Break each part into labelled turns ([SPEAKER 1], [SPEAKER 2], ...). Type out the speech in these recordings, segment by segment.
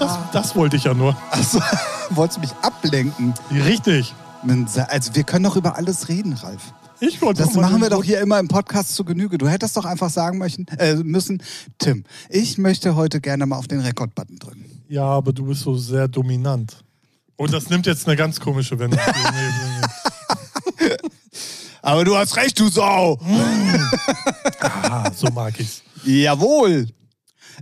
[SPEAKER 1] Ah.
[SPEAKER 2] das wollte ich ja nur.
[SPEAKER 1] Also, wolltest du mich ablenken?
[SPEAKER 2] Richtig.
[SPEAKER 1] Man sa- Also, wir können doch über alles reden, Ralf.
[SPEAKER 2] Ich wollte
[SPEAKER 1] Das
[SPEAKER 2] mal
[SPEAKER 1] machen wir
[SPEAKER 2] den-
[SPEAKER 1] doch hier immer im Podcast zu Genüge. Du hättest doch einfach sagen möchten, äh, müssen, Tim, ich möchte heute gerne mal auf den Rekord-Button drücken.
[SPEAKER 2] Ja, aber du bist so sehr dominant. Und das nimmt jetzt eine ganz komische Wendung. Nee, nee, nee.
[SPEAKER 1] Aber du hast recht, du Sau!
[SPEAKER 2] ah, so mag ich's.
[SPEAKER 1] Jawohl!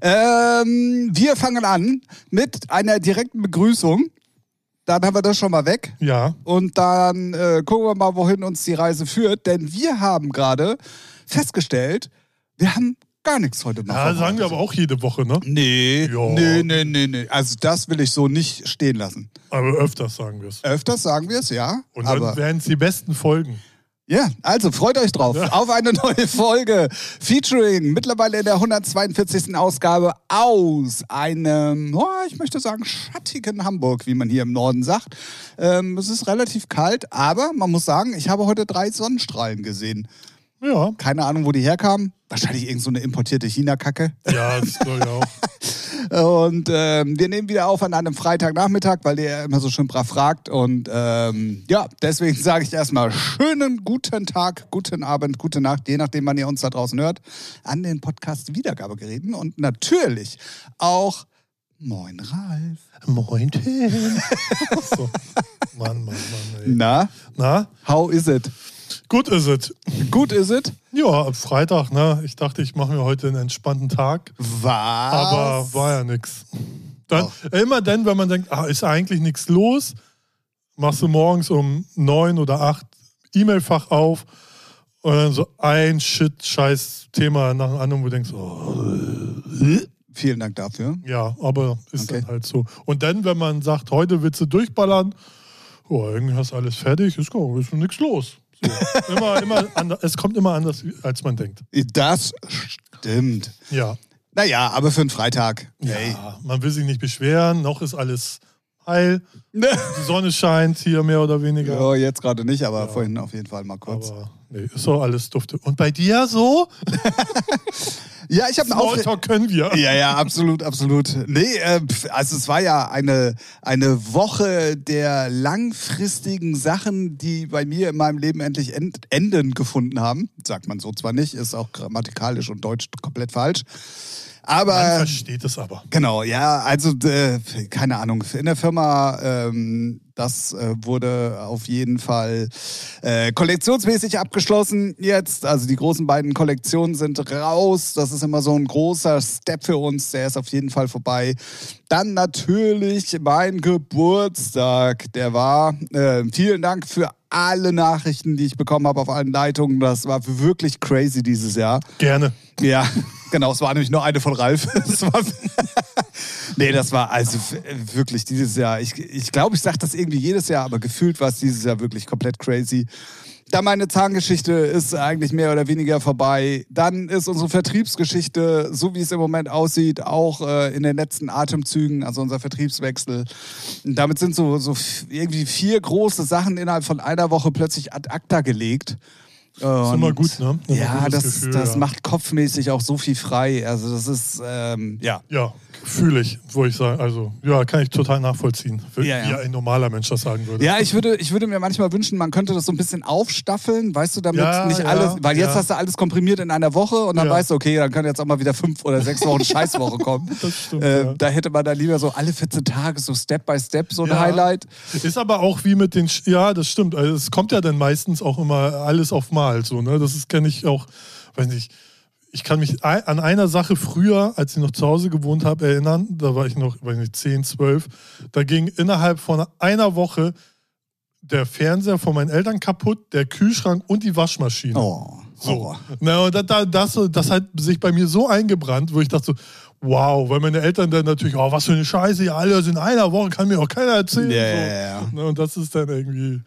[SPEAKER 1] Ähm, wir fangen an mit einer direkten Begrüßung. Dann haben wir das schon mal weg.
[SPEAKER 2] Ja.
[SPEAKER 1] Und dann äh, gucken wir mal, wohin uns die Reise führt. Denn wir haben gerade festgestellt, wir haben gar nichts heute noch.
[SPEAKER 2] ja, sagen wir
[SPEAKER 1] vorbereitet.
[SPEAKER 2] aber auch jede Woche, ne?
[SPEAKER 1] Nee,
[SPEAKER 2] Ja.
[SPEAKER 1] nee, nee, nee, nee. Also das will ich so nicht stehen lassen.
[SPEAKER 2] Aber öfters sagen wir's.
[SPEAKER 1] Öfters sagen wir es, ja.
[SPEAKER 2] Und dann
[SPEAKER 1] aber
[SPEAKER 2] wären es die besten Folgen.
[SPEAKER 1] ja, also freut euch drauf.
[SPEAKER 2] Ja.
[SPEAKER 1] Auf eine neue Folge. Featuring mittlerweile in der 142. Ausgabe aus einem, oh, ich möchte sagen, schattigen Hamburg, wie man hier im Norden sagt. Ähm, es ist relativ kalt, aber man muss sagen, ich habe heute drei Sonnenstrahlen gesehen.
[SPEAKER 2] Ja.
[SPEAKER 1] Keine Ahnung, wo die herkamen. Wahrscheinlich irgend so eine importierte China-Kacke.
[SPEAKER 2] Ja, das soll ja auch.
[SPEAKER 1] Und ähm, wir nehmen wieder auf an einem Freitagnachmittag, weil ihr ja immer so schön brav fragt. Und ähm, ja, deswegen sage ich erstmal schönen guten Tag, guten Abend, gute Nacht, je nachdem, wann ihr uns da draußen hört, an den Podcast Wiedergabegeräten und natürlich auch Moin Ralf.
[SPEAKER 2] Moin, Tim. so. Mann, Mann, Mann. Ey.
[SPEAKER 1] Na,
[SPEAKER 2] Na,
[SPEAKER 1] how is it?
[SPEAKER 2] gut ist es.
[SPEAKER 1] Gut is it?
[SPEAKER 2] Ja, Freitag, ne? Ich dachte, ich mache mir heute einen entspannten Tag.
[SPEAKER 1] Was?
[SPEAKER 2] Aber war ja nix. Dann, Immer dann, wenn man denkt, ah, ist eigentlich nichts los, machst du morgens um neun oder acht E-Mail-Fach auf und dann so ein Shit-Scheiß-Thema nach dem anderen, wo du denkst, oh,
[SPEAKER 1] Vielen Dank dafür.
[SPEAKER 2] ja, aber ist
[SPEAKER 1] Okay.
[SPEAKER 2] dann halt so. Und dann, wenn man sagt, heute willst du durchballern, oh, irgendwie hast du alles fertig, ist, gar- ist nichts los. So. Immer, immer anders, es kommt immer anders, als man denkt.
[SPEAKER 1] Das stimmt.
[SPEAKER 2] Ja.
[SPEAKER 1] Naja, aber für einen Freitag. Hey.
[SPEAKER 2] ja, man will sich nicht beschweren, noch ist alles heil. Die Sonne scheint hier mehr oder weniger.
[SPEAKER 1] Ja, jetzt gerade nicht, aber vorhin auf jeden Fall mal kurz.
[SPEAKER 2] aber nee, ist doch alles dufte. Und bei dir so?
[SPEAKER 1] ja, ich habe eine Aufregung.
[SPEAKER 2] Smalltalk können wir.
[SPEAKER 1] Ja, ja, absolut, absolut. Nee, äh, pf, also es war ja eine, eine Woche der langfristigen Sachen, die bei mir in meinem Leben endlich end, Enden gefunden haben. Sagt man so zwar nicht, ist auch grammatikalisch und deutsch komplett falsch.
[SPEAKER 2] Man
[SPEAKER 1] Aber
[SPEAKER 2] versteht es aber.
[SPEAKER 1] Genau, ja, also äh, keine Ahnung. In der Firma, ähm, das äh, wurde auf jeden Fall äh, kollektionsmäßig abgeschlossen jetzt. Also die großen beiden Kollektionen sind raus. Das ist immer so ein großer Step für uns. Der ist auf jeden Fall vorbei. Dann natürlich mein Geburtstag. Der war. Äh, vielen Dank für alle Nachrichten, die ich bekommen habe auf allen Leitungen. Das war wirklich crazy dieses Jahr.
[SPEAKER 2] Gerne.
[SPEAKER 1] Ja, genau. Es war nämlich nur eine von Ralf. Es war nee, das war also w- wirklich dieses Jahr. Ich glaube, ich, glaub, ich sage das irgendwie jedes Jahr, aber gefühlt war es dieses Jahr wirklich komplett crazy. Dann meine Zahngeschichte ist eigentlich mehr oder weniger vorbei. Dann ist unsere Vertriebsgeschichte, so wie es im Moment aussieht, auch äh, in den letzten Atemzügen, also unser Vertriebswechsel. Und damit sind so, so f- irgendwie vier große Sachen innerhalb von einer Woche plötzlich ad acta gelegt.
[SPEAKER 2] Ist immer gut, ne? Immer
[SPEAKER 1] Ja,
[SPEAKER 2] gutes
[SPEAKER 1] das,
[SPEAKER 2] Gefühl,
[SPEAKER 1] das
[SPEAKER 2] ja.
[SPEAKER 1] macht kopfmäßig auch so viel frei. Also das ist, ähm, ja.
[SPEAKER 2] Ja, fühle ich, wo ich sagen. Also, ja, kann ich total nachvollziehen. Wie
[SPEAKER 1] Ja, ja.
[SPEAKER 2] wie ein normaler Mensch das sagen würde.
[SPEAKER 1] Ja, ich würde, ich würde mir manchmal wünschen, man könnte das so ein bisschen aufstaffeln, weißt du, damit
[SPEAKER 2] Ja,
[SPEAKER 1] nicht
[SPEAKER 2] ja,
[SPEAKER 1] alles, weil jetzt
[SPEAKER 2] ja.
[SPEAKER 1] hast du alles komprimiert in einer Woche und dann
[SPEAKER 2] Ja.
[SPEAKER 1] weißt du, okay, dann können jetzt auch mal wieder fünf oder sechs Wochen Scheißwoche kommen.
[SPEAKER 2] Das stimmt,
[SPEAKER 1] äh,
[SPEAKER 2] ja.
[SPEAKER 1] Da hätte man dann lieber so alle 14 Tage so Step by Step so ein
[SPEAKER 2] Ja.
[SPEAKER 1] Highlight.
[SPEAKER 2] Ist aber auch wie mit den. Sch ja, das stimmt. Also, es kommt ja dann meistens auch immer alles auf Mal. So, ne? Das ist- kenne ich auch, weiß nicht. Ich kann mich ei- an einer Sache früher, als ich noch zu Hause gewohnt habe, erinnern. Da war ich noch, weiß nicht, 10, 12. Da ging innerhalb von einer Woche der Fernseher von meinen Eltern kaputt, der Kühlschrank und die Waschmaschine.
[SPEAKER 1] Oh,
[SPEAKER 2] So.
[SPEAKER 1] Horror.
[SPEAKER 2] Na, und da- da- das, das hat sich bei mir so eingebrannt, wo ich dachte so, wow, weil meine Eltern dann natürlich, oh, was für eine Scheiße, ja, alle sind in einer Woche, kann mir auch keiner erzählen.
[SPEAKER 1] Ja,
[SPEAKER 2] so.
[SPEAKER 1] ja, ja.
[SPEAKER 2] Na, und das ist dann irgendwie,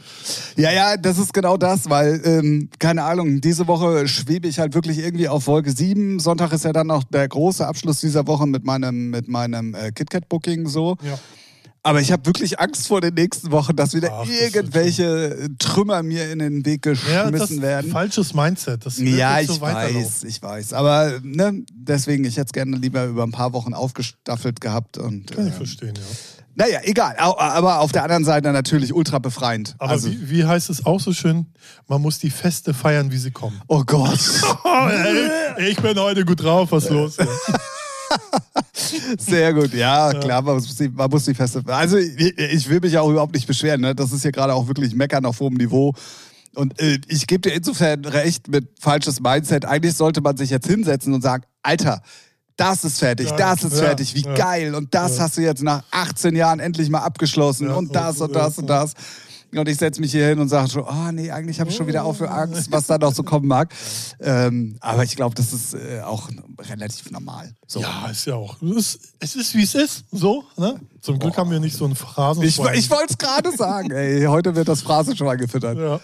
[SPEAKER 1] Ja, ja, das ist genau das, weil, ähm, keine Ahnung, diese Woche schwebe ich halt wirklich irgendwie auf Wolke 7. Sonntag ist ja dann auch der große Abschluss dieser Woche mit meinem, mit meinem äh, KitKat-Booking so.
[SPEAKER 2] ja.
[SPEAKER 1] Aber ich habe wirklich Angst vor den nächsten Wochen, dass wieder
[SPEAKER 2] Ach, das wird
[SPEAKER 1] irgendwelche Trümmer mir in den Weg
[SPEAKER 2] Ja,
[SPEAKER 1] geschmissen
[SPEAKER 2] das ist
[SPEAKER 1] werden.
[SPEAKER 2] falsches Mindset. Das wird
[SPEAKER 1] Ja,
[SPEAKER 2] jetzt
[SPEAKER 1] ich
[SPEAKER 2] so weiterlaufen.
[SPEAKER 1] weiß, ich weiß. Aber ne, deswegen, ich hätte es gerne lieber über ein paar Wochen aufgestaffelt gehabt. Und,
[SPEAKER 2] Kann ich
[SPEAKER 1] äh,
[SPEAKER 2] verstehen, ja.
[SPEAKER 1] naja, egal. Au- Aber auf der anderen Seite natürlich ultra befreiend.
[SPEAKER 2] Aber
[SPEAKER 1] also,
[SPEAKER 2] wie, wie heißt es auch so schön? Man muss die Feste feiern, wie sie kommen.
[SPEAKER 1] oh Gott.
[SPEAKER 2] ich bin heute gut drauf, was los ist.
[SPEAKER 1] Sehr gut, ja, klar, man muss, die, man muss die Feste. Also, ich, ich will mich ja auch überhaupt nicht beschweren. Ne? Das ist hier gerade auch wirklich Meckern auf hohem Niveau. Und äh, ich gebe dir insofern recht mit falsches Mindset. Eigentlich sollte man sich jetzt hinsetzen und sagen: Alter, das ist fertig,
[SPEAKER 2] Ja,
[SPEAKER 1] das ist
[SPEAKER 2] ja,
[SPEAKER 1] fertig, wie
[SPEAKER 2] ja.
[SPEAKER 1] geil. Und das hast du jetzt nach 18 Jahren endlich mal abgeschlossen.
[SPEAKER 2] Ja,
[SPEAKER 1] und das und
[SPEAKER 2] ja,
[SPEAKER 1] das und das. Und ich setze mich hier hin und sage schon, oh nee, eigentlich habe ich schon wieder auf Angst, was da noch so kommen mag. Ähm, aber ich glaube, das ist äh, auch relativ normal. So.
[SPEAKER 2] Ja, ist ja auch. Es ist, es ist wie es ist. So, ne? Zum Glück haben wir nicht so einen Phrasen.
[SPEAKER 1] Ich, ich wollte es gerade sagen, ey. Heute wird das Phrase schon mal gefüttert.
[SPEAKER 2] ja.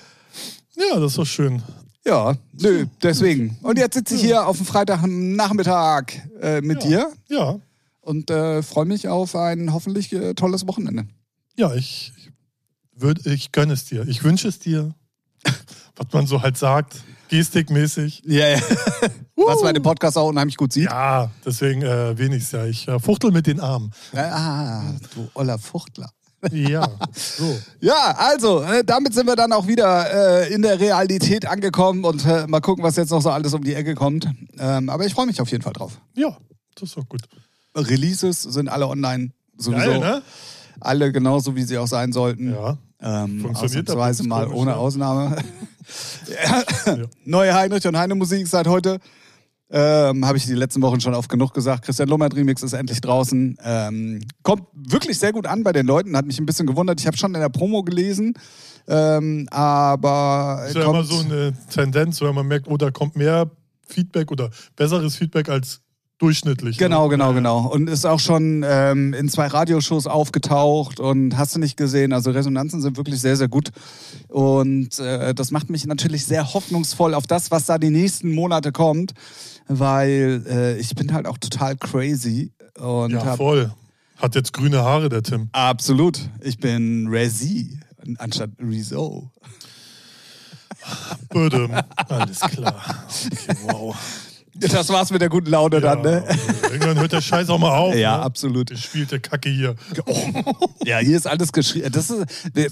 [SPEAKER 2] ja, das ist doch schön.
[SPEAKER 1] Ja, nö, deswegen. Und jetzt sitze ich hier auf dem Freitagnachmittag äh, mit
[SPEAKER 2] Ja.
[SPEAKER 1] dir
[SPEAKER 2] Ja.
[SPEAKER 1] und äh, freue mich auf ein hoffentlich äh, tolles Wochenende.
[SPEAKER 2] Ja, ich, ich, würd, ich gönne es dir. Ich wünsche es dir. Was man so halt sagt, gestikmäßig.
[SPEAKER 1] Ja, ja. Was man im Podcast auch unheimlich gut sieht.
[SPEAKER 2] Ja, deswegen äh, wenigstens ja. Ich äh, fuchtel mit den Armen.
[SPEAKER 1] Ah, du Oller Fuchtler.
[SPEAKER 2] Ja, so.
[SPEAKER 1] Ja, also, äh, damit sind wir dann auch wieder äh, in der Realität angekommen und äh, mal gucken, was jetzt noch so alles um die Ecke kommt. Ähm, aber ich freue mich auf jeden Fall drauf.
[SPEAKER 2] Ja, das ist doch gut.
[SPEAKER 1] Releases sind alle online sowieso.
[SPEAKER 2] Geil, ne?
[SPEAKER 1] alle genauso, wie sie auch sein sollten.
[SPEAKER 2] Ja.
[SPEAKER 1] Ähm,
[SPEAKER 2] Funktioniert
[SPEAKER 1] ausnahmsweise
[SPEAKER 2] aber
[SPEAKER 1] mal
[SPEAKER 2] komisch,
[SPEAKER 1] ohne
[SPEAKER 2] ne?
[SPEAKER 1] Ausnahme. Neue Heinrich und Heine Musik seit heute. Ähm, Habe ich die letzten Wochen schon oft genug gesagt. Christian Lommert Remix ist endlich draußen. Ähm, kommt wirklich sehr gut an bei den Leuten. Hat mich ein bisschen gewundert. Ich habe schon in der Promo gelesen. Ähm, aber
[SPEAKER 2] Ist ja immer so eine Tendenz, wenn man merkt, oh, da kommt mehr Feedback oder besseres Feedback als durchschnittlich.
[SPEAKER 1] Genau,
[SPEAKER 2] ne?
[SPEAKER 1] genau, genau. Und ist auch schon ähm, in zwei Radioshows aufgetaucht und hast du nicht gesehen. Also Resonanzen sind wirklich sehr, sehr gut. Und äh, das macht mich natürlich sehr hoffnungsvoll auf das, was da die nächsten Monate kommt, weil äh, ich bin halt auch total crazy und
[SPEAKER 2] Ja,
[SPEAKER 1] hab
[SPEAKER 2] voll. Hat jetzt grüne Haare, der Tim.
[SPEAKER 1] absolut. Ich bin Resi anstatt Rezo.
[SPEAKER 2] Bödem. Alles klar. Okay, wow.
[SPEAKER 1] Das war's mit der guten Laune dann, ne?
[SPEAKER 2] Ja, also, irgendwann hört der Scheiß auch mal auf.
[SPEAKER 1] Ja,
[SPEAKER 2] ne?
[SPEAKER 1] absolut.
[SPEAKER 2] Ihr spielt der Kacke hier.
[SPEAKER 1] Ja, hier ist alles geschrieben. Das ist,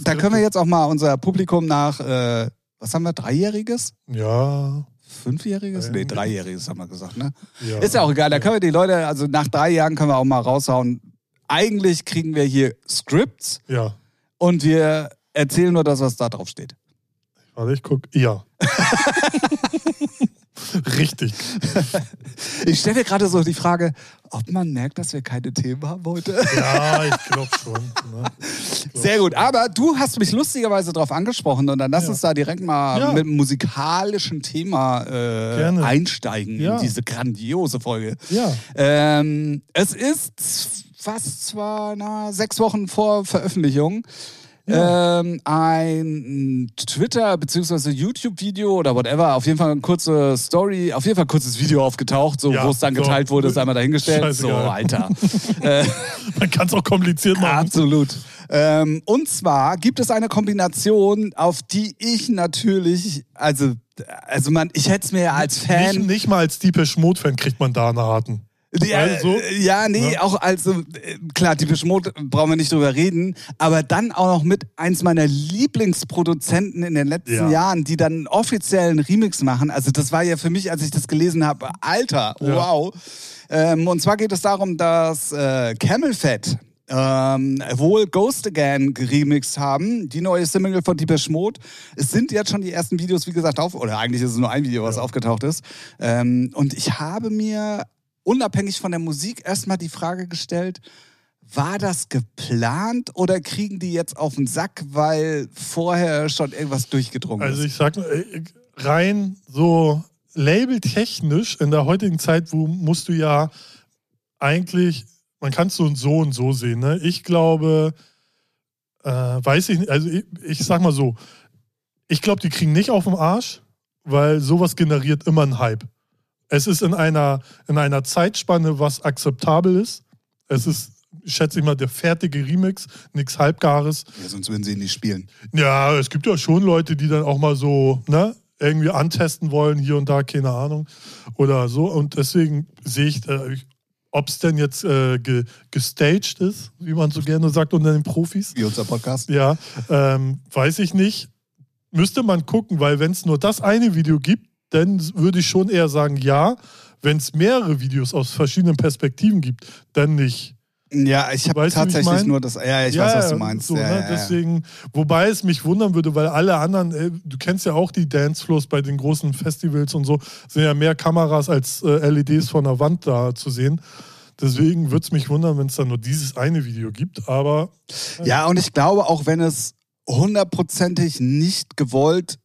[SPEAKER 1] da können wir jetzt auch mal unser Publikum nach, äh, was haben wir, Dreijähriges?
[SPEAKER 2] Ja.
[SPEAKER 1] Fünfjähriges? Nee,
[SPEAKER 2] Ähm.
[SPEAKER 1] Dreijähriges haben wir gesagt, ne?
[SPEAKER 2] ja.
[SPEAKER 1] Ist ja auch egal, da können wir die Leute, also nach drei Jahren können wir auch mal raushauen. Eigentlich kriegen wir hier Scripts
[SPEAKER 2] Ja.
[SPEAKER 1] und wir erzählen nur das, was da drauf steht.
[SPEAKER 2] Warte, ich guck. Ja. Richtig.
[SPEAKER 1] Ich stelle mir gerade so die Frage, ob man merkt, dass wir keine Themen haben heute.
[SPEAKER 2] Ja, ich glaube schon. Ne?
[SPEAKER 1] Sehr gut, aber du hast mich lustigerweise darauf angesprochen und dann lass
[SPEAKER 2] Ja.
[SPEAKER 1] uns da direkt mal
[SPEAKER 2] Ja.
[SPEAKER 1] mit einem musikalischen Thema äh,
[SPEAKER 2] Gerne.
[SPEAKER 1] einsteigen
[SPEAKER 2] Ja.
[SPEAKER 1] in diese grandiose Folge.
[SPEAKER 2] Ja.
[SPEAKER 1] Ähm, es ist fast zwar na, sechs Wochen vor Veröffentlichung. Ähm, ein Twitter- bzw. YouTube-Video oder whatever, auf jeden Fall eine kurze Story, auf jeden Fall ein kurzes Video aufgetaucht, so,
[SPEAKER 2] Ja,
[SPEAKER 1] wo es dann
[SPEAKER 2] so.
[SPEAKER 1] geteilt wurde, ist einmal dahingestellt.
[SPEAKER 2] Scheißegal.
[SPEAKER 1] So, Alter. äh,
[SPEAKER 2] Man kann es auch kompliziert machen.
[SPEAKER 1] Absolut. Ähm, und zwar gibt es eine Kombination, auf die ich natürlich, also, also man, ich hätte es mir ja als Fan.
[SPEAKER 2] Nicht, nicht mal als Deepesh Mode-Fan kriegt man da einen harten.
[SPEAKER 1] Ja,
[SPEAKER 2] Also?
[SPEAKER 1] äh, ja, nee,
[SPEAKER 2] Ja.
[SPEAKER 1] auch also äh, klar, die Beschmut brauchen wir nicht drüber reden, aber dann auch noch mit eins meiner Lieblingsproduzenten in den letzten
[SPEAKER 2] Ja.
[SPEAKER 1] Jahren, die dann einen offiziellen Remix machen. Also das war ja für mich, als ich das gelesen habe, Alter,
[SPEAKER 2] Ja.
[SPEAKER 1] wow. Ähm, und zwar geht es darum, dass äh, Camel Fat ähm, wohl Ghost Again geremixed haben, die neue Single von Deepesh Mode. Es sind jetzt schon die ersten Videos, wie gesagt, auf, oder eigentlich ist es nur ein Video, was aufgetaucht ist. Ähm, und ich habe mir unabhängig von der Musik erstmal die Frage gestellt, war das geplant oder kriegen die jetzt auf den Sack, weil vorher schon irgendwas durchgedrungen
[SPEAKER 2] Also
[SPEAKER 1] ist?
[SPEAKER 2] ich sag mal, äh, rein so labeltechnisch in der heutigen Zeit, wo musst du ja eigentlich, man kann es so und so und so sehen. Ne? Ich glaube, äh, weiß ich nicht, also ich, ich sag mal so, ich glaube, die kriegen nicht auf den Arsch, weil sowas generiert immer einen Hype. Es ist in einer, in einer Zeitspanne, was akzeptabel ist. Es ist schätze ich mal, der fertige Remix, nichts Halbgares.
[SPEAKER 1] Ja, sonst würden sie ihn nicht spielen.
[SPEAKER 2] Ja, es gibt ja schon Leute, die dann auch mal so, ne, irgendwie antesten wollen, hier und da, keine Ahnung. Oder so. Und deswegen sehe ich, äh, ob es denn jetzt äh, ge gestaged ist, wie man so gerne sagt, unter den Profis.
[SPEAKER 1] Wie unser Podcast.
[SPEAKER 2] Ja, ähm, weiß ich nicht. Müsste man gucken, weil wenn es nur das eine Video gibt, dann würde ich schon eher sagen, ja. Wenn es mehrere Videos aus verschiedenen Perspektiven gibt, dann nicht.
[SPEAKER 1] Ja, ich habe
[SPEAKER 2] Weißt du, wie ich
[SPEAKER 1] tatsächlich
[SPEAKER 2] mein?
[SPEAKER 1] nur das. Ja, ich weiß, was du meinst.
[SPEAKER 2] So,
[SPEAKER 1] ja,
[SPEAKER 2] ne?
[SPEAKER 1] ja, ja.
[SPEAKER 2] Deswegen, wobei es mich wundern würde, weil alle anderen, äh, du kennst ja auch die Dancefloors bei den großen Festivals und so, sind ja mehr Kameras als äh, LEDs von der Wand da zu sehen. Deswegen würde es mich wundern, wenn es dann nur dieses eine Video gibt, aber
[SPEAKER 1] Ja, und ich glaube, auch wenn es hundertprozentig nicht gewollt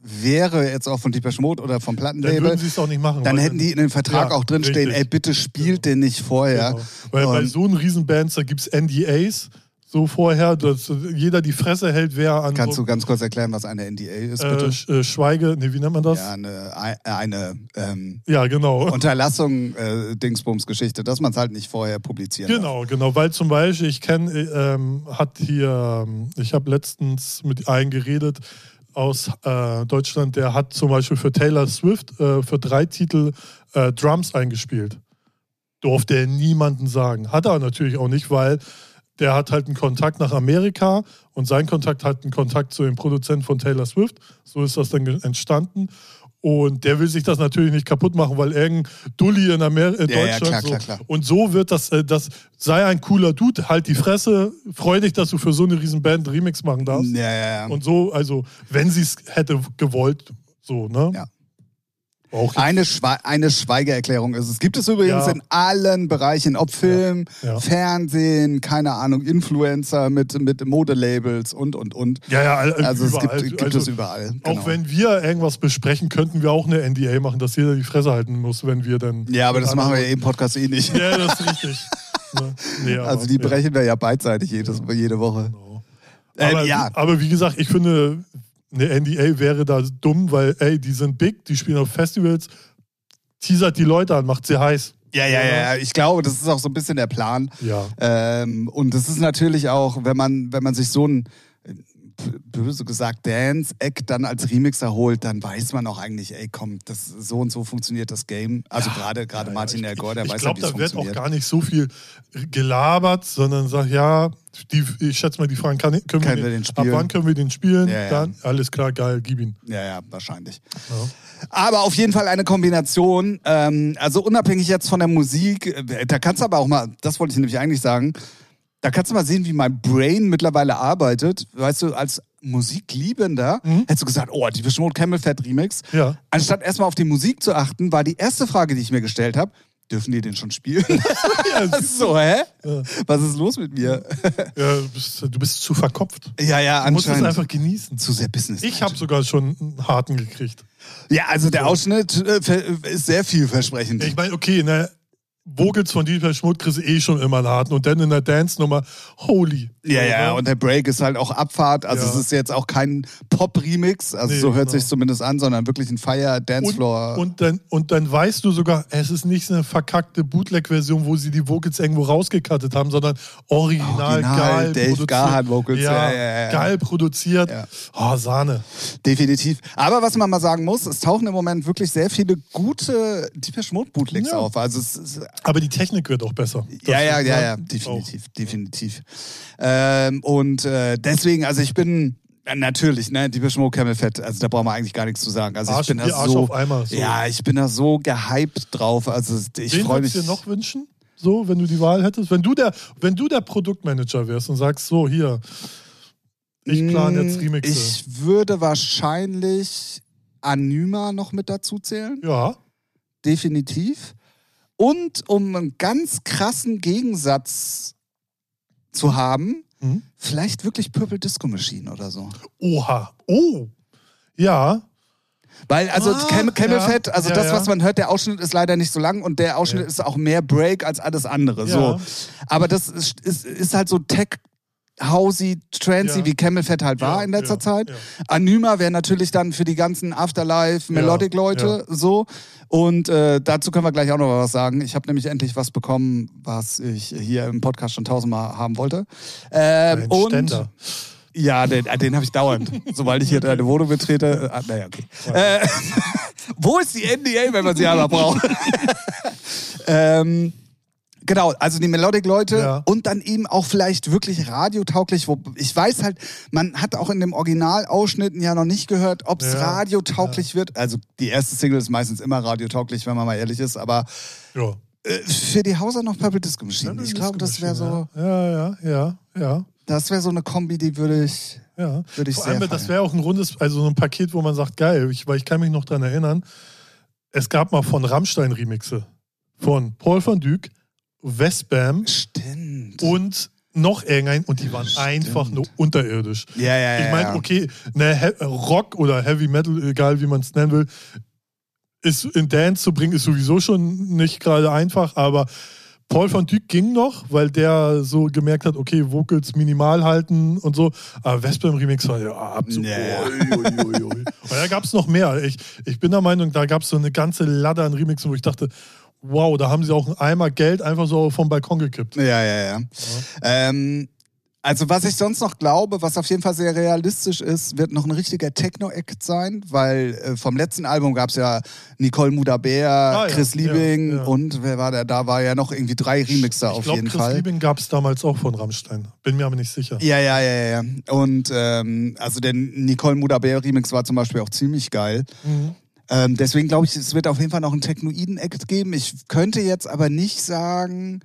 [SPEAKER 1] wäre, jetzt auch von Deepesh Mode oder vom
[SPEAKER 2] dann würden
[SPEAKER 1] Plattenlabel,
[SPEAKER 2] sie es auch nicht machen.
[SPEAKER 1] dann
[SPEAKER 2] weil-
[SPEAKER 1] hätten die in dem Vertrag
[SPEAKER 2] Ja,
[SPEAKER 1] auch drinstehen,
[SPEAKER 2] richtig.
[SPEAKER 1] ey, bitte spielt den nicht vorher.
[SPEAKER 2] Genau. Weil bei
[SPEAKER 1] Ähm,
[SPEAKER 2] so einem Riesenbands, da gibt es NDAs so vorher, dass jeder die Fresse hält, wer an
[SPEAKER 1] Kannst
[SPEAKER 2] so,
[SPEAKER 1] du ganz kurz erklären, was eine NDA ist,
[SPEAKER 2] äh,
[SPEAKER 1] bitte?
[SPEAKER 2] Sch- äh, Schweige, nee, wie nennt man das?
[SPEAKER 1] ja,
[SPEAKER 2] Ja,
[SPEAKER 1] eine, ein- eine ähm,
[SPEAKER 2] genau.
[SPEAKER 1] Unterlassung äh, Dingsbums-Geschichte, dass man es halt nicht vorher publizieren darf.
[SPEAKER 2] Genau, genau, weil zum Beispiel, ich kenne, äh, ähm, hat hier, ähm, ich habe letztens mit einem geredet aus äh, Deutschland, der hat zum Beispiel für Taylor Swift äh, für drei Titel äh, Drums eingespielt. Durfte er niemanden sagen. Hat er natürlich auch nicht, weil der hat halt einen Kontakt nach Amerika und sein Kontakt hat einen Kontakt zu dem Produzenten von Taylor Swift. So ist das dann ge- entstanden. Und der will sich das natürlich nicht kaputt machen, weil irgendein Dulli in, Amer in
[SPEAKER 1] Ja, ja,
[SPEAKER 2] Deutschland
[SPEAKER 1] klar,
[SPEAKER 2] so,
[SPEAKER 1] klar, klar.
[SPEAKER 2] und so wird das, äh, das sei ein cooler Dude, halt die Fresse, freu dich, dass du für so eine riesen Band einen Remix machen darfst.
[SPEAKER 1] Ja, ja, ja.
[SPEAKER 2] Und so, also, wenn sie es hätte gewollt, so, ne?
[SPEAKER 1] Ja.
[SPEAKER 2] Auch jetzt,
[SPEAKER 1] Eine, Schwe eine Schweigeerklärung ist es. Gibt es übrigens
[SPEAKER 2] Ja.
[SPEAKER 1] in allen Bereichen, ob Film,
[SPEAKER 2] Ja.
[SPEAKER 1] Fernsehen, keine Ahnung, Influencer mit, mit Modelabels und, und, und.
[SPEAKER 2] ja, ja, all- äh,
[SPEAKER 1] Also es gibt,
[SPEAKER 2] überall,
[SPEAKER 1] gibt
[SPEAKER 2] also,
[SPEAKER 1] es überall. genau.
[SPEAKER 2] Auch wenn wir irgendwas besprechen, könnten wir auch eine NDA machen, dass jeder die Fresse halten muss, wenn wir dann.
[SPEAKER 1] ja, aber das machen wir ja im Podcast eh nicht.
[SPEAKER 2] Ja, das ist richtig. Ne? Nee, aber-
[SPEAKER 1] also die
[SPEAKER 2] ja. Genau.
[SPEAKER 1] brechen wir ja beidseitig jedes, jede Woche.
[SPEAKER 2] Aber,
[SPEAKER 1] Ähm, ja,
[SPEAKER 2] aber wie gesagt, ich finde, eine NDA wäre da dumm, weil, ey, die sind big, die spielen auf Festivals, teasert die Leute an, macht sie heiß.
[SPEAKER 1] ja, ja, ja. ja. Ich glaube, das ist auch so ein bisschen der Plan.
[SPEAKER 2] Ja.
[SPEAKER 1] Ähm, und das ist natürlich auch, wenn man, wenn man sich so ein äh, böse gesagt Dance-Eck dann als Remixer holt, dann weiß man auch eigentlich, ey komm, das, so und so funktioniert das Game. Also gerade gerade Martin
[SPEAKER 2] ja, ich-
[SPEAKER 1] Elgor, der
[SPEAKER 2] Ich
[SPEAKER 1] weiß
[SPEAKER 2] glaube,
[SPEAKER 1] ja, wie es
[SPEAKER 2] da wird auch
[SPEAKER 1] funktioniert.
[SPEAKER 2] gar nicht so viel gelabert, sondern sagt, ja, die, ich schätze mal, die fragen, kann, können
[SPEAKER 1] Können
[SPEAKER 2] wir
[SPEAKER 1] wir
[SPEAKER 2] den,
[SPEAKER 1] den spielen?
[SPEAKER 2] ab wann können wir den spielen?
[SPEAKER 1] Ja, ja.
[SPEAKER 2] Dann, alles klar, geil, gib ihn.
[SPEAKER 1] Ja, ja, wahrscheinlich.
[SPEAKER 2] Ja.
[SPEAKER 1] Aber auf jeden Fall eine Kombination. Ähm, also unabhängig jetzt von der Musik, äh, da kannst du aber auch mal, das wollte ich nämlich eigentlich sagen, da kannst du mal sehen, wie mein Brain mittlerweile arbeitet. Weißt du, als Musikliebender
[SPEAKER 2] Mhm.
[SPEAKER 1] hättest du gesagt, oh, die Mode Camel Fat Remix.
[SPEAKER 2] Ja.
[SPEAKER 1] Anstatt erstmal auf die Musik zu achten, war die erste Frage, die ich mir gestellt habe, dürfen die den schon spielen? so, hä? Was ist los mit mir?
[SPEAKER 2] Ja, du, bist, du bist zu verkopft.
[SPEAKER 1] ja, ja,
[SPEAKER 2] Du musst es
[SPEAKER 1] anscheinend.
[SPEAKER 2] einfach genießen.
[SPEAKER 1] Zu sehr Business.
[SPEAKER 2] Ich habe sogar schon einen harten gekriegt.
[SPEAKER 1] Ja, also der Ausschnitt äh, ver- ist sehr vielversprechend.
[SPEAKER 2] Ich meine, okay, ne, Vogels von Dieter Schmutt kriegst du eh schon immer einen harten und dann in der Dance-Nummer, holy.
[SPEAKER 1] Ja, ja, und der Break ist halt auch Abfahrt. Also
[SPEAKER 2] Ja.
[SPEAKER 1] es ist jetzt auch kein Pop-Remix, also
[SPEAKER 2] Nee,
[SPEAKER 1] so hört
[SPEAKER 2] genau.
[SPEAKER 1] sich zumindest an, sondern wirklich ein Fire
[SPEAKER 2] Und,
[SPEAKER 1] Dancefloor.
[SPEAKER 2] und, dann, und dann weißt du sogar, es ist nicht eine verkackte Bootleg-Version, wo sie die Vocals irgendwo rausgekattet haben, sondern original,
[SPEAKER 1] Original,
[SPEAKER 2] geil
[SPEAKER 1] Dave
[SPEAKER 2] produziert.
[SPEAKER 1] Gahan Vocals, ja, ja, ja.
[SPEAKER 2] Geil produziert.
[SPEAKER 1] Ja.
[SPEAKER 2] Oh, Sahne.
[SPEAKER 1] Definitiv. Aber was man mal sagen muss, es tauchen im Moment wirklich sehr viele gute Deepesh Mode Bootlegs
[SPEAKER 2] Ja.
[SPEAKER 1] auf. Also es ist,
[SPEAKER 2] Aber die Technik wird auch besser.
[SPEAKER 1] ja,
[SPEAKER 2] Das
[SPEAKER 1] ja,
[SPEAKER 2] wird
[SPEAKER 1] ja,
[SPEAKER 2] man
[SPEAKER 1] ja,
[SPEAKER 2] auch-
[SPEAKER 1] definitiv, Also definitiv. Ähm, und äh, deswegen, also ich bin äh, natürlich, ne, Deepesh Mode Camel Fett, also da brauchen wir eigentlich gar nichts zu sagen. Also
[SPEAKER 2] Arsch-
[SPEAKER 1] ich bin
[SPEAKER 2] wie
[SPEAKER 1] da
[SPEAKER 2] Arsch
[SPEAKER 1] so,
[SPEAKER 2] auf Eimer, so.
[SPEAKER 1] ja, ich bin da so gehypt drauf. Also ich
[SPEAKER 2] Wen
[SPEAKER 1] freue
[SPEAKER 2] würdest
[SPEAKER 1] mich.
[SPEAKER 2] du dir noch wünschen? So, wenn du die Wahl hättest? Wenn du der, wenn du der Produktmanager wärst und sagst, so, hier, ich plan jetzt
[SPEAKER 1] Mm,
[SPEAKER 2] Remixe.
[SPEAKER 1] Ich würde wahrscheinlich Anima noch mit dazu zählen,
[SPEAKER 2] ja.
[SPEAKER 1] definitiv. Und um einen ganz krassen Gegensatz zu haben,
[SPEAKER 2] Mhm.
[SPEAKER 1] vielleicht wirklich Purple Disco Machine oder so.
[SPEAKER 2] Oha. Oh. Ja.
[SPEAKER 1] Weil, also
[SPEAKER 2] Ah,
[SPEAKER 1] Cam Camel
[SPEAKER 2] ja.
[SPEAKER 1] Fat, also
[SPEAKER 2] Ja,
[SPEAKER 1] das,
[SPEAKER 2] ja.
[SPEAKER 1] was man hört, der Ausschnitt ist leider nicht so lang und der Ausschnitt
[SPEAKER 2] Ja.
[SPEAKER 1] ist auch mehr Break als alles andere.
[SPEAKER 2] Ja.
[SPEAKER 1] So. Aber das ist, ist, ist halt so Tech. housey, trancy,
[SPEAKER 2] Ja.
[SPEAKER 1] wie Camelfett halt war
[SPEAKER 2] Ja,
[SPEAKER 1] in letzter
[SPEAKER 2] ja,
[SPEAKER 1] Zeit.
[SPEAKER 2] ja.
[SPEAKER 1] Anyma wäre natürlich dann für die ganzen Afterlife, Melodic-Leute so. Und äh, dazu können wir gleich auch noch was sagen. Ich habe nämlich endlich was bekommen, was ich hier im Podcast schon tausendmal haben wollte. Ähm,
[SPEAKER 2] Ein
[SPEAKER 1] und
[SPEAKER 2] Ständer.
[SPEAKER 1] ja, den, äh, den habe ich dauernd. Sobald ich hier deine Wohnung betrete. äh, Ah, naja, okay. Äh, wo ist die NDA, wenn man sie einmal braucht? ähm, genau, also die Melodic-Leute
[SPEAKER 2] Ja.
[SPEAKER 1] und dann eben auch vielleicht wirklich radiotauglich. Wo, ich weiß halt, man hat auch in dem Originalausschnitten ja noch nicht gehört, ob es
[SPEAKER 2] Ja,
[SPEAKER 1] radiotauglich wird. Also die erste Single ist meistens immer radiotauglich, wenn man mal ehrlich ist. Aber
[SPEAKER 2] Ja.
[SPEAKER 1] äh, für die Hauser noch Purple Disco Machine. ich glaube, das wäre so,
[SPEAKER 2] Ja, ja, ja, ja.
[SPEAKER 1] das wäre so eine Kombi, die würde ich...
[SPEAKER 2] Ja,
[SPEAKER 1] Würde ich
[SPEAKER 2] Vor
[SPEAKER 1] sehr
[SPEAKER 2] allem, das
[SPEAKER 1] feiern.
[SPEAKER 2] wäre auch ein rundes, also so ein Paket, wo man sagt, geil, ich, weil ich kann mich noch dran erinnern, es gab mal von Rammstein Remixe von Paul van Dyk, Westbam
[SPEAKER 1] Stimmt.
[SPEAKER 2] und noch irgendein und die waren einfach nur unterirdisch.
[SPEAKER 1] Ja, ja, ja.
[SPEAKER 2] Ich meine,
[SPEAKER 1] ja.
[SPEAKER 2] okay, ne, He Rock oder Heavy Metal, egal wie man es nennen will, ist in Dance zu bringen, ist sowieso schon nicht gerade einfach, aber Paul van Dyk ging noch, weil der so gemerkt hat, okay, Vocals minimal halten und so. Aber Vespa im Remix war ja absolut.
[SPEAKER 1] Ja, ja.
[SPEAKER 2] Und da gab es noch mehr. Ich, ich bin der Meinung, da gab es so eine ganze Ladder an Remixen, wo ich dachte, wow, da haben sie auch einen Eimer Geld einfach so vom Balkon gekippt.
[SPEAKER 1] Ja, ja, ja. Ähm, also was ich sonst noch glaube, was auf jeden Fall sehr realistisch ist, wird noch ein richtiger Techno-Act sein, weil äh, vom letzten Album gab es ja Nicole Mudaber,
[SPEAKER 2] Ah, ja,
[SPEAKER 1] Chris Liebing
[SPEAKER 2] ja, ja.
[SPEAKER 1] und wer war der? Da war ja noch irgendwie drei Remixer
[SPEAKER 2] ich
[SPEAKER 1] auf
[SPEAKER 2] glaube,
[SPEAKER 1] jeden
[SPEAKER 2] Chris
[SPEAKER 1] Fall.
[SPEAKER 2] Liebing gab es damals auch von Rammstein. Bin mir aber nicht sicher.
[SPEAKER 1] Ja, ja, ja, ja, ja. Und ähm, also der Nicole Mudaber Remix war zum Beispiel auch ziemlich geil.
[SPEAKER 2] Mhm.
[SPEAKER 1] Ähm, deswegen glaube ich, es wird auf jeden Fall noch einen Technoiden-Act geben. Ich könnte jetzt aber nicht sagen,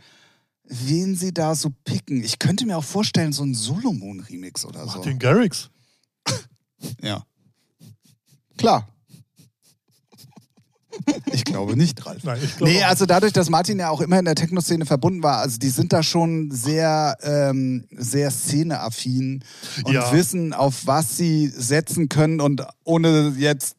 [SPEAKER 1] wen sie da so picken. Ich könnte mir auch vorstellen, so ein Solomon-Remix oder so.
[SPEAKER 2] Martin Garrix.
[SPEAKER 1] Ja. Klar. Ich glaube nicht, Ralf.
[SPEAKER 2] Nein, ich glaube.
[SPEAKER 1] Nee, also dadurch, dass Martin ja auch immer in der Techno-Szene verbunden war, also die sind da schon sehr, ähm, sehr szeneaffin und
[SPEAKER 2] Ja.
[SPEAKER 1] wissen, auf was sie setzen können und ohne jetzt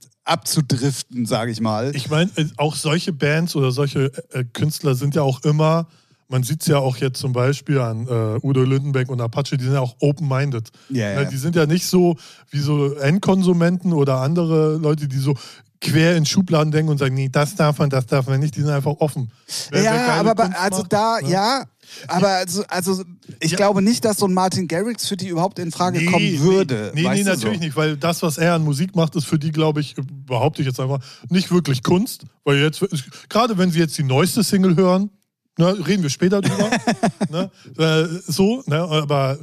[SPEAKER 1] abzudriften, sage ich mal.
[SPEAKER 2] Ich meine, äh, auch solche Bands oder solche äh, Künstler sind ja auch immer, man sieht es ja auch jetzt zum Beispiel an äh, Udo Lindenberg und Apache, die sind ja auch open-minded.
[SPEAKER 1] Ja, ja.
[SPEAKER 2] Ne, Die sind ja nicht so wie so Endkonsumenten oder andere Leute, die so quer in Schubladen denken und sagen, nee, das darf man, das darf man nicht, die sind einfach offen. Wer- wer
[SPEAKER 1] ja,
[SPEAKER 2] geile
[SPEAKER 1] aber bei-
[SPEAKER 2] Kunst
[SPEAKER 1] also
[SPEAKER 2] macht,
[SPEAKER 1] da,
[SPEAKER 2] ne?
[SPEAKER 1] ja. Aber also, also ich
[SPEAKER 2] Ja.
[SPEAKER 1] glaube nicht, dass so ein Martin Garrix für die überhaupt in Frage kommen würde.
[SPEAKER 2] Nee, nee,
[SPEAKER 1] weißt
[SPEAKER 2] nee
[SPEAKER 1] du
[SPEAKER 2] natürlich
[SPEAKER 1] so.
[SPEAKER 2] nicht, weil das, was er an Musik macht, ist für die, glaube ich, behaupte ich jetzt einfach, nicht wirklich Kunst. Weil jetzt, gerade wenn sie jetzt die neueste Single hören, ne, reden wir später drüber. ne, äh, so, ne, aber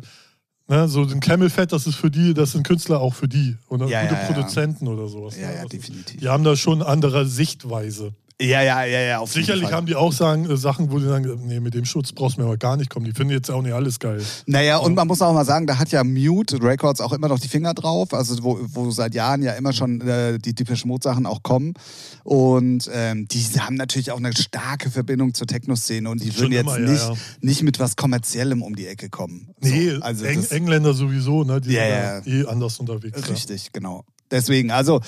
[SPEAKER 2] ne, so den Camelfett, das ist für die, das sind Künstler auch für die. Oder
[SPEAKER 1] Ja,
[SPEAKER 2] gute
[SPEAKER 1] ja, ja.
[SPEAKER 2] Produzenten oder sowas.
[SPEAKER 1] Ja,
[SPEAKER 2] ne?
[SPEAKER 1] ja,
[SPEAKER 2] Das ist-
[SPEAKER 1] definitiv.
[SPEAKER 2] Die haben da schon andere Sichtweise.
[SPEAKER 1] Ja, ja, ja, ja. Auf jeden
[SPEAKER 2] Sicherlich
[SPEAKER 1] Fall.
[SPEAKER 2] haben die auch sagen, äh, Sachen, wo die sagen, nee, mit dem Schutz brauchst du mir aber gar nicht kommen. Die finden jetzt auch nicht alles geil.
[SPEAKER 1] Naja, und man muss auch mal sagen, da hat ja Mute Records auch immer noch die Finger drauf, also wo, wo seit Jahren ja immer schon äh, die Depeche Mode Sachen auch kommen. Und ähm, die haben natürlich auch eine starke Verbindung zur Techno-Szene und die würden
[SPEAKER 2] Schon
[SPEAKER 1] jetzt
[SPEAKER 2] immer, ja,
[SPEAKER 1] nicht,
[SPEAKER 2] ja.
[SPEAKER 1] nicht mit was Kommerziellem um die Ecke kommen.
[SPEAKER 2] Nee,
[SPEAKER 1] so, also
[SPEAKER 2] Eng
[SPEAKER 1] das,
[SPEAKER 2] Engländer sowieso, ne? Die
[SPEAKER 1] Ja,
[SPEAKER 2] sind ja eh anders unterwegs. Ja.
[SPEAKER 1] Richtig, genau. Deswegen, also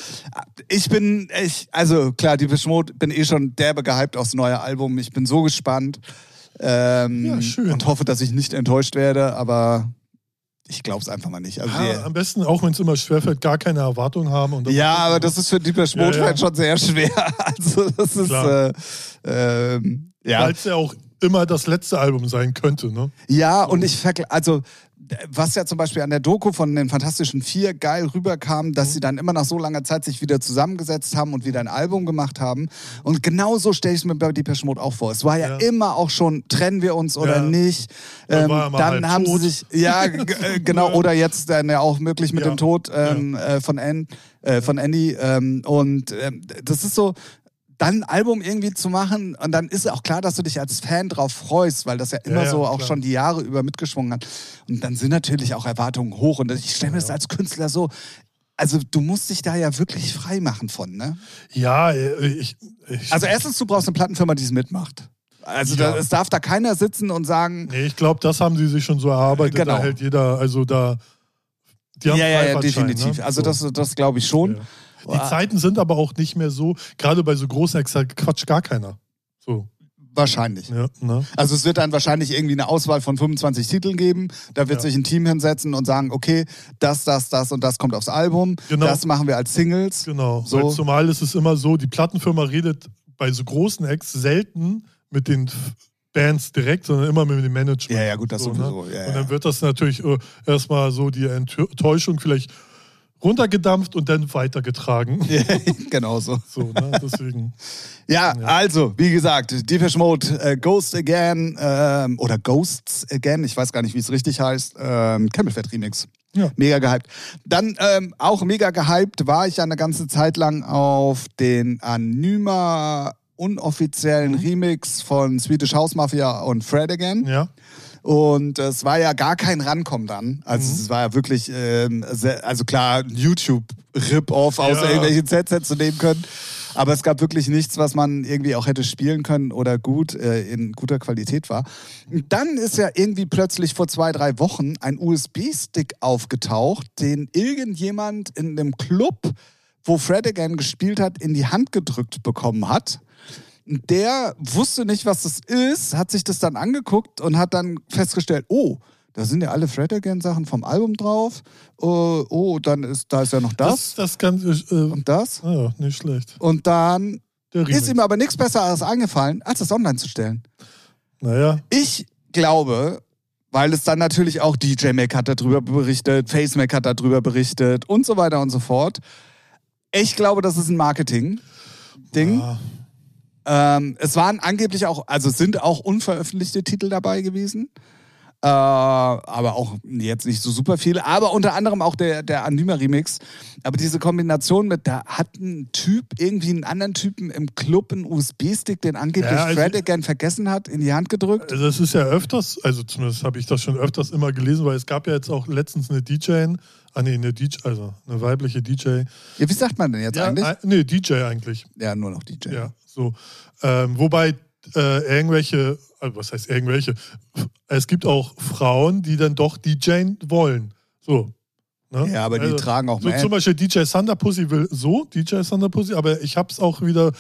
[SPEAKER 1] ich bin, ich, also klar, die Mode bin eh schon derbe gehypt aufs neue Album. Ich bin so gespannt ähm,
[SPEAKER 2] Ja, schön.
[SPEAKER 1] und hoffe, dass ich nicht enttäuscht werde, aber ich glaube es einfach mal nicht. Also,
[SPEAKER 2] Ah,
[SPEAKER 1] der,
[SPEAKER 2] am besten, auch wenn es immer schwerfällt, gar keine Erwartungen haben. Und dann-
[SPEAKER 1] ja, aber das ist für die Mode
[SPEAKER 2] Ja, ja.
[SPEAKER 1] halt schon sehr schwer. Also das ist,
[SPEAKER 2] Klar.
[SPEAKER 1] äh, ähm, ja.
[SPEAKER 2] Weil es ja auch immer das letzte Album sein könnte, ne?
[SPEAKER 1] Ja, und ich vergleiche, also d- was ja zum Beispiel an der Doku von den Fantastischen Vier geil rüberkam, dass sie dann immer nach so langer Zeit sich wieder zusammengesetzt haben und wieder ein Album gemacht haben. Und genau so stelle ich es mir bei Depeche Mode auch vor. Es war ja,
[SPEAKER 2] Ja.
[SPEAKER 1] immer auch schon, trennen wir uns oder
[SPEAKER 2] Ja.
[SPEAKER 1] nicht.
[SPEAKER 2] Dann
[SPEAKER 1] Ähm,
[SPEAKER 2] war er mal
[SPEAKER 1] dann
[SPEAKER 2] halb
[SPEAKER 1] haben
[SPEAKER 2] tot.
[SPEAKER 1] sie sich, ja, g- äh, genau, oder jetzt dann ja auch möglich mit
[SPEAKER 2] Ja.
[SPEAKER 1] dem Tod ähm, äh, von, An, äh, von Andy. Ähm, und ähm, das ist so, dann ein Album irgendwie zu machen und dann ist auch klar, dass du dich als Fan drauf freust, weil das ja immer
[SPEAKER 2] ja,
[SPEAKER 1] so auch
[SPEAKER 2] klar.
[SPEAKER 1] schon die Jahre über mitgeschwungen hat. Und dann sind natürlich auch Erwartungen hoch und ich stelle mir das als Künstler so, also du musst dich da ja wirklich frei machen von, ne?
[SPEAKER 2] Ja, äh, ich. ich
[SPEAKER 1] Also erstens, du brauchst eine Plattenfirma, die es mitmacht. Also
[SPEAKER 2] Ja.
[SPEAKER 1] da, es darf da keiner sitzen und sagen,
[SPEAKER 2] nee, ich glaube, das haben sie sich schon so erarbeitet.
[SPEAKER 1] Genau.
[SPEAKER 2] Da hält jeder, also da. Die haben
[SPEAKER 1] ja, ja, ja,
[SPEAKER 2] Freifahrtschein,
[SPEAKER 1] definitiv.
[SPEAKER 2] ne?
[SPEAKER 1] Also
[SPEAKER 2] So.
[SPEAKER 1] das, das glaube ich schon.
[SPEAKER 2] Ja. Die Zeiten sind aber auch nicht mehr so, gerade bei so großen Acts hat Quatsch gar keiner. So.
[SPEAKER 1] Wahrscheinlich.
[SPEAKER 2] Ja, ne?
[SPEAKER 1] Also es wird dann wahrscheinlich irgendwie eine Auswahl von 25 Titeln geben. Da wird
[SPEAKER 2] Ja.
[SPEAKER 1] sich ein Team hinsetzen und sagen, okay, das, das, das und das kommt aufs Album.
[SPEAKER 2] Genau.
[SPEAKER 1] Das machen wir als Singles.
[SPEAKER 2] Genau.
[SPEAKER 1] So.
[SPEAKER 2] Weil zumal ist es immer so, die Plattenfirma redet bei so großen Acts selten mit den F- Bands direkt, sondern immer mit dem Management.
[SPEAKER 1] Ja, ja, gut, das
[SPEAKER 2] So,
[SPEAKER 1] sowieso.
[SPEAKER 2] ne?
[SPEAKER 1] Ja,
[SPEAKER 2] Und
[SPEAKER 1] ja.
[SPEAKER 2] dann wird das natürlich äh, erstmal so die Enttäuschung vielleicht runtergedampft und dann weitergetragen.
[SPEAKER 1] genau so.
[SPEAKER 2] So, ne? Deswegen.
[SPEAKER 1] Ja, also, wie gesagt, Depeche Mode, äh, Ghost Again ähm, oder Ghosts Again, ich weiß gar nicht, wie es richtig heißt, ähm, Camelfett Remix.
[SPEAKER 2] Ja.
[SPEAKER 1] Mega gehypt. Dann ähm, auch mega gehypt war ich ja eine ganze Zeit lang auf den Anyma unoffiziellen Remix von Swedish House Mafia und Fred Again.
[SPEAKER 2] Mhm. Ja.
[SPEAKER 1] Und es war ja gar kein Rankommen dann. Also es war ja wirklich, ähm, sehr, also klar, YouTube-Rip-Off aus
[SPEAKER 2] Ja.
[SPEAKER 1] irgendwelchen Sets hättest du nehmen können. Aber es gab wirklich nichts, was man irgendwie auch hätte spielen können oder gut äh, in guter Qualität war. Und Dann ist ja irgendwie plötzlich vor zwei, drei Wochen ein USB-Stick aufgetaucht, den irgendjemand in einem Club, wo Fred again gespielt hat, in die Hand gedrückt bekommen hat der wusste nicht, was das ist, hat sich das dann angeguckt und hat dann festgestellt, oh, da sind ja alle Fred Again Sachen vom Album drauf. Oh, oh dann ist da ist ja noch
[SPEAKER 2] Das,
[SPEAKER 1] das,
[SPEAKER 2] das Ganze. Äh,
[SPEAKER 1] und das.
[SPEAKER 2] ja, nicht schlecht.
[SPEAKER 1] Und dann
[SPEAKER 2] Der
[SPEAKER 1] ist ihm
[SPEAKER 2] Remix.
[SPEAKER 1] aber nichts Besseres eingefallen, als das online zu stellen.
[SPEAKER 2] Naja,
[SPEAKER 1] Ich glaube, weil es dann natürlich auch DJ Mac hat darüber berichtet, Face Mac hat darüber berichtet und so weiter und so fort. Ich glaube, das ist ein Marketing-Ding.
[SPEAKER 2] ah,
[SPEAKER 1] Ähm, es waren angeblich auch, also es sind auch unveröffentlichte Titel dabei gewesen. Äh, aber auch jetzt nicht so super viele. Aber unter anderem auch der, der Anima Remix. Aber diese Kombination mit, da hat ein Typ irgendwie einen anderen Typen im Club einen USB-Stick, den angeblich
[SPEAKER 2] Ja, also-
[SPEAKER 1] Fred again vergessen hat, in die Hand gedrückt.
[SPEAKER 2] also es ist ja öfters, also zumindest habe ich das schon öfters immer gelesen, weil es gab ja jetzt auch letztens eine DJ, ah nee, eine DJ, also eine weibliche DJ.
[SPEAKER 1] Ja, wie sagt man denn jetzt
[SPEAKER 2] Ja,
[SPEAKER 1] eigentlich?
[SPEAKER 2] ein- nee, DJ eigentlich.
[SPEAKER 1] Ja, nur noch DJ.
[SPEAKER 2] Ja, so. Ähm, wobei äh, irgendwelche, äh, was heißt irgendwelche? Es gibt auch Frauen, die dann doch DJen wollen. So. Ne?
[SPEAKER 1] Ja, aber die
[SPEAKER 2] Also,
[SPEAKER 1] tragen auch
[SPEAKER 2] so
[SPEAKER 1] mehr.
[SPEAKER 2] zum Beispiel DJ Thunder Pussy will so, DJ Thunder Pussy, aber ich hab's auch wieder,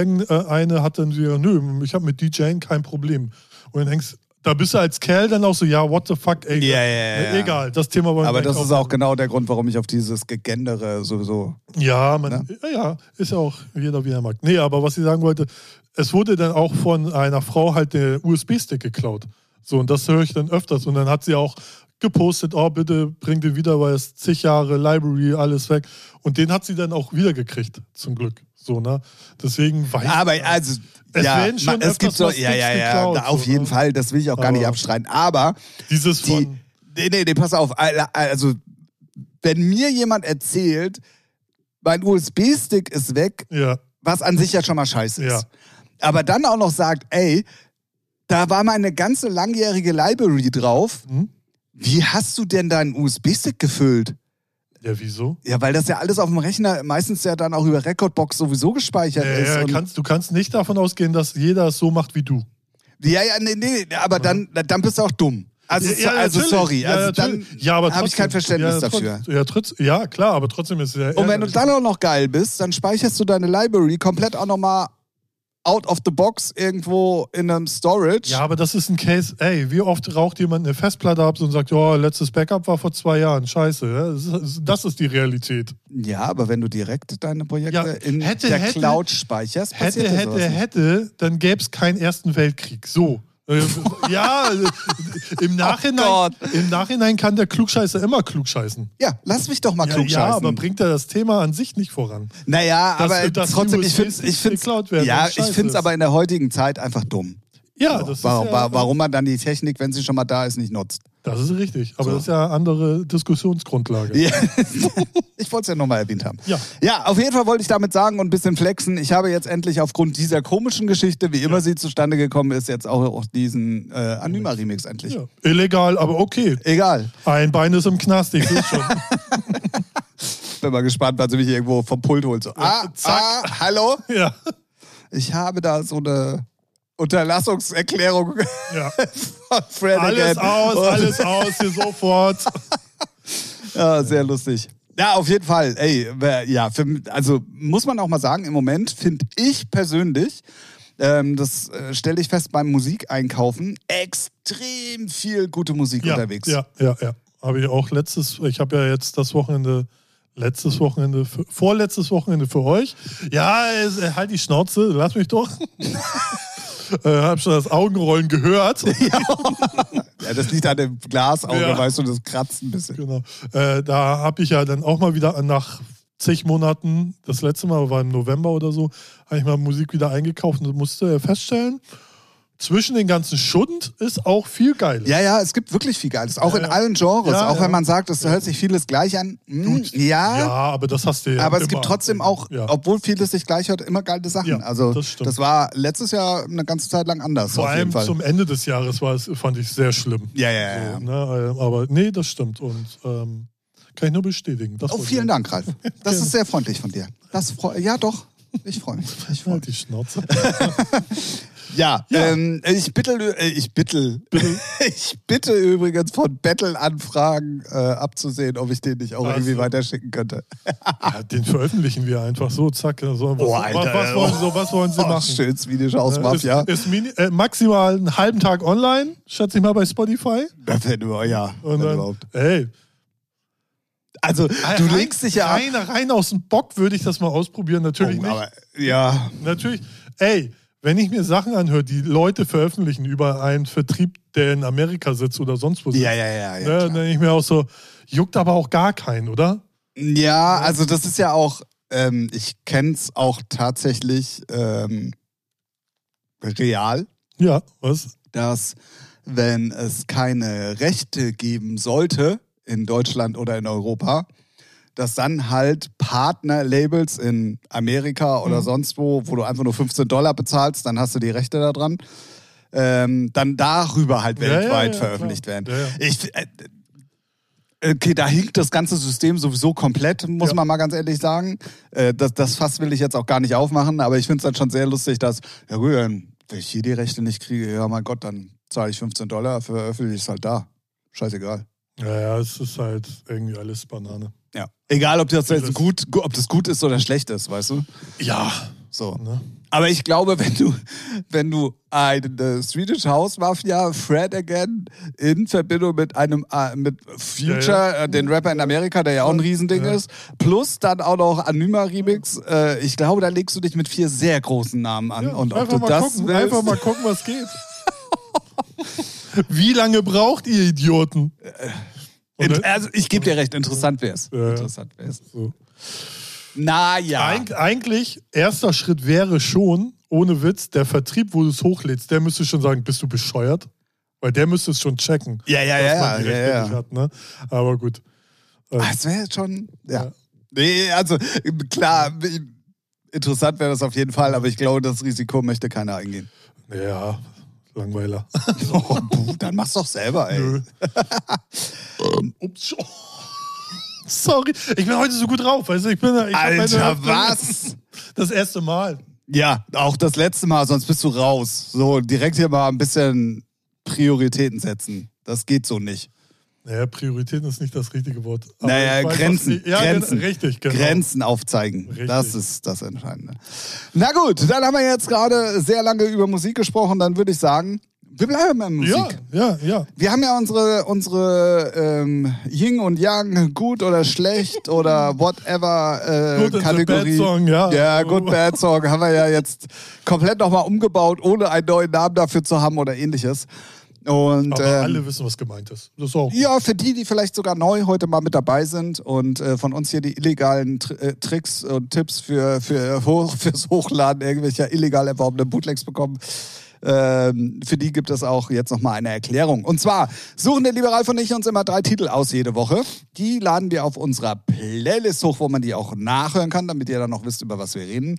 [SPEAKER 2] irgendeine hat dann wieder, nö, ich hab mit DJen kein Problem. Und dann denkst da bist du als Kerl dann auch so, ja, what the fuck, ey. ne?
[SPEAKER 1] Ja, ja, ja, ja.
[SPEAKER 2] Egal, das Thema wollen wir
[SPEAKER 1] Aber
[SPEAKER 2] gleich
[SPEAKER 1] das ist auch genau der Grund, warum ich auf dieses Gegendere sowieso.
[SPEAKER 2] Ja,
[SPEAKER 1] Ne?
[SPEAKER 2] man, ja, ja, ist ja auch jeder, wie er mag. Nee, aber was ich sagen wollte, es wurde dann auch von einer Frau halt der USB-Stick geklaut. So, und das höre ich dann öfters. Und dann hat sie auch gepostet, oh, bitte bring den wieder, weil es zig Jahre Library, alles weg. Und den hat sie dann auch wiedergekriegt, zum Glück. So, ne? Deswegen weiß
[SPEAKER 1] Aber also,
[SPEAKER 2] Es
[SPEAKER 1] ja,
[SPEAKER 2] werden schon
[SPEAKER 1] ma- es
[SPEAKER 2] öfters
[SPEAKER 1] gibt so,
[SPEAKER 2] was
[SPEAKER 1] ja,
[SPEAKER 2] Dicks
[SPEAKER 1] ja, ja,
[SPEAKER 2] geklaut,
[SPEAKER 1] da, auf
[SPEAKER 2] so, ne?
[SPEAKER 1] jeden Fall, das will ich auch gar nicht
[SPEAKER 2] Aber-
[SPEAKER 1] abstreiten. Aber
[SPEAKER 2] dieses
[SPEAKER 1] die,
[SPEAKER 2] von.
[SPEAKER 1] nee, nee, nee, pass auf, also, wenn mir jemand erzählt, mein USB-Stick ist weg,
[SPEAKER 2] Ja,
[SPEAKER 1] was an sich ja schon mal scheiße ist.
[SPEAKER 2] Ja.
[SPEAKER 1] Aber dann auch noch sagt, ey, da war meine ganze langjährige Library drauf.
[SPEAKER 2] Hm?
[SPEAKER 1] Wie hast du denn deinen USB-Stick gefüllt?
[SPEAKER 2] ja, wieso?
[SPEAKER 1] Ja, weil das ja alles auf dem Rechner meistens ja dann auch über Recordbox sowieso gespeichert
[SPEAKER 2] Ja,
[SPEAKER 1] ist.
[SPEAKER 2] ja,
[SPEAKER 1] und-
[SPEAKER 2] kannst, du kannst nicht davon ausgehen, dass jeder es so macht wie du.
[SPEAKER 1] Ja, ja, nee, nee, aber dann, dann bist du auch dumm. Also,
[SPEAKER 2] Ja, ja,
[SPEAKER 1] also
[SPEAKER 2] natürlich.
[SPEAKER 1] sorry,
[SPEAKER 2] Ja,
[SPEAKER 1] also dann
[SPEAKER 2] natürlich. ja, aber
[SPEAKER 1] habe ich
[SPEAKER 2] trotzdem.
[SPEAKER 1] kein Verständnis
[SPEAKER 2] ja, trotz-
[SPEAKER 1] dafür.
[SPEAKER 2] Ja, trotz, ja, klar, aber trotzdem ist es ja.
[SPEAKER 1] Und wenn du
[SPEAKER 2] ärgerlich.
[SPEAKER 1] dann auch noch geil bist, dann speicherst du deine Library komplett auch nochmal out of the box irgendwo in einem Storage.
[SPEAKER 2] Ja, aber das ist ein Case, ey, wie oft raucht jemand eine Festplatte ab und sagt, ja, letztes Backup war vor zwei Jahren, scheiße. ja, Das ist, das ist die Realität.
[SPEAKER 1] Ja, aber wenn du direkt deine Projekte
[SPEAKER 2] Ja,
[SPEAKER 1] in
[SPEAKER 2] hätte,
[SPEAKER 1] der
[SPEAKER 2] hätte,
[SPEAKER 1] Cloud speicherst,
[SPEAKER 2] Hätte,
[SPEAKER 1] passiert ja sowas
[SPEAKER 2] hätte,
[SPEAKER 1] nicht.
[SPEAKER 2] hätte, dann gäbe es keinen Ersten Weltkrieg. So. Äh, ja, im Nachhinein,
[SPEAKER 1] Oh Gott.
[SPEAKER 2] im Nachhinein kann der Klugscheißer immer klugscheißen.
[SPEAKER 1] Ja, lass mich doch mal
[SPEAKER 2] Ja,
[SPEAKER 1] klug
[SPEAKER 2] ja,
[SPEAKER 1] scheißen.
[SPEAKER 2] aber bringt er das Thema an sich nicht voran.
[SPEAKER 1] naja,
[SPEAKER 2] Dass-
[SPEAKER 1] aber
[SPEAKER 2] dass die
[SPEAKER 1] trotzdem, ich
[SPEAKER 2] USB
[SPEAKER 1] finde ich find's,
[SPEAKER 2] geklaut werden,
[SPEAKER 1] ja,
[SPEAKER 2] was
[SPEAKER 1] ich
[SPEAKER 2] scheiße
[SPEAKER 1] finde es
[SPEAKER 2] ist.
[SPEAKER 1] aber in der heutigen Zeit einfach dumm.
[SPEAKER 2] Ja,
[SPEAKER 1] So,
[SPEAKER 2] das
[SPEAKER 1] warum,
[SPEAKER 2] ist ja,
[SPEAKER 1] wa- warum man dann die Technik, wenn sie schon mal da ist, nicht nutzt.
[SPEAKER 2] Das ist richtig, aber
[SPEAKER 1] So.
[SPEAKER 2] das ist ja eine andere Diskussionsgrundlage.
[SPEAKER 1] Ja. ich wollte es ja nochmal erwähnt haben.
[SPEAKER 2] Ja.
[SPEAKER 1] ja, auf jeden Fall wollte ich damit sagen und ein bisschen flexen. Ich habe jetzt endlich aufgrund dieser komischen Geschichte, wie immer sie zustande gekommen ist, jetzt auch, auch diesen äh, Anima-Remix endlich.
[SPEAKER 2] Ja. Illegal, aber okay.
[SPEAKER 1] Egal.
[SPEAKER 2] Ein Bein ist im Knast, ich sehe schon.
[SPEAKER 1] Bin mal gespannt, wann sie mich irgendwo vom Pult holt. So, ah,
[SPEAKER 2] Äh, zack.
[SPEAKER 1] ah, hallo?
[SPEAKER 2] ja.
[SPEAKER 1] Ich habe da so eine Unterlassungserklärung
[SPEAKER 2] ja.
[SPEAKER 1] von Fred
[SPEAKER 2] Alles
[SPEAKER 1] again.
[SPEAKER 2] aus,
[SPEAKER 1] Und-
[SPEAKER 2] alles aus, hier sofort.
[SPEAKER 1] Ja, sehr lustig. Ja, auf jeden Fall. Ey, wer- ja, für, also muss man auch mal sagen, im Moment finde ich persönlich, Ähm, das äh, stelle ich fest beim Musikeinkaufen. Extrem viel gute Musik
[SPEAKER 2] ja,
[SPEAKER 1] unterwegs.
[SPEAKER 2] Ja, ja, ja. Habe ich auch letztes, ich habe ja jetzt das Wochenende, letztes Wochenende, für, vorletztes Wochenende für euch. Ja, es- äh, halt die Schnauze, lass mich doch. äh, habe schon das Augenrollen gehört.
[SPEAKER 1] Ja, das liegt an dem Glasauge,
[SPEAKER 2] Ja.
[SPEAKER 1] weißt du, das kratzt ein bisschen.
[SPEAKER 2] Genau. Äh, da habe ich ja dann auch mal wieder nach zig Monaten, das letzte Mal war im November oder so, habe ich mal Musik wieder eingekauft und musste feststellen, zwischen den ganzen Schund ist auch viel geil.
[SPEAKER 1] Ja, ja, es gibt wirklich viel Geiles. Auch
[SPEAKER 2] Ja,
[SPEAKER 1] in
[SPEAKER 2] ja.
[SPEAKER 1] allen Genres.
[SPEAKER 2] Ja,
[SPEAKER 1] auch
[SPEAKER 2] ja.
[SPEAKER 1] wenn man sagt, es hört sich vieles gleich an. Hm, ja,
[SPEAKER 2] Ja, aber das hast du ja
[SPEAKER 1] aber es
[SPEAKER 2] immer.
[SPEAKER 1] gibt trotzdem auch,
[SPEAKER 2] Ja.
[SPEAKER 1] obwohl vieles sich gleich hört, immer geile Sachen.
[SPEAKER 2] Ja,
[SPEAKER 1] also,
[SPEAKER 2] das
[SPEAKER 1] das,
[SPEAKER 2] stimmt.
[SPEAKER 1] war letztes Jahr eine ganze Zeit lang anders.
[SPEAKER 2] Vor
[SPEAKER 1] auf jeden
[SPEAKER 2] allem
[SPEAKER 1] Fall.
[SPEAKER 2] zum Ende des Jahres war es, fand ich sehr schlimm.
[SPEAKER 1] Ja, ja, ja, ja.
[SPEAKER 2] So, ne? äh, Aber nee, das stimmt. Und ähm, kann ich nur bestätigen. Das
[SPEAKER 1] Oh,
[SPEAKER 2] wollte
[SPEAKER 1] vielen
[SPEAKER 2] ich-
[SPEAKER 1] Dank, Ralf. Das
[SPEAKER 2] Gerne.
[SPEAKER 1] ist sehr freundlich von dir. Das freu ja, doch. Ich freue mich. Ich freu
[SPEAKER 2] Halt
[SPEAKER 1] mich.
[SPEAKER 2] die Schnauze.
[SPEAKER 1] Ja,
[SPEAKER 2] Ja.
[SPEAKER 1] Ähm, ich bitte, äh, ich bitte, ich bitte übrigens von Battle-Anfragen äh, abzusehen, ob ich den nicht auch
[SPEAKER 2] Also.
[SPEAKER 1] irgendwie weiterschicken könnte.
[SPEAKER 2] ja, den veröffentlichen wir einfach so, zack. So, was,
[SPEAKER 1] Oh, Alter,
[SPEAKER 2] was, was, wollen,
[SPEAKER 1] oh.
[SPEAKER 2] so, was wollen sie
[SPEAKER 1] Oh,
[SPEAKER 2] machen?
[SPEAKER 1] schön, swedisch aus
[SPEAKER 2] Äh,
[SPEAKER 1] Mafia.
[SPEAKER 2] Ist, ist mini, äh, maximal einen halben Tag online, schätze ich mal bei Spotify.
[SPEAKER 1] Ja, Wenn überhaupt, ja. Wenn
[SPEAKER 2] Und dann,
[SPEAKER 1] überhaupt.
[SPEAKER 2] ey,
[SPEAKER 1] Also, du
[SPEAKER 2] rein-
[SPEAKER 1] legst dich ja ab.
[SPEAKER 2] rein, rein aus dem Bock würde ich das mal ausprobieren, natürlich
[SPEAKER 1] Oh,
[SPEAKER 2] nicht.
[SPEAKER 1] aber, ja,
[SPEAKER 2] Natürlich, ey, wenn ich mir Sachen anhöre, die Leute veröffentlichen über einen Vertrieb, der in Amerika sitzt oder sonst wo sitzt,
[SPEAKER 1] ja, ja, ja. Ja,
[SPEAKER 2] ne, dann
[SPEAKER 1] klar.
[SPEAKER 2] denke ich mir auch so, juckt aber auch gar keinen, oder?
[SPEAKER 1] ja also das ist ja auch, ähm, ich kenne es auch tatsächlich ähm, real,
[SPEAKER 2] Ja, was?
[SPEAKER 1] dass wenn es keine Rechte geben sollte in Deutschland oder in Europa, dass dann halt Partnerlabels in Amerika
[SPEAKER 2] Mhm.
[SPEAKER 1] oder sonst wo, wo du einfach nur 15 Dollar bezahlst, dann hast du die Rechte daran, ähm, dann darüber halt
[SPEAKER 2] Ja, ja,
[SPEAKER 1] weltweit
[SPEAKER 2] ja,
[SPEAKER 1] veröffentlicht
[SPEAKER 2] klar.
[SPEAKER 1] werden.
[SPEAKER 2] Ja,
[SPEAKER 1] Ich, äh, okay, da hinkt das ganze System sowieso komplett, muss
[SPEAKER 2] Ja.
[SPEAKER 1] man mal ganz ehrlich sagen. Äh, das, das Fass will ich jetzt auch gar nicht aufmachen, aber ich finde es dann schon sehr lustig, dass, ja gut, dann, wenn ich hier die Rechte nicht kriege, ja mein Gott, dann zahle ich 15 Dollar, veröffentliche ich es halt da. Scheißegal.
[SPEAKER 2] Ja, ja, es ist halt irgendwie alles Banane.
[SPEAKER 1] Ja. Egal, ob das jetzt
[SPEAKER 2] Das-
[SPEAKER 1] gut, ob das gut ist oder schlecht ist, weißt du?
[SPEAKER 2] Ja.
[SPEAKER 1] So.
[SPEAKER 2] Ne?
[SPEAKER 1] Aber ich glaube, wenn du, wenn du eine Swedish House Mafia Fred again in Verbindung mit einem äh, mit Future,
[SPEAKER 2] Ja,
[SPEAKER 1] Äh, den Rapper in Amerika, der ja auch ein Riesending
[SPEAKER 2] Ja.
[SPEAKER 1] ist, plus dann auch noch Anima Remix, äh, ich glaube, da legst du dich mit vier sehr großen Namen an.
[SPEAKER 2] Ja,
[SPEAKER 1] Und ob
[SPEAKER 2] einfach,
[SPEAKER 1] du
[SPEAKER 2] mal
[SPEAKER 1] das
[SPEAKER 2] gucken,
[SPEAKER 1] willst,
[SPEAKER 2] einfach mal gucken, was geht. Wie lange braucht ihr Idioten?
[SPEAKER 1] Int-
[SPEAKER 2] Oder?
[SPEAKER 1] also ich gebe dir recht, interessant wär's.
[SPEAKER 2] Ja, ja.
[SPEAKER 1] Interessant wär's.
[SPEAKER 2] So.
[SPEAKER 1] Naja.
[SPEAKER 2] Eig eigentlich, erster Schritt wäre schon, ohne Witz, der Vertrieb, wo du es hochlädst, der müsste schon sagen, bist du bescheuert? Weil der müsste es schon checken.
[SPEAKER 1] Ja, ja,
[SPEAKER 2] dass
[SPEAKER 1] ja,
[SPEAKER 2] man die
[SPEAKER 1] ja,
[SPEAKER 2] Rechte
[SPEAKER 1] ja.
[SPEAKER 2] nicht Hat, ne? Aber gut.
[SPEAKER 1] Ah, Das wäre schon, ja.
[SPEAKER 2] Ja.
[SPEAKER 1] Nee, also klar, interessant wäre das auf jeden Fall, aber ich glaube, das Risiko möchte keiner eingehen.
[SPEAKER 2] Ja, Langweiler.
[SPEAKER 1] Oh, puh, dann mach's doch selber, ey.
[SPEAKER 2] Nö. Ups. Sorry, ich bin heute so gut drauf. Weißt du, ich bin, ich hab
[SPEAKER 1] Alter,
[SPEAKER 2] meine-
[SPEAKER 1] was?
[SPEAKER 2] Das erste Mal.
[SPEAKER 1] Ja, auch das letzte Mal, sonst bist du raus. So, direkt hier mal ein bisschen Prioritäten setzen. Das geht so nicht.
[SPEAKER 2] Naja, Prioritäten ist nicht das richtige Wort. Aber
[SPEAKER 1] naja,
[SPEAKER 2] ich weiß,
[SPEAKER 1] Grenzen.
[SPEAKER 2] was die- Ja, gen-
[SPEAKER 1] Grenzen.
[SPEAKER 2] richtig, genau.
[SPEAKER 1] Grenzen aufzeigen.
[SPEAKER 2] Richtig.
[SPEAKER 1] Das ist das Entscheidende. Na gut, dann haben wir jetzt gerade sehr lange über Musik gesprochen. Dann würde ich sagen, wir bleiben in Musik.
[SPEAKER 2] Ja, ja, ja.
[SPEAKER 1] Wir haben ja unsere, unsere ähm, Yin und Yang, gut oder schlecht oder whatever äh,
[SPEAKER 2] Good is a
[SPEAKER 1] Kategorie.
[SPEAKER 2] bad song, ja.
[SPEAKER 1] Ja, Good Bad Song haben wir ja jetzt komplett nochmal umgebaut, ohne einen neuen Namen dafür zu haben oder ähnliches. Und
[SPEAKER 2] Aber
[SPEAKER 1] ähm,
[SPEAKER 2] alle wissen, was gemeint ist. Das ist auch.
[SPEAKER 1] ja, für die, die vielleicht sogar neu heute mal mit dabei sind und äh, von uns hier die illegalen Tr äh, Tricks und Tipps für, für hoch, fürs Hochladen irgendwelcher illegal erworbenen Bootlegs bekommen. Ähm, für die gibt es auch jetzt nochmal eine Erklärung. Und zwar suchen der Liberal von ich uns immer drei Titel aus jede Woche. Die laden wir auf unserer Playlist hoch, wo man die auch nachhören kann, damit ihr dann noch wisst, über was wir reden.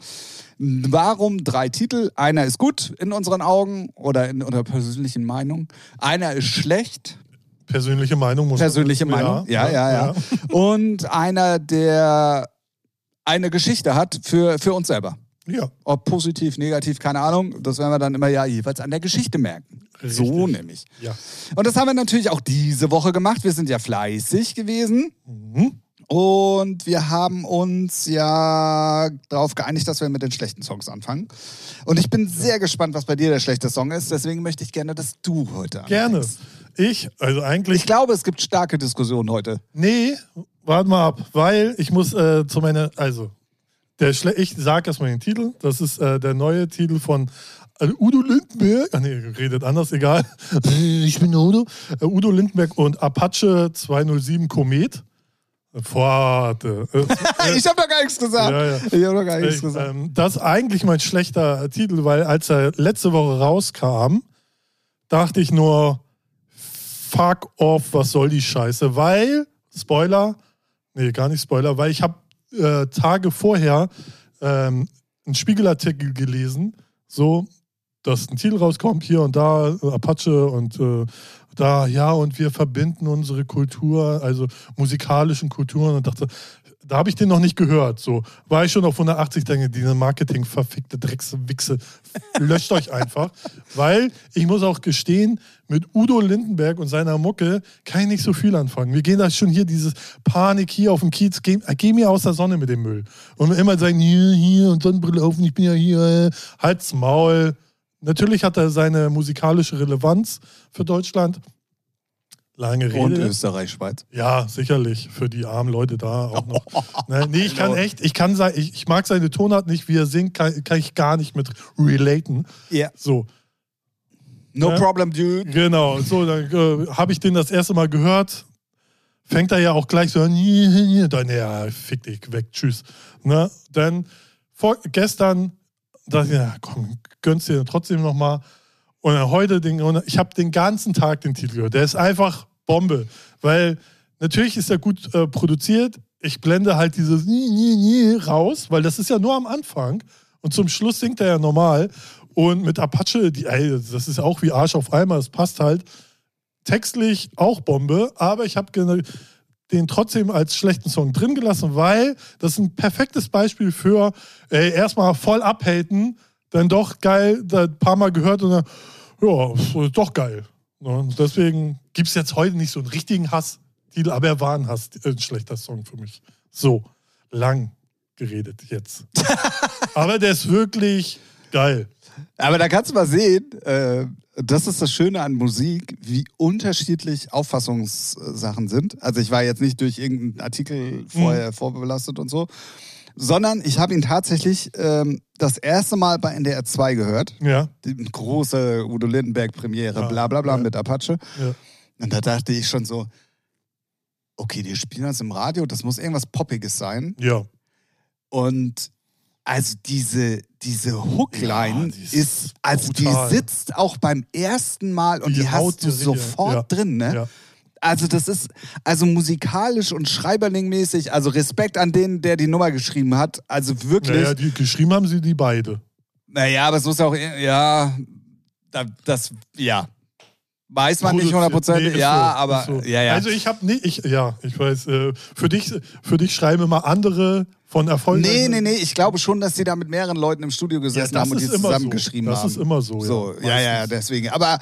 [SPEAKER 1] Warum drei Titel? Einer ist gut in unseren Augen oder in unserer persönlichen Meinung. Einer ist schlecht
[SPEAKER 2] Persönliche Meinung muss
[SPEAKER 1] persönliche
[SPEAKER 2] Ja,
[SPEAKER 1] Meinung. Ja,
[SPEAKER 2] ja,
[SPEAKER 1] ja, ja. Und einer, der eine Geschichte hat für, für uns selber.
[SPEAKER 2] Ja,
[SPEAKER 1] Ob positiv, negativ, keine Ahnung. Das werden wir dann immer ja jeweils an der Geschichte merken. So
[SPEAKER 2] Richtig.
[SPEAKER 1] nämlich.
[SPEAKER 2] ja. Mhm.
[SPEAKER 1] Und das haben wir natürlich auch diese Woche gemacht. Wir sind ja fleißig gewesen. Und wir haben uns ja darauf geeinigt, dass wir mit den schlechten Songs anfangen. Und ich bin sehr gespannt, was bei dir der schlechte Song ist. Deswegen möchte ich gerne, dass du heute
[SPEAKER 2] Gerne.
[SPEAKER 1] anfängst.
[SPEAKER 2] Ich, also eigentlich
[SPEAKER 1] Ich glaube, es gibt starke Diskussionen heute.
[SPEAKER 2] Nee, warte mal ab, weil ich muss äh, zu meiner, also, der Schle ich sage erstmal den Titel, das ist äh, der neue Titel von äh, Udo Lindenberg, ah nee, redet anders, egal, ich bin der Udo, äh, Udo Lindenberg und Apache 207 Komet, Pforte, äh,
[SPEAKER 1] Ich habe doch gar nichts gesagt.
[SPEAKER 2] Ja, ja.
[SPEAKER 1] Ich habe doch gar nichts
[SPEAKER 2] ich,
[SPEAKER 1] gesagt.
[SPEAKER 2] ähm, das ist eigentlich mein schlechter Titel, weil als er letzte Woche rauskam, dachte ich nur, fuck off, was soll die Scheiße? Weil, Spoiler, nee, gar nicht Spoiler, weil ich habe äh, Tage vorher ähm, einen Spiegelartikel gelesen, so, dass ein Titel rauskommt, hier und da, äh, Apache und äh, da, ja, und wir verbinden unsere Kultur, also musikalischen Kulturen und dachte, da habe ich den noch nicht gehört. So war ich schon auf 180 denke, diese Marketing verfickte Dreckswichse, löscht euch einfach. Weil ich muss auch gestehen, mit Udo Lindenberg und seiner Mucke kann ich nicht so viel anfangen. Wir gehen da schon hier dieses Panik hier auf dem Kiez, geh, äh, geh mir aus der Sonne mit dem Müll. Und immer sagen, hier, hier und Sonnenbrille auf und ich bin ja hier, äh, halt's Maul. Natürlich hat er seine musikalische Relevanz für Deutschland. Lange ähm, Rede.
[SPEAKER 1] Und Österreich, Schweiz.
[SPEAKER 2] Ja, sicherlich. Für die armen Leute da auch noch. Ne, nee, ich kann echt, ich kann sein, ich, ich mag seine Tonart nicht, wie er singt, kann, kann ich gar nicht mit relaten.
[SPEAKER 1] Yeah.
[SPEAKER 2] So,
[SPEAKER 1] No
[SPEAKER 2] Ja.
[SPEAKER 1] problem, dude.
[SPEAKER 2] genau. So, dann äh, habe ich den das erste Mal gehört. Fängt er ja auch gleich so an, "Nie, nie, nie." dann ja, fick dich weg, tschüss. Ne? Dann vor, gestern dachte ich, ja, komm, gönnst dir trotzdem nochmal. Und dann heute, den, und ich habe den ganzen Tag den Titel gehört. Der ist einfach Bombe. Weil natürlich ist er gut äh, produziert. Ich blende halt dieses Nie, Nie, Nie raus, weil das ist ja nur am Anfang. Und zum Schluss singt er ja normal. Und mit Apache, die, ey, das ist auch wie Arsch auf Eimer, das passt halt. Textlich auch Bombe, aber ich habe den trotzdem als schlechten Song drin gelassen, weil das ist ein perfektes Beispiel für, ey, erstmal voll abhaten, dann doch geil, da ein paar Mal gehört und dann, ja, pf, ist doch geil. Ne? Und deswegen gibt es jetzt heute nicht so einen richtigen Hass-Deal, aber er war ein Hass, äh, ein schlechter Song für mich. So, lang geredet jetzt. aber der ist wirklich geil.
[SPEAKER 1] Aber da kannst du mal sehen, äh, das ist das Schöne an Musik, wie unterschiedlich Auffassungssachen sind. Also ich war jetzt nicht durch irgendeinen
[SPEAKER 2] Mhm.
[SPEAKER 1] Artikel vorher vorbelastet und so, sondern ich habe ihn tatsächlich ähm, das erste Mal bei NDR 2 gehört.
[SPEAKER 2] Ja,
[SPEAKER 1] Die große Udo Lindenberg-Premiere,
[SPEAKER 2] Ja,
[SPEAKER 1] bla bla bla
[SPEAKER 2] ja.
[SPEAKER 1] mit Apache.
[SPEAKER 2] ja.
[SPEAKER 1] Und da dachte ich schon so, okay, die spielen das im Radio, das muss irgendwas Poppiges sein.
[SPEAKER 2] ja.
[SPEAKER 1] Und also diese, diese
[SPEAKER 2] Ja,
[SPEAKER 1] Hookline
[SPEAKER 2] die ist
[SPEAKER 1] ist, also
[SPEAKER 2] brutal.
[SPEAKER 1] die sitzt auch beim ersten Mal und
[SPEAKER 2] Die
[SPEAKER 1] die,
[SPEAKER 2] haut
[SPEAKER 1] hast du
[SPEAKER 2] dir
[SPEAKER 1] sofort
[SPEAKER 2] ja.
[SPEAKER 1] drin, ne?
[SPEAKER 2] Ja.
[SPEAKER 1] Also das ist, also musikalisch und schreiberlingmäßig, also Respekt an den, der die Nummer geschrieben hat. Also wirklich,
[SPEAKER 2] Naja, die, geschrieben haben sie die beide.
[SPEAKER 1] naja, aber es muss ja auch, ja, da- das, ja. Weiß man nicht 100
[SPEAKER 2] Produziert.
[SPEAKER 1] Prozent,
[SPEAKER 2] Nee, ist
[SPEAKER 1] ja,
[SPEAKER 2] so,
[SPEAKER 1] aber,
[SPEAKER 2] ist so.
[SPEAKER 1] ja, ja.
[SPEAKER 2] Also ich habe nicht, ich, ja, ich weiß, äh, für, dich, für dich schreiben immer andere von Erfolg.
[SPEAKER 1] Nee, nee, nee, ich glaube schon, dass die da mit mehreren Leuten im Studio
[SPEAKER 2] Ja,
[SPEAKER 1] gesessen
[SPEAKER 2] das
[SPEAKER 1] haben und
[SPEAKER 2] ist
[SPEAKER 1] die
[SPEAKER 2] immer
[SPEAKER 1] zusammengeschrieben
[SPEAKER 2] so.
[SPEAKER 1] haben.
[SPEAKER 2] Das ist immer so.
[SPEAKER 1] So, ja,
[SPEAKER 2] meistens.
[SPEAKER 1] ja, ja, deswegen. Aber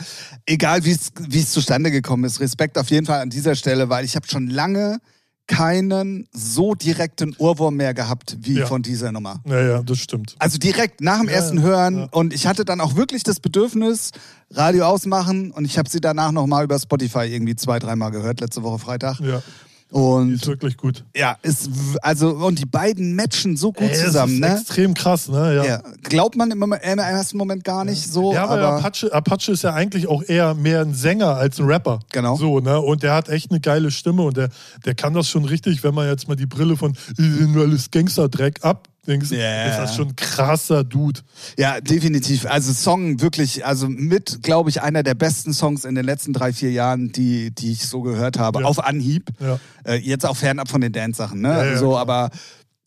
[SPEAKER 1] egal, wie es wie es zustande gekommen ist, Respekt auf jeden Fall an dieser Stelle, weil ich habe schon lange keinen so direkten Ohrwurm mehr gehabt wie
[SPEAKER 2] Ja.
[SPEAKER 1] von dieser Nummer.
[SPEAKER 2] Ja, ja, das stimmt.
[SPEAKER 1] Also direkt nach dem
[SPEAKER 2] Ja,
[SPEAKER 1] ersten
[SPEAKER 2] ja,
[SPEAKER 1] Hören
[SPEAKER 2] ja.
[SPEAKER 1] und ich hatte dann auch wirklich das Bedürfnis, Radio ausmachen und ich habe sie danach nochmal über Spotify irgendwie zwei, dreimal gehört, letzte Woche Freitag.
[SPEAKER 2] Ja, die
[SPEAKER 1] Und
[SPEAKER 2] ist wirklich gut.
[SPEAKER 1] ja, ist, w- also, und die beiden matchen so gut zusammen,
[SPEAKER 2] das ist
[SPEAKER 1] ne?
[SPEAKER 2] extrem krass, ne? Ja.
[SPEAKER 1] Ja. Glaubt man im, Moment- im ersten Moment gar nicht so,
[SPEAKER 2] Ja, aber,
[SPEAKER 1] Oh, aber
[SPEAKER 2] Apache, Apache ist ja eigentlich auch eher mehr ein Sänger als ein Rapper.
[SPEAKER 1] Genau.
[SPEAKER 2] So, ne? Und der hat echt eine geile Stimme und der, der kann das schon richtig, wenn man jetzt mal die Brille von "Ihr seid nur alles Gangsterdreck abdenkst,
[SPEAKER 1] Ja.
[SPEAKER 2] ist das schon ein krasser Dude.
[SPEAKER 1] Ja, definitiv. Also Song wirklich, also mit, glaube ich, einer der besten Songs in den letzten drei, vier Jahren, die, die ich so gehört habe.
[SPEAKER 2] Ja.
[SPEAKER 1] Auf Anhieb.
[SPEAKER 2] Ja.
[SPEAKER 1] Äh, jetzt auch fernab von den Dance-Sachen, ne?
[SPEAKER 2] Ja, ja,
[SPEAKER 1] so,
[SPEAKER 2] klar.
[SPEAKER 1] aber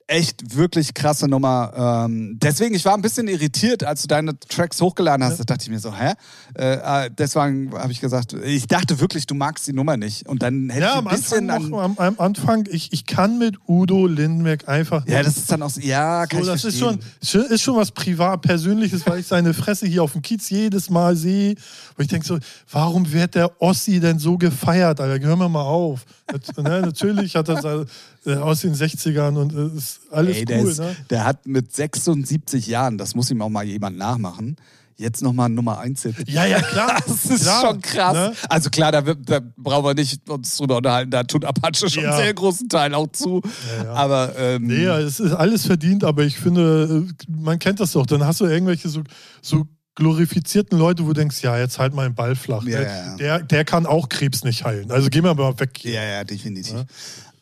[SPEAKER 1] echt wirklich krasse Nummer. Ähm, deswegen, ich war ein bisschen irritiert, als du deine Tracks hochgeladen hast. Da dachte ich mir so, hä? Äh, äh, deswegen habe ich gesagt, ich dachte wirklich, du magst die Nummer nicht. Und dann hätte
[SPEAKER 2] Ja,
[SPEAKER 1] ich
[SPEAKER 2] am
[SPEAKER 1] ein bisschen
[SPEAKER 2] Anfang,
[SPEAKER 1] an.
[SPEAKER 2] noch, am, am Anfang ich, ich kann mit Udo Lindenberg einfach
[SPEAKER 1] Ja, das ist dann auch so, ja, kann
[SPEAKER 2] So,
[SPEAKER 1] ich
[SPEAKER 2] das ist schon,
[SPEAKER 1] verstehen.
[SPEAKER 2] ist schon was privat Persönliches, weil ich seine Fresse hier auf dem Kiez jedes Mal sehe. Und ich denke so, warum wird der Ossi denn so gefeiert? Alter, hör mir mal auf. Nat- ne, natürlich hat er seine, äh, aus den 60ern und äh, ist alles
[SPEAKER 1] Ey,
[SPEAKER 2] cool.
[SPEAKER 1] der, ist,
[SPEAKER 2] ne?
[SPEAKER 1] der hat mit 76 Jahren, das muss ihm auch mal jemand nachmachen, jetzt nochmal Nummer 1 Hit.
[SPEAKER 2] Ja, ja, klar.
[SPEAKER 1] Das ist
[SPEAKER 2] klar,
[SPEAKER 1] schon krass.
[SPEAKER 2] ne?
[SPEAKER 1] Also klar, da, wird- da brauchen wir nicht uns drüber unterhalten, da tut Apache schon
[SPEAKER 2] Ja.
[SPEAKER 1] sehr großen Teil auch zu.
[SPEAKER 2] Ja, ja.
[SPEAKER 1] Aber ähm,
[SPEAKER 2] Nee, also ja, es ist alles verdient, aber ich finde, äh, man kennt das doch. Dann hast du irgendwelche so, so glorifizierten Leute, wo du denkst, ja, jetzt halt mal den Ball flach.
[SPEAKER 1] Ja,
[SPEAKER 2] der,
[SPEAKER 1] ja, ja.
[SPEAKER 2] Der, der kann auch Krebs nicht heilen. Also gehen wir mal weg.
[SPEAKER 1] Ja, ja, definitiv.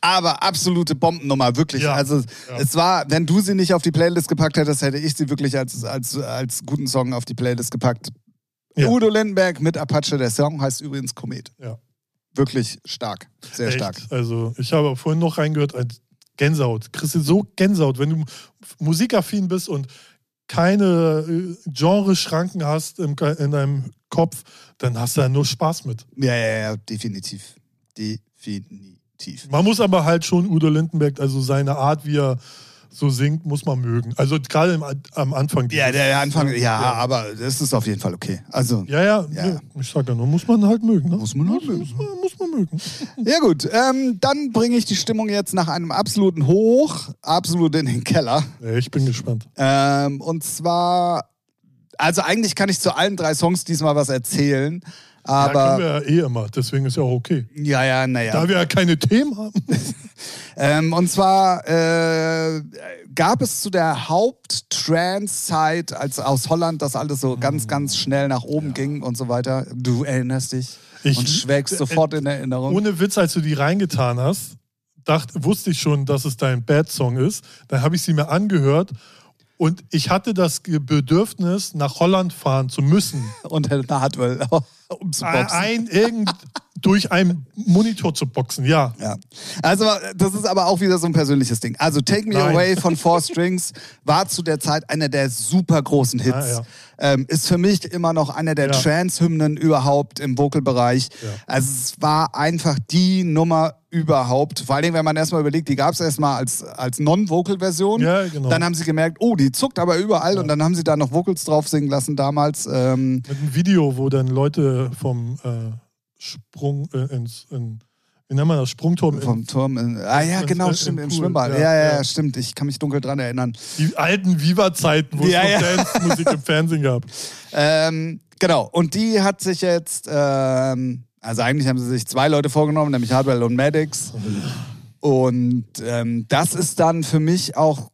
[SPEAKER 1] Aber absolute Bombennummer, wirklich.
[SPEAKER 2] Ja,
[SPEAKER 1] Also
[SPEAKER 2] ja.
[SPEAKER 1] es war, wenn du sie nicht auf die Playlist gepackt hättest, hätte ich sie wirklich als, als, als guten Song auf die Playlist gepackt.
[SPEAKER 2] Ja.
[SPEAKER 1] Udo Lindenberg mit Apache, der Song heißt übrigens Komet.
[SPEAKER 2] Ja.
[SPEAKER 1] Wirklich stark, sehr
[SPEAKER 2] Echt.
[SPEAKER 1] stark.
[SPEAKER 2] Also ich habe vorhin noch reingehört, ein Gänsehaut. Kriegst du so Gänsehaut, wenn du musikaffin bist und keine äh, Genre-Schranken hast im, Ke- in deinem Kopf, dann hast du ja nur Spaß mit.
[SPEAKER 1] Ja, ja, ja, definitiv. Definitiv.
[SPEAKER 2] Man muss aber halt schon Udo Lindenberg, also seine Art, wie er so singt, muss man mögen. Also gerade im, am Anfang.
[SPEAKER 1] Ja, der Anfang, ja,
[SPEAKER 2] Ja.
[SPEAKER 1] aber das ist auf jeden Fall okay. Also,
[SPEAKER 2] ja, ja,
[SPEAKER 1] Ja.
[SPEAKER 2] nee, ich sag ja nur, muss man halt mögen. Ne?
[SPEAKER 1] Muss man halt mögen.
[SPEAKER 2] Muss man, muss man mögen.
[SPEAKER 1] ja gut, ähm, dann bringe ich die Stimmung jetzt nach einem absoluten Hoch, absolut in den Keller.
[SPEAKER 2] Ja, ich bin gespannt.
[SPEAKER 1] Ähm, und zwar, also eigentlich kann ich zu allen drei Songs diesmal was erzählen,
[SPEAKER 2] da
[SPEAKER 1] aber
[SPEAKER 2] können wir ja eh immer, deswegen ist ja auch okay.
[SPEAKER 1] ja, ja, naja.
[SPEAKER 2] Da wir ja keine Themen haben.
[SPEAKER 1] Ähm, und zwar äh, gab es zu der Haupt-Trans-Zeit, als aus Holland das alles so
[SPEAKER 2] Hm.
[SPEAKER 1] ganz, ganz schnell nach oben ging und so weiter. Du erinnerst dich
[SPEAKER 2] Ich-
[SPEAKER 1] und schwelgst
[SPEAKER 2] äh,
[SPEAKER 1] sofort in Erinnerung.
[SPEAKER 2] Ohne Witz, als du die reingetan hast, dachte, wusste ich schon, dass es dein Bad-Song ist. Dann habe ich sie mir angehört und ich hatte das Ge- Bedürfnis, nach Holland fahren zu müssen.
[SPEAKER 1] und Helena Hartwell
[SPEAKER 2] Ah,
[SPEAKER 1] umzuboxen.
[SPEAKER 2] Ein, irgend, durch einen Monitor zu boxen, ja.
[SPEAKER 1] Ja. Also, das ist aber auch wieder so ein persönliches Ding. Also, Take Me
[SPEAKER 2] Nein.
[SPEAKER 1] Away von Four Strings war zu der Zeit einer der super großen Hits.
[SPEAKER 2] Ah,
[SPEAKER 1] ähm, ist für mich immer noch einer der
[SPEAKER 2] Ja.
[SPEAKER 1] Trance-Hymnen überhaupt im Vocal-Bereich.
[SPEAKER 2] Ja.
[SPEAKER 1] Also, es war einfach die Nummer überhaupt. Vor allen Dingen, wenn man erstmal überlegt, die gab es erstmal als, als Non-Vocal-Version.
[SPEAKER 2] Ja, genau.
[SPEAKER 1] Dann haben sie gemerkt, oh, die zuckt aber überall. Und dann haben sie da noch Vocals drauf singen lassen damals. Ähm,
[SPEAKER 2] Mit einem Video, wo dann Leute vom äh, Sprung äh, ins, in, wie nennt man das, Sprungturm,
[SPEAKER 1] vom Turm. In, ah ja,
[SPEAKER 2] Im-
[SPEAKER 1] genau,
[SPEAKER 2] im-
[SPEAKER 1] stimmt, im,
[SPEAKER 2] im Pool.
[SPEAKER 1] Schwimmbad.
[SPEAKER 2] Ja,
[SPEAKER 1] Ja ja, ja,
[SPEAKER 2] ja.
[SPEAKER 1] stimmt. Ich kann mich dunkel dran erinnern.
[SPEAKER 2] in die alten Viva-Zeiten, wo
[SPEAKER 1] Ja,
[SPEAKER 2] es noch
[SPEAKER 1] ja.
[SPEAKER 2] Dance-Musik im Fernsehen gab.
[SPEAKER 1] Ähm, genau, und die hat sich jetzt, ähm, also eigentlich haben sie sich zwei Leute vorgenommen, nämlich Hardwell und Maddox. Und ähm, das ist dann für mich auch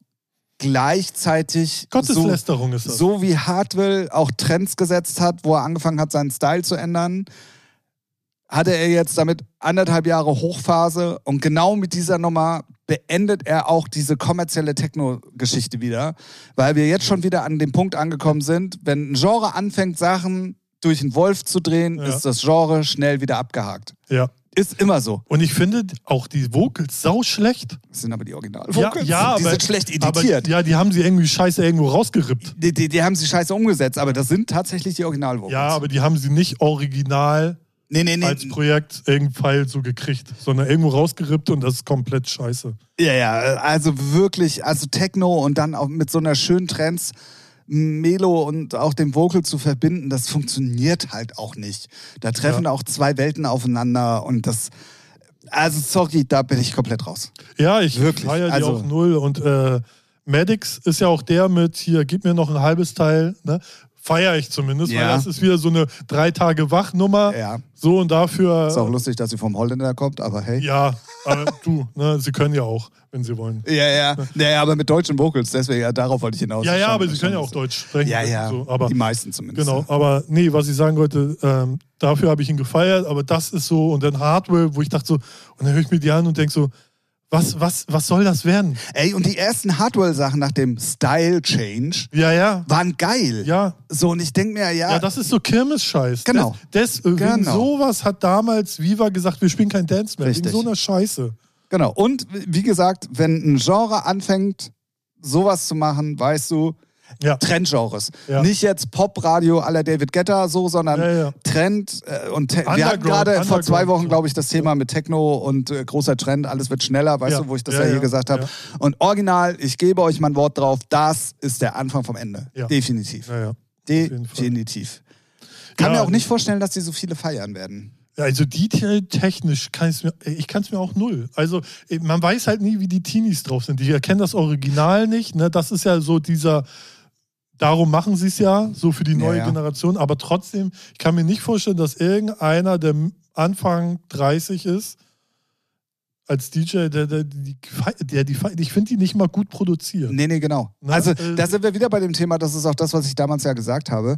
[SPEAKER 1] gleichzeitig so,
[SPEAKER 2] Gotteslästerung ist das.
[SPEAKER 1] so wie Hardwell auch Trends gesetzt hat, wo er angefangen hat, seinen Style zu ändern, hatte er jetzt damit anderthalb Jahre Hochphase und genau mit dieser Nummer beendet er auch diese kommerzielle Techno-Geschichte wieder, weil wir jetzt schon wieder an dem Punkt angekommen sind, wenn ein Genre anfängt, Sachen durch einen Wolf zu drehen,
[SPEAKER 2] Ja.
[SPEAKER 1] ist das Genre schnell wieder abgehakt.
[SPEAKER 2] Ja.
[SPEAKER 1] Ist immer so.
[SPEAKER 2] Und ich finde auch die Vocals sau schlecht.
[SPEAKER 1] Das sind aber die original
[SPEAKER 2] Ja, ja,
[SPEAKER 1] Die
[SPEAKER 2] aber-
[SPEAKER 1] sind schlecht
[SPEAKER 2] Aber,
[SPEAKER 1] editiert.
[SPEAKER 2] ja, die haben sie irgendwie scheiße irgendwo rausgerippt.
[SPEAKER 1] die, die, die haben sie scheiße umgesetzt, aber das sind tatsächlich die original
[SPEAKER 2] Ja, aber die haben sie nicht original
[SPEAKER 1] nee, nee, nee.
[SPEAKER 2] als Projekt irgendwann so gekriegt, sondern irgendwo rausgerippt und das ist komplett scheiße.
[SPEAKER 1] Ja, ja, also wirklich, also Techno und dann auch mit so einer schönen Trends Melo und auch dem Vocal zu verbinden, das funktioniert halt auch nicht. Da treffen auch zwei Welten aufeinander und das, also sorry, da bin ich komplett raus.
[SPEAKER 2] Ja, ich
[SPEAKER 1] Wirklich,
[SPEAKER 2] feiere die
[SPEAKER 1] also-
[SPEAKER 2] auch null. Und äh, Maddox ist ja auch der mit hier, gib mir noch ein halbes Teil, ne? Feiere ich zumindest, weil
[SPEAKER 1] Ja.
[SPEAKER 2] das ist wieder so eine drei Tage Wachnummer.
[SPEAKER 1] Ja.
[SPEAKER 2] So und dafür.
[SPEAKER 1] Ist auch lustig, dass sie vom Holländer kommt, aber hey.
[SPEAKER 2] ja, aber du, ne? Sie können ja auch, wenn sie wollen.
[SPEAKER 1] Ja, ja, naja, aber mit deutschen Vocals, deswegen, ja, darauf wollte ich hinaus.
[SPEAKER 2] Ja, ja,
[SPEAKER 1] Schon-
[SPEAKER 2] aber sie
[SPEAKER 1] schon
[SPEAKER 2] können ja auch
[SPEAKER 1] lustig.
[SPEAKER 2] Deutsch sprechen.
[SPEAKER 1] Ja, ja,
[SPEAKER 2] So, aber
[SPEAKER 1] die meisten zumindest.
[SPEAKER 2] Genau, aber nee, was ich sagen wollte, ähm, dafür habe ich ihn gefeiert, aber das ist so, und dann Hardware, wo ich dachte so, und dann höre ich mir die an und denke so, was, was, was soll das werden?
[SPEAKER 1] Ey, und die ersten Hardwell-Sachen nach dem Style-Change
[SPEAKER 2] Ja, ja,
[SPEAKER 1] waren geil.
[SPEAKER 2] ja.
[SPEAKER 1] So, und ich denke mir, ja,
[SPEAKER 2] Ja, das ist so Kirmes-Scheiß.
[SPEAKER 1] Genau.
[SPEAKER 2] Des, des, Wegen
[SPEAKER 1] Genau.
[SPEAKER 2] sowas hat damals Viva gesagt, wir spielen kein Dance mehr.
[SPEAKER 1] Richtig.
[SPEAKER 2] Wegen so einer Scheiße.
[SPEAKER 1] Genau. Und wie gesagt, wenn ein Genre anfängt, sowas zu machen, weißt du,
[SPEAKER 2] Ja.
[SPEAKER 1] Trendgenres.
[SPEAKER 2] Ja.
[SPEAKER 1] Nicht jetzt Popradio aller David Guetta so, sondern
[SPEAKER 2] Ja, ja.
[SPEAKER 1] Trend äh, und Te wir hatten
[SPEAKER 2] Underground,
[SPEAKER 1] gerade vor zwei
[SPEAKER 2] Underground,
[SPEAKER 1] Wochen,
[SPEAKER 2] so.
[SPEAKER 1] glaube ich, das Thema mit Techno und äh, großer Trend, alles wird schneller, weißt
[SPEAKER 2] Ja.
[SPEAKER 1] du, wo ich das ja,
[SPEAKER 2] Ja,
[SPEAKER 1] hier
[SPEAKER 2] ja.
[SPEAKER 1] gesagt habe.
[SPEAKER 2] Ja.
[SPEAKER 1] Und original, ich gebe euch mein Wort drauf, das ist der Anfang vom Ende.
[SPEAKER 2] Ja.
[SPEAKER 1] Definitiv.
[SPEAKER 2] Naja. jeden Fall.
[SPEAKER 1] Definitiv. Kann
[SPEAKER 2] Ja,
[SPEAKER 1] mir auch nicht vorstellen, dass die so viele feiern werden.
[SPEAKER 2] Ja, also detailtechnisch kann ich's mir, ich kann es mir auch null. Also eh, man weiß halt nie, wie die Teenies drauf sind. Die erkennen das Original nicht. Ne? Das ist ja so dieser, darum machen sie es ja, so für die neue
[SPEAKER 1] ja.
[SPEAKER 2] Generation. Aber trotzdem, ich kann mir nicht vorstellen, dass irgendeiner, der Anfang 30 ist, als DJ, der, der, die, der die, ich finde die nicht mal gut produziert.
[SPEAKER 1] Nee, nee, genau.
[SPEAKER 2] Ne?
[SPEAKER 1] Also,
[SPEAKER 2] Äh,
[SPEAKER 1] da sind wir wieder bei dem Thema, das ist auch das, was ich damals ja gesagt habe.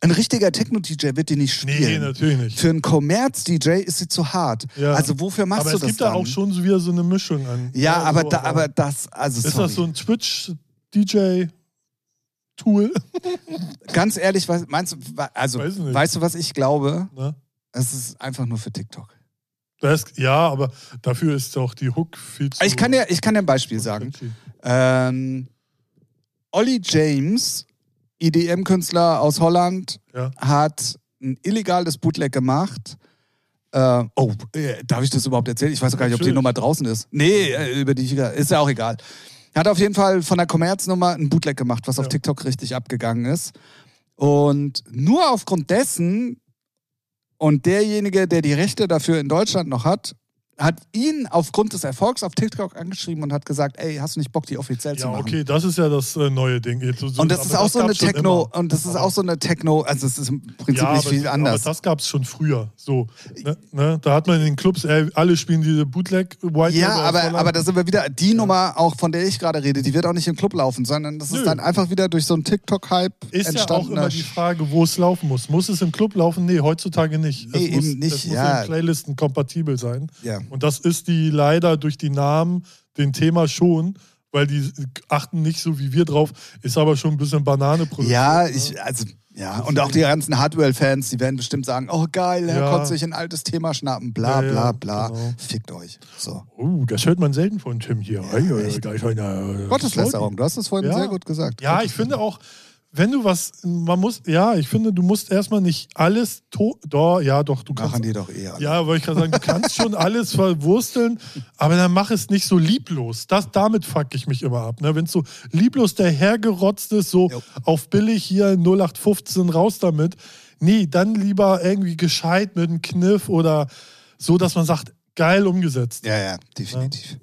[SPEAKER 1] Ein richtiger Techno-DJ wird die nicht
[SPEAKER 2] Nee,
[SPEAKER 1] spielen.
[SPEAKER 2] natürlich nicht.
[SPEAKER 1] Für einen Kommerz-DJ ist sie zu hart.
[SPEAKER 2] Ja.
[SPEAKER 1] Also, wofür machst
[SPEAKER 2] aber
[SPEAKER 1] du
[SPEAKER 2] es
[SPEAKER 1] das
[SPEAKER 2] gibt
[SPEAKER 1] dann?
[SPEAKER 2] da auch schon so wieder so eine Mischung an.
[SPEAKER 1] Ja, aber,
[SPEAKER 2] so, äh,
[SPEAKER 1] da, aber das, also
[SPEAKER 2] ist
[SPEAKER 1] sorry.
[SPEAKER 2] das so ein Twitch-DJ-Tool?
[SPEAKER 1] ganz ehrlich, was, meinst du, wa- also,
[SPEAKER 2] Weiß nicht.
[SPEAKER 1] weißt du, was ich glaube?
[SPEAKER 2] Ne?
[SPEAKER 1] Es ist einfach nur für TikTok.
[SPEAKER 2] Das, ja, aber dafür ist auch die Hook viel zu.
[SPEAKER 1] Ich kann dir, ich kann dir ein Beispiel sagen. Ähm, Olli James, EDM-Künstler aus Holland,
[SPEAKER 2] Ja.
[SPEAKER 1] hat ein illegales Bootleg gemacht. Äh, oh, äh, darf ich das überhaupt erzählen? Ich weiß doch gar nicht, ob die
[SPEAKER 2] Natürlich.
[SPEAKER 1] Nummer draußen ist. Nee, äh, über die ich, ist ja auch egal. Hat auf jeden Fall von der Kommerznummer ein Bootleg gemacht, was auf
[SPEAKER 2] Ja.
[SPEAKER 1] TikTok richtig abgegangen ist. Und nur aufgrund dessen und derjenige, der die Rechte dafür in Deutschland noch hat, hat ihn aufgrund des Erfolgs auf TikTok angeschrieben und hat gesagt, ey, hast du nicht Bock, die offiziell zu
[SPEAKER 2] Ja,
[SPEAKER 1] machen?
[SPEAKER 2] okay, das ist ja das äh, neue Ding. Jetzt so- so-
[SPEAKER 1] Und das
[SPEAKER 2] aber
[SPEAKER 1] ist auch so eine
[SPEAKER 2] gab's schon
[SPEAKER 1] Techno,
[SPEAKER 2] immer.
[SPEAKER 1] und das ist
[SPEAKER 2] Aber-
[SPEAKER 1] auch so eine Techno, also es ist im Prinzip
[SPEAKER 2] ja,
[SPEAKER 1] nicht
[SPEAKER 2] aber,
[SPEAKER 1] viel anders.
[SPEAKER 2] Aber das gab es schon früher. So, ne, ne? Da hat man in den Clubs, ey, alle spielen diese Bootleg White Label
[SPEAKER 1] Ja,
[SPEAKER 2] aus
[SPEAKER 1] aber,
[SPEAKER 2] Holland.
[SPEAKER 1] aber da sind wir wieder, die Nummer, auch von der ich gerade rede, die wird auch nicht im Club laufen, sondern das ist
[SPEAKER 2] Nö.
[SPEAKER 1] dann einfach wieder durch so einen TikTok-Hype
[SPEAKER 2] ist ja auch
[SPEAKER 1] entstanden.
[SPEAKER 2] immer die Frage, wo es laufen muss. Muss es im Club laufen? Nee, heutzutage nicht.
[SPEAKER 1] Nee,
[SPEAKER 2] es muss,
[SPEAKER 1] eben nicht,
[SPEAKER 2] Es muss
[SPEAKER 1] ja.
[SPEAKER 2] in Playlisten kompatibel sein.
[SPEAKER 1] ja.
[SPEAKER 2] Und das ist die leider durch die Namen, den Thema schon, weil die achten nicht so wie wir drauf, ist aber schon ein bisschen Banane produziert.
[SPEAKER 1] ja,
[SPEAKER 2] ne?
[SPEAKER 1] ich, also, ja, und auch die ganzen Hardware-Fans, die werden bestimmt sagen, oh geil, er
[SPEAKER 2] Ja.
[SPEAKER 1] konnte sich ein altes Thema schnappen,
[SPEAKER 2] Ja,
[SPEAKER 1] bla
[SPEAKER 2] ja,
[SPEAKER 1] bla bla.
[SPEAKER 2] genau.
[SPEAKER 1] Fickt euch. So.
[SPEAKER 2] Oh, das hört man selten von Tim hier. Ja, ei, ei,
[SPEAKER 1] echt.
[SPEAKER 2] da ist einer, äh,
[SPEAKER 1] Gotteslästerung, du hast es vorhin
[SPEAKER 2] Ja.
[SPEAKER 1] sehr gut gesagt.
[SPEAKER 2] Ja, ich finde auch, wenn du was, man muss, ja, ich finde, du musst erstmal nicht alles, to doch, ja, doch, du kannst
[SPEAKER 1] Machen die doch eh alle.
[SPEAKER 2] Ja, wollte ich gerade sagen, du kannst schon alles verwursteln, aber dann mach es nicht so lieblos. Das, damit fuck ich mich immer ab. Ne? Wenn es so lieblos dahergerotzt ist, so
[SPEAKER 1] Jo.
[SPEAKER 2] auf billig hier 0815 raus damit. Nee, dann lieber irgendwie gescheit mit einem Kniff oder so, dass man sagt, geil umgesetzt.
[SPEAKER 1] Ja, ja, definitiv.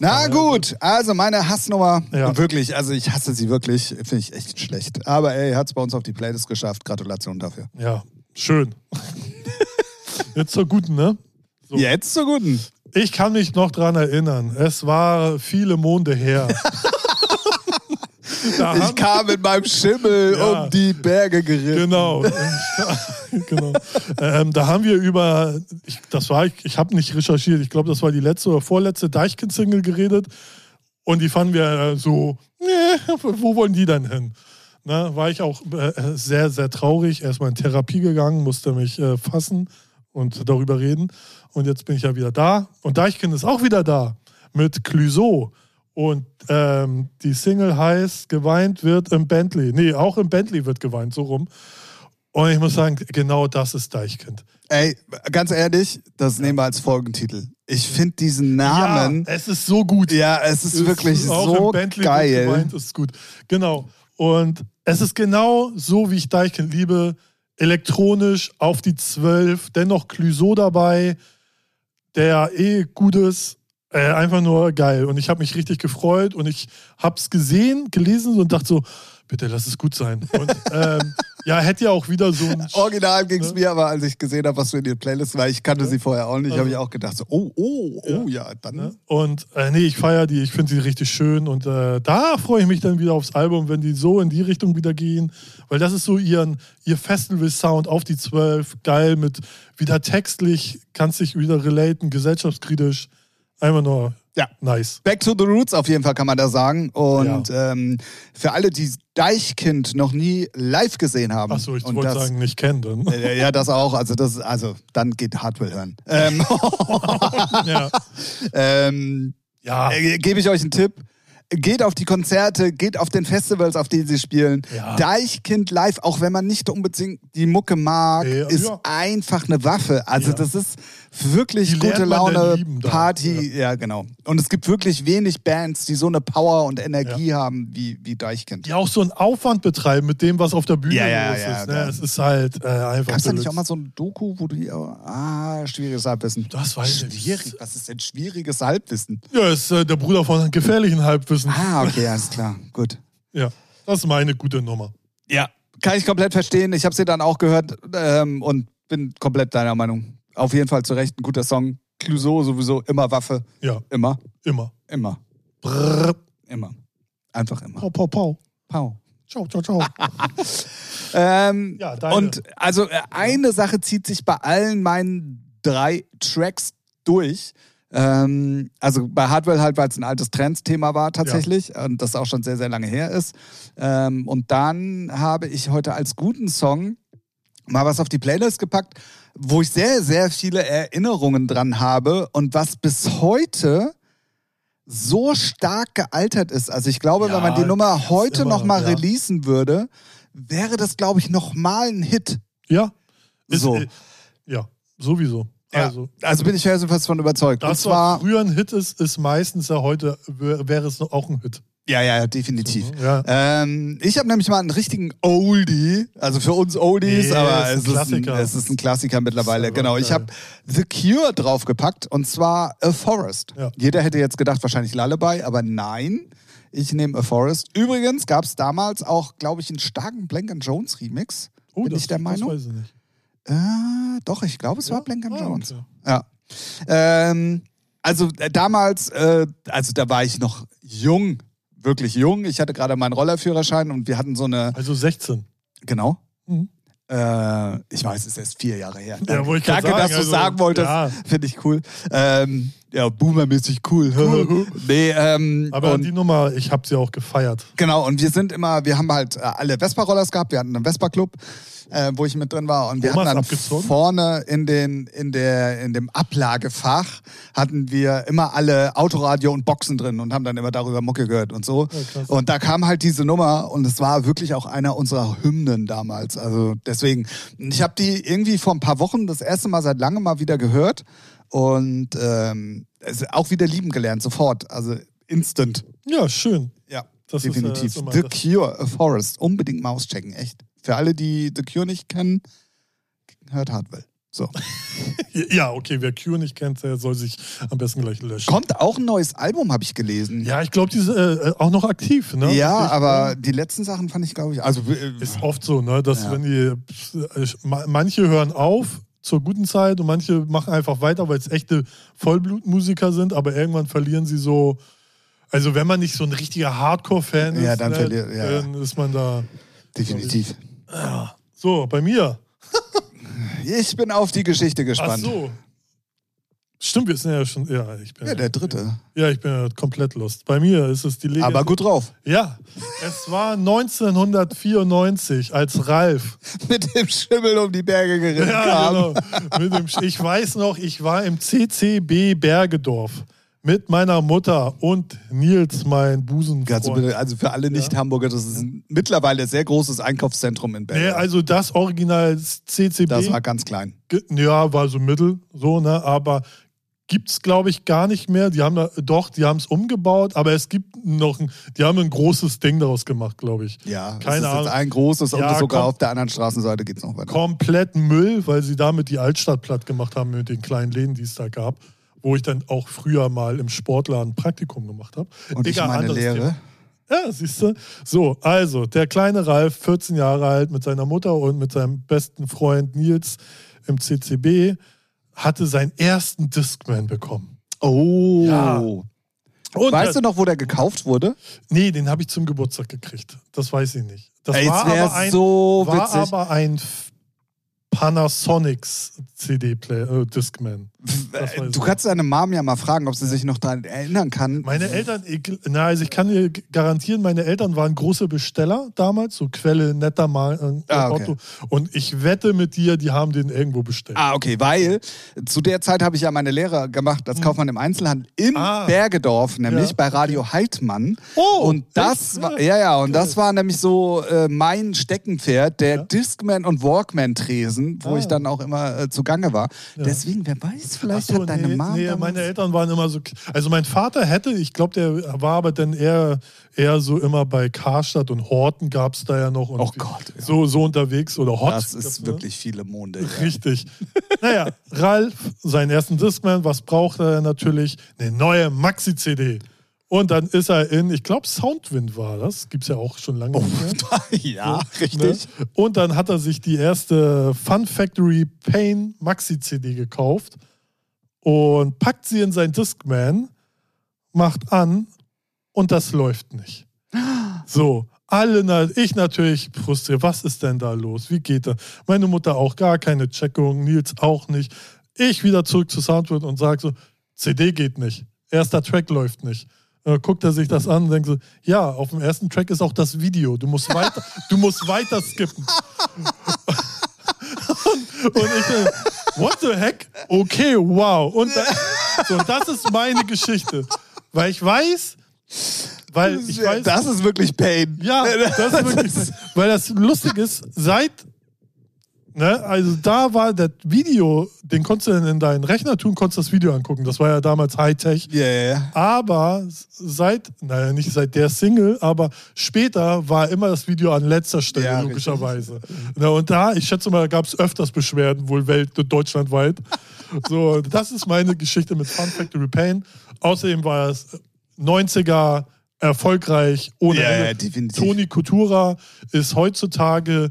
[SPEAKER 1] Na gut, also meine Hassnummer.
[SPEAKER 2] Ja.
[SPEAKER 1] Wirklich, also ich hasse sie wirklich. Finde ich echt schlecht. Aber ey, hat's bei uns auf die Playlist geschafft. Gratulation dafür.
[SPEAKER 2] Ja, schön. Jetzt zur guten, ne? So.
[SPEAKER 1] Jetzt zur guten.
[SPEAKER 2] Ich kann mich noch dran erinnern. Es war viele Monde her. da haben
[SPEAKER 1] Ich kam mit meinem Schimmel
[SPEAKER 2] Ja.
[SPEAKER 1] um die Berge geritten.
[SPEAKER 2] Genau. genau. Ähm, da haben wir über, ich, das war, ich, ich habe nicht recherchiert, ich glaube, das war die letzte oder vorletzte Deichkind-Single geredet und die fanden wir äh, so, nee, wo wollen die dann hin? Na, war ich auch äh, sehr, sehr traurig, erstmal in Therapie gegangen, musste mich äh, fassen und darüber reden und jetzt bin ich ja wieder da und Deichkind ist auch wieder da mit Clüso. Und ähm, die Single heißt Geweint wird im Bentley. Nee, auch im Bentley wird geweint, so rum. Und ich muss sagen, genau das ist Deichkind.
[SPEAKER 1] Ey, ganz ehrlich, das nehmen wir als Folgentitel. Ich finde diesen Namen.
[SPEAKER 2] Ja, es ist so gut.
[SPEAKER 1] Ja, es ist wirklich
[SPEAKER 2] auch
[SPEAKER 1] so
[SPEAKER 2] im Bentley gut
[SPEAKER 1] geil.
[SPEAKER 2] Gemeint, ist gut. Genau. Und es ist genau so, wie ich Deichkind liebe. Elektronisch auf die 12, dennoch Clüso dabei, der eh gut ist. Äh, einfach nur geil. Und ich habe mich richtig gefreut und ich hab's gesehen, gelesen und dachte so, bitte lass es gut sein. Und ähm, ja, hätte ja auch wieder so ein
[SPEAKER 1] Original ging es mir, aber als ich gesehen habe, was du in den Playlist war, ich kannte sie vorher auch nicht,
[SPEAKER 2] Also
[SPEAKER 1] habe ich auch gedacht, so, oh, oh, oh, ja, dann.
[SPEAKER 2] Ne? Und äh, nee, ich feiere die, ich finde sie richtig schön und äh, da freue ich mich dann wieder aufs Album, wenn die so in die Richtung wieder gehen, weil das ist so ihren, ihr Festival-Sound auf die 12, geil mit wieder textlich, kannst dich wieder relaten, gesellschaftskritisch, einfach nur
[SPEAKER 1] Ja.
[SPEAKER 2] nice.
[SPEAKER 1] Back to the Roots auf jeden Fall kann man da sagen. Und ähm, für alle, die Deichkind noch nie live gesehen haben.
[SPEAKER 2] Achso, ich
[SPEAKER 1] und
[SPEAKER 2] wollte
[SPEAKER 1] das-
[SPEAKER 2] sagen, nicht kennen dann.
[SPEAKER 1] Äh, Ja, das auch. Also, das, also dann geht Hardwell hören. Ähm,
[SPEAKER 2] ja.
[SPEAKER 1] ähm,
[SPEAKER 2] Ja.
[SPEAKER 1] äh, Gebe ich euch einen Tipp. Geht auf die Konzerte, geht auf den Festivals, auf denen sie spielen.
[SPEAKER 2] Ja.
[SPEAKER 1] Deichkind live, auch wenn man nicht unbedingt die Mucke mag,
[SPEAKER 2] Ja,
[SPEAKER 1] ist
[SPEAKER 2] ja.
[SPEAKER 1] einfach eine Waffe. Also
[SPEAKER 2] Ja.
[SPEAKER 1] das ist, wirklich
[SPEAKER 2] Die lernt
[SPEAKER 1] gute
[SPEAKER 2] man
[SPEAKER 1] Laune,
[SPEAKER 2] denn lieben da.
[SPEAKER 1] Party. Ja. genau. Und es gibt wirklich wenig Bands, die so eine Power und Energie haben wie, wie Deichkind.
[SPEAKER 2] Die auch so einen Aufwand betreiben mit dem, was auf der Bühne
[SPEAKER 1] Ja, ja,
[SPEAKER 2] los
[SPEAKER 1] ja,
[SPEAKER 2] ist. Ne?
[SPEAKER 1] ja.
[SPEAKER 2] Es ist halt äh, einfach.
[SPEAKER 1] Gab es da nicht
[SPEAKER 2] Deluxe.
[SPEAKER 1] auch mal so ein Doku, wo du die. Ah, schwieriges Halbwissen.
[SPEAKER 2] Das weiß ich nicht.
[SPEAKER 1] Schwierig. Was ist denn schwieriges Halbwissen?
[SPEAKER 2] ja, ist äh, der Bruder von gefährlichen Halbwissen.
[SPEAKER 1] Ah, okay, alles klar. Gut.
[SPEAKER 2] Ja, das ist meine gute Nummer.
[SPEAKER 1] Ja. Kann ich komplett verstehen. Ich habe sie dann auch gehört ähm, und bin komplett deiner Meinung. Auf jeden Fall zu Recht ein guter Song. Clouseau sowieso immer Waffe.
[SPEAKER 2] Ja,
[SPEAKER 1] Immer.
[SPEAKER 2] immer.
[SPEAKER 1] Immer.
[SPEAKER 2] Brrr.
[SPEAKER 1] Immer. Einfach immer.
[SPEAKER 2] Pau, pau, pau.
[SPEAKER 1] Pau.
[SPEAKER 2] Ciao, ciao, ciao.
[SPEAKER 1] Ähm,
[SPEAKER 2] Ja, deine.
[SPEAKER 1] und also äh, eine Sache zieht sich bei allen meinen drei Tracks durch. Ähm, also bei Hardwell halt, weil es ein altes Trends-Thema war tatsächlich und das auch schon sehr, sehr lange her ist. Ähm, und dann habe ich heute als guten Song mal was auf die Playlist gepackt, wo ich sehr, sehr viele Erinnerungen dran habe und was bis heute so stark gealtert ist. Also ich glaube,
[SPEAKER 2] Ja,
[SPEAKER 1] wenn man die Nummer
[SPEAKER 2] ist
[SPEAKER 1] heute
[SPEAKER 2] immer,
[SPEAKER 1] noch mal
[SPEAKER 2] ja.
[SPEAKER 1] releasen würde, wäre das, glaube ich, noch mal ein Hit.
[SPEAKER 2] ja. Ist,
[SPEAKER 1] So.
[SPEAKER 2] äh, ja, sowieso.
[SPEAKER 1] Ja,
[SPEAKER 2] Also,
[SPEAKER 1] also bin ich felsenfest von überzeugt. Und
[SPEAKER 2] das, was
[SPEAKER 1] zwar,
[SPEAKER 2] früher ein Hit ist, ist meistens ja heute, wär- wäre es auch ein Hit.
[SPEAKER 1] ja, ja, ja, definitiv.
[SPEAKER 2] Ja.
[SPEAKER 1] Ähm, ich habe nämlich mal einen richtigen Oldie, also für uns Oldies,
[SPEAKER 2] Nee,
[SPEAKER 1] aber
[SPEAKER 2] ist
[SPEAKER 1] es
[SPEAKER 2] ein
[SPEAKER 1] ist, ein,
[SPEAKER 2] Klassiker.
[SPEAKER 1] es ist ein Klassiker mittlerweile.
[SPEAKER 2] Ist aber
[SPEAKER 1] Genau, ich
[SPEAKER 2] geil.
[SPEAKER 1] habe The Cure draufgepackt und zwar A Forest.
[SPEAKER 2] Ja.
[SPEAKER 1] Jeder hätte jetzt gedacht, wahrscheinlich Lullaby, aber nein, ich nehme A Forest. Übrigens gab es damals auch, glaube ich, einen starken Blank Jones Remix.
[SPEAKER 2] Oh,
[SPEAKER 1] bin
[SPEAKER 2] das,
[SPEAKER 1] ich der Meinung?
[SPEAKER 2] Das weiß ich nicht.
[SPEAKER 1] Äh, doch, ich glaube, es
[SPEAKER 2] Ja?
[SPEAKER 1] war Blank
[SPEAKER 2] Ah,
[SPEAKER 1] Jones.
[SPEAKER 2] okay.
[SPEAKER 1] Ja. Ähm, also äh, damals, äh, also da war ich noch jung, wirklich jung. Ich hatte gerade meinen Rollerführerschein und wir hatten so eine,
[SPEAKER 2] Also 16.
[SPEAKER 1] genau.
[SPEAKER 2] Mhm.
[SPEAKER 1] Äh, ich weiß, es ist erst vier Jahre her.
[SPEAKER 2] Ja, wollte ich grad
[SPEAKER 1] Danke,
[SPEAKER 2] sagen,
[SPEAKER 1] dass du
[SPEAKER 2] also,
[SPEAKER 1] sagen wolltest.
[SPEAKER 2] ja.
[SPEAKER 1] Finde ich cool. Ähm, ja, boomermäßig cool. nee, ähm,
[SPEAKER 2] Aber
[SPEAKER 1] und,
[SPEAKER 2] die Nummer, ich habe sie auch gefeiert.
[SPEAKER 1] Genau, und wir sind immer, wir haben halt äh, alle Vespa-Rollers gehabt, wir hatten einen Vespa-Club, äh, wo ich mit drin war. Und wir
[SPEAKER 2] Omas
[SPEAKER 1] hatten dann
[SPEAKER 2] abgezogen?
[SPEAKER 1] vorne in, den, in, der, in dem Ablagefach hatten wir immer alle Autoradio und Boxen drin und haben dann immer darüber Mucke gehört und so.
[SPEAKER 2] krass.
[SPEAKER 1] und da kam halt diese Nummer und es war wirklich auch einer unserer Hymnen damals. Also deswegen, ich habe die irgendwie vor ein paar Wochen das erste Mal seit langem mal wieder gehört und ähm, es auch wieder lieben gelernt, sofort. Also instant.
[SPEAKER 2] Ja, schön.
[SPEAKER 1] Ja,
[SPEAKER 2] Das ist, äh,
[SPEAKER 1] definitiv.
[SPEAKER 2] so mal
[SPEAKER 1] The
[SPEAKER 2] das-
[SPEAKER 1] Cure, A Forest. Unbedingt mal auschecken, echt. Für alle, die The Cure nicht kennen, hört Hardwell. So.
[SPEAKER 2] Ja, okay, wer Cure nicht kennt, der soll sich am besten gleich löschen.
[SPEAKER 1] Kommt auch ein neues Album, habe ich gelesen.
[SPEAKER 2] Ja, ich glaube, die ist äh, äh, auch noch aktiv. Ne?
[SPEAKER 1] Ja,
[SPEAKER 2] ich,
[SPEAKER 1] aber die letzten Sachen fand ich, glaube ich, also äh,
[SPEAKER 2] Ist oft so, ne? dass
[SPEAKER 1] Ja.
[SPEAKER 2] wenn die, pss, äh, ma- manche hören auf zur guten Zeit und manche machen einfach weiter, weil es echte Vollblutmusiker sind, aber irgendwann verlieren sie so. Also wenn man nicht so ein richtiger Hardcore-Fan ist,
[SPEAKER 1] Ja, dann
[SPEAKER 2] ne,
[SPEAKER 1] verliert- ja.
[SPEAKER 2] dann ist man da.
[SPEAKER 1] definitiv.
[SPEAKER 2] So, bei mir.
[SPEAKER 1] Ich bin auf die Geschichte
[SPEAKER 2] Ach
[SPEAKER 1] gespannt.
[SPEAKER 2] so. Stimmt, wir sind ja schon. Ja, ich bin
[SPEAKER 1] Ja, der dritte.
[SPEAKER 2] Ja, ich bin ja komplett lost. Bei mir ist es die Legende.
[SPEAKER 1] Aber gut drauf.
[SPEAKER 2] Ja, es war 1994, als Ralf.
[SPEAKER 1] Mit dem Schimmel um die Berge geritten
[SPEAKER 2] Ja,
[SPEAKER 1] kam.
[SPEAKER 2] genau. Mit dem, Sch- ich weiß noch, ich war im CCB Bergedorf mit meiner Mutter und Nils, mein
[SPEAKER 1] Also,
[SPEAKER 2] Busenfreund.
[SPEAKER 1] bitte, also für alle Nicht-Hamburger, das ist ein mittlerweile sehr großes Einkaufszentrum in
[SPEAKER 2] Nee,
[SPEAKER 1] Berlin.
[SPEAKER 2] also das Original CCB.
[SPEAKER 1] äh, das war ganz klein.
[SPEAKER 2] Ge- Ja, war so mittel, so, ne? Aber gibt's, glaube ich, gar nicht mehr. Die haben da, doch, die haben es umgebaut, aber es gibt noch ein, die haben ein großes Ding daraus gemacht, glaube ich.
[SPEAKER 1] Ja,
[SPEAKER 2] Keine
[SPEAKER 1] es ist
[SPEAKER 2] Ahnung.
[SPEAKER 1] jetzt ein großes und
[SPEAKER 2] Ja,
[SPEAKER 1] sogar
[SPEAKER 2] komm.
[SPEAKER 1] auf der anderen Straßenseite geht es noch weiter.
[SPEAKER 2] Komplett Müll, weil sie damit die Altstadt platt gemacht haben mit den kleinen Läden, die es da gab, wo ich dann auch früher mal im Sportladen Praktikum gemacht habe.
[SPEAKER 1] Und ich
[SPEAKER 2] Digga,
[SPEAKER 1] meine
[SPEAKER 2] anderes
[SPEAKER 1] Lehre.
[SPEAKER 2] Thema. Ja, siehst du. So, also, der kleine Ralf, 14 Jahre alt, mit seiner Mutter und mit seinem besten Freund Nils im CCB, hatte seinen ersten Discman bekommen.
[SPEAKER 1] Oh.
[SPEAKER 2] Ja. Und
[SPEAKER 1] weißt
[SPEAKER 2] äh,
[SPEAKER 1] du noch, wo der gekauft wurde?
[SPEAKER 2] Nee, den habe ich zum Geburtstag gekriegt. Das weiß ich nicht. Das
[SPEAKER 1] Ey,
[SPEAKER 2] war,
[SPEAKER 1] wär's
[SPEAKER 2] aber ein,
[SPEAKER 1] so
[SPEAKER 2] war
[SPEAKER 1] witzig.
[SPEAKER 2] aber ein Panasonics CD-Player, äh, Discman. das weiß
[SPEAKER 1] Äh, du
[SPEAKER 2] ich.
[SPEAKER 1] kannst deine Mom ja mal fragen, ob sie sich noch daran erinnern kann.
[SPEAKER 2] Meine Eltern, ich, na, also ich kann dir garantieren, meine Eltern waren große Besteller damals, so Quelle, netter Mal, äh,
[SPEAKER 1] Ah, okay.
[SPEAKER 2] Otto. Und ich wette mit dir, die haben den irgendwo bestellt.
[SPEAKER 1] Ah, okay, weil zu der Zeit habe ich ja meine Lehre gemacht als Kaufmann im Einzelhandel in
[SPEAKER 2] Mhm. Ah.
[SPEAKER 1] Bergedorf, nämlich
[SPEAKER 2] Ja.
[SPEAKER 1] bei Radio Heidmann.
[SPEAKER 2] Oh,
[SPEAKER 1] und das
[SPEAKER 2] echt?
[SPEAKER 1] war,
[SPEAKER 2] Ja.
[SPEAKER 1] ja, ja, und das war nämlich so äh, mein Steckenpferd, der Discman und Walkman-Tresen, wo
[SPEAKER 2] Ah.
[SPEAKER 1] ich dann auch immer äh, zugange war. Deswegen, wer weiß, das vielleicht
[SPEAKER 2] Ach so,
[SPEAKER 1] hat deine
[SPEAKER 2] nee,
[SPEAKER 1] Mom
[SPEAKER 2] nee,
[SPEAKER 1] damals-
[SPEAKER 2] meine Eltern waren immer so. Also mein Vater hätte, ich glaube, der war aber dann eher, eher so immer bei Karstadt und Horten gab es da ja noch. Und
[SPEAKER 1] Oh Gott, ja.
[SPEAKER 2] So, so unterwegs oder Hot.
[SPEAKER 1] Das
[SPEAKER 2] gab's,
[SPEAKER 1] ist
[SPEAKER 2] ne?
[SPEAKER 1] wirklich viele Monde. Ja.
[SPEAKER 2] Richtig. naja, Ralf, seinen ersten Discman, was braucht er natürlich? Eine neue Maxi-CD. Und dann ist er in, ich glaube, Soundwind war das. Gibt es ja auch schon lange. nicht mehr.
[SPEAKER 1] ja,
[SPEAKER 2] Ne?
[SPEAKER 1] richtig.
[SPEAKER 2] Und dann hat er sich die erste Fun Factory Pain Maxi CD gekauft und packt sie in sein Discman, macht an und das läuft nicht. So, alle, na- ich natürlich frustriert. Was ist denn da los? Wie geht das? Meine Mutter auch gar keine Checkung, Nils auch nicht. Ich wieder zurück zu Soundwood und sage so: CD geht nicht. Erster Track läuft nicht. Äh, guckt er sich das an und denkt so, ja, auf dem ersten Track ist auch das Video. Du musst weiter, du musst weiter skippen. und, und ich denke, what the heck? Okay, wow. Und, da, so, und das ist meine Geschichte. Weil ich weiß, weil ich weiß.
[SPEAKER 1] das ist wirklich Pain.
[SPEAKER 2] Ja, das ist wirklich. weil das lustig ist, seit. Ne, also da war das Video, den konntest du dann in deinen Rechner tun, konntest das Video angucken. Das war ja damals Hightech.
[SPEAKER 1] Ja, ja, ja.
[SPEAKER 2] Aber seit, naja, nicht seit der Single, aber später war immer das Video an letzter Stelle,
[SPEAKER 1] Ja,
[SPEAKER 2] logischerweise. Na, und da, ich schätze mal, gab es öfters Beschwerden, wohl welt deutschlandweit. so, das ist meine Geschichte mit Fun Factory Pain. Außerdem war es 90er erfolgreich ohne
[SPEAKER 1] Ja,
[SPEAKER 2] Ende.
[SPEAKER 1] ja, definitiv.
[SPEAKER 2] Toni Kutura ist heutzutage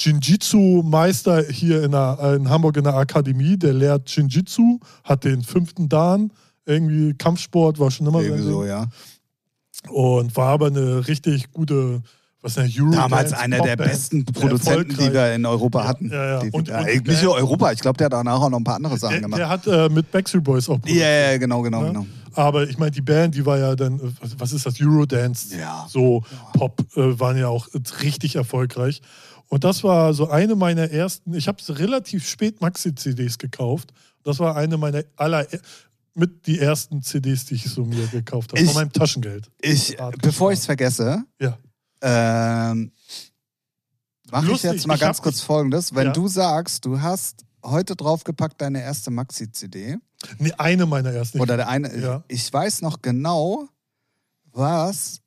[SPEAKER 2] Jinjitsu-Meister hier in, der, äh, in Hamburg in der Akademie. Der lehrt Jinjitsu, hat den fünften Dan. Irgendwie Kampfsport war schon immer sein
[SPEAKER 1] Irgendwie so,
[SPEAKER 2] Ding.
[SPEAKER 1] ja.
[SPEAKER 2] Und war aber eine richtig gute, was ist eine Euro
[SPEAKER 1] Damals einer der besten Produzenten, die wir in Europa hatten.
[SPEAKER 2] ja, ja.
[SPEAKER 1] Die-
[SPEAKER 2] Und- und-
[SPEAKER 1] nicht nur Europa, ich glaube, der hat danach auch noch ein paar andere Sachen
[SPEAKER 2] Der,
[SPEAKER 1] gemacht.
[SPEAKER 2] der hat äh, mit Backstreet Boys auch
[SPEAKER 1] Ja, ja, ja, genau, genau,
[SPEAKER 2] ne?
[SPEAKER 1] genau.
[SPEAKER 2] Aber ich meine, die Band, die war ja dann, äh, was- was ist das, Eurodance,
[SPEAKER 1] Ja.
[SPEAKER 2] so Pop, äh, waren ja auch äh, richtig erfolgreich. Und das war so eine meiner ersten, ich habe relativ spät Maxi-CDs gekauft. Das war eine meiner aller, mit die ersten CDs, die ich so mir gekauft habe,
[SPEAKER 1] Ich-
[SPEAKER 2] von meinem Taschengeld.
[SPEAKER 1] Ich,
[SPEAKER 2] Art
[SPEAKER 1] bevor
[SPEAKER 2] gespart.
[SPEAKER 1] ich es vergesse,
[SPEAKER 2] Ja.
[SPEAKER 1] ähm, mache ich
[SPEAKER 2] Lustig,
[SPEAKER 1] jetzt mal
[SPEAKER 2] ich
[SPEAKER 1] ganz
[SPEAKER 2] hab-
[SPEAKER 1] kurz Folgendes. Wenn
[SPEAKER 2] Ja.
[SPEAKER 1] du sagst, du hast heute draufgepackt deine erste Maxi-CD
[SPEAKER 2] Nee, eine meiner ersten.
[SPEAKER 1] oder der eine,
[SPEAKER 2] Ja.
[SPEAKER 1] ich weiß noch genau, was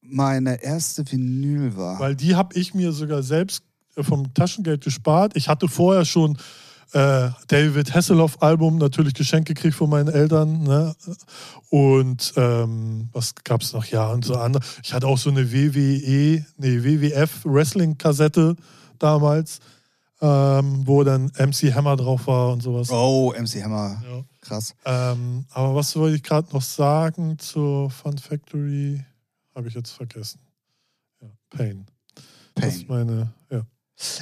[SPEAKER 1] meine erste Vinyl war.
[SPEAKER 2] Weil die habe ich mir sogar selbst äh, vom Taschengeld gespart. Ich hatte vorher schon äh, David Hasselhoff-Album natürlich geschenkt gekriegt von meinen Eltern. Ne? Und ähm, was gab es noch? Ja, und so andere. Ich hatte auch so eine WWE, nee, WWF Wrestling-Kassette damals, ähm, wo dann MC Hammer drauf war und sowas.
[SPEAKER 1] oh, MC Hammer,
[SPEAKER 2] Ja.
[SPEAKER 1] krass.
[SPEAKER 2] Ähm, aber was wollte ich gerade noch sagen zur Fun Factory? Habe ich jetzt vergessen. Ja, Pain. Das ist
[SPEAKER 1] Pain.
[SPEAKER 2] meine, ja.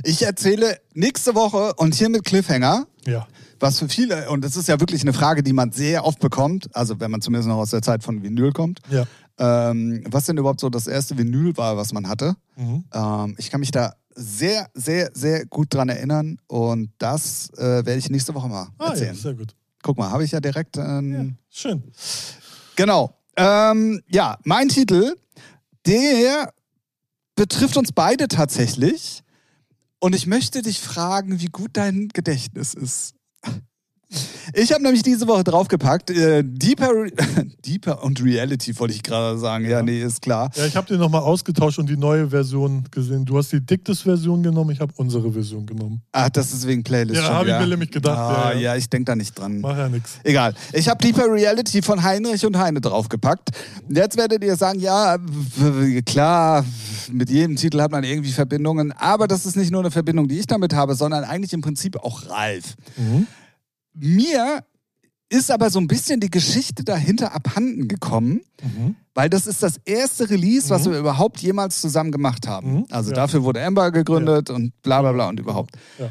[SPEAKER 1] Ich erzähle nächste Woche und hier mit Cliffhanger,
[SPEAKER 2] Ja,
[SPEAKER 1] was für viele, und das ist ja wirklich eine Frage, die man sehr oft bekommt, also wenn man zumindest noch aus der Zeit von Vinyl kommt,
[SPEAKER 2] ja.
[SPEAKER 1] ähm, was denn überhaupt so das erste Vinyl war, was man hatte.
[SPEAKER 2] Mhm.
[SPEAKER 1] Ähm, ich kann mich da sehr, sehr, sehr gut dran erinnern und das äh, werde ich nächste Woche mal
[SPEAKER 2] Ah, ja,
[SPEAKER 1] erzählen.
[SPEAKER 2] sehr gut.
[SPEAKER 1] Guck mal, habe ich ja direkt.
[SPEAKER 2] Ja,
[SPEAKER 1] Ähm,
[SPEAKER 2] schön.
[SPEAKER 1] Genau. Ähm, ja, mein Titel, der betrifft uns beide tatsächlich. Und ich möchte dich fragen, wie gut dein Gedächtnis ist. Ich habe nämlich diese Woche draufgepackt, äh, Deeper, Re- Deeper und Reality wollte ich gerade sagen. Ja, nee, ist klar.
[SPEAKER 2] Ja, ich habe den nochmal ausgetauscht und die neue Version gesehen. Du hast die Dictus-Version genommen, ich habe unsere Version genommen.
[SPEAKER 1] Ach, Ah, das ist wegen Playlist.
[SPEAKER 2] Ja,
[SPEAKER 1] schon
[SPEAKER 2] habe ich
[SPEAKER 1] wieder.
[SPEAKER 2] mir nämlich gedacht,
[SPEAKER 1] Ah,
[SPEAKER 2] ja, ja.
[SPEAKER 1] ja, ich denke da nicht dran.
[SPEAKER 2] Mach ja nichts.
[SPEAKER 1] Egal. Ich habe Deeper Reality von Heinrich und Heine draufgepackt. Jetzt werdet ihr sagen, ja, w- w- klar, mit jedem Titel hat man irgendwie Verbindungen. Aber das ist nicht nur eine Verbindung, die ich damit habe, sondern eigentlich im Prinzip auch Ralf.
[SPEAKER 2] Mhm.
[SPEAKER 1] Mir ist aber so ein bisschen die Geschichte dahinter abhanden gekommen.
[SPEAKER 2] Mhm.
[SPEAKER 1] Weil das ist das erste Release, was
[SPEAKER 2] Mhm.
[SPEAKER 1] wir überhaupt jemals zusammen gemacht haben.
[SPEAKER 2] Mhm.
[SPEAKER 1] Also
[SPEAKER 2] Ja. Mhm.
[SPEAKER 1] dafür wurde Amber gegründet und bla bla bla und überhaupt.
[SPEAKER 2] Ja.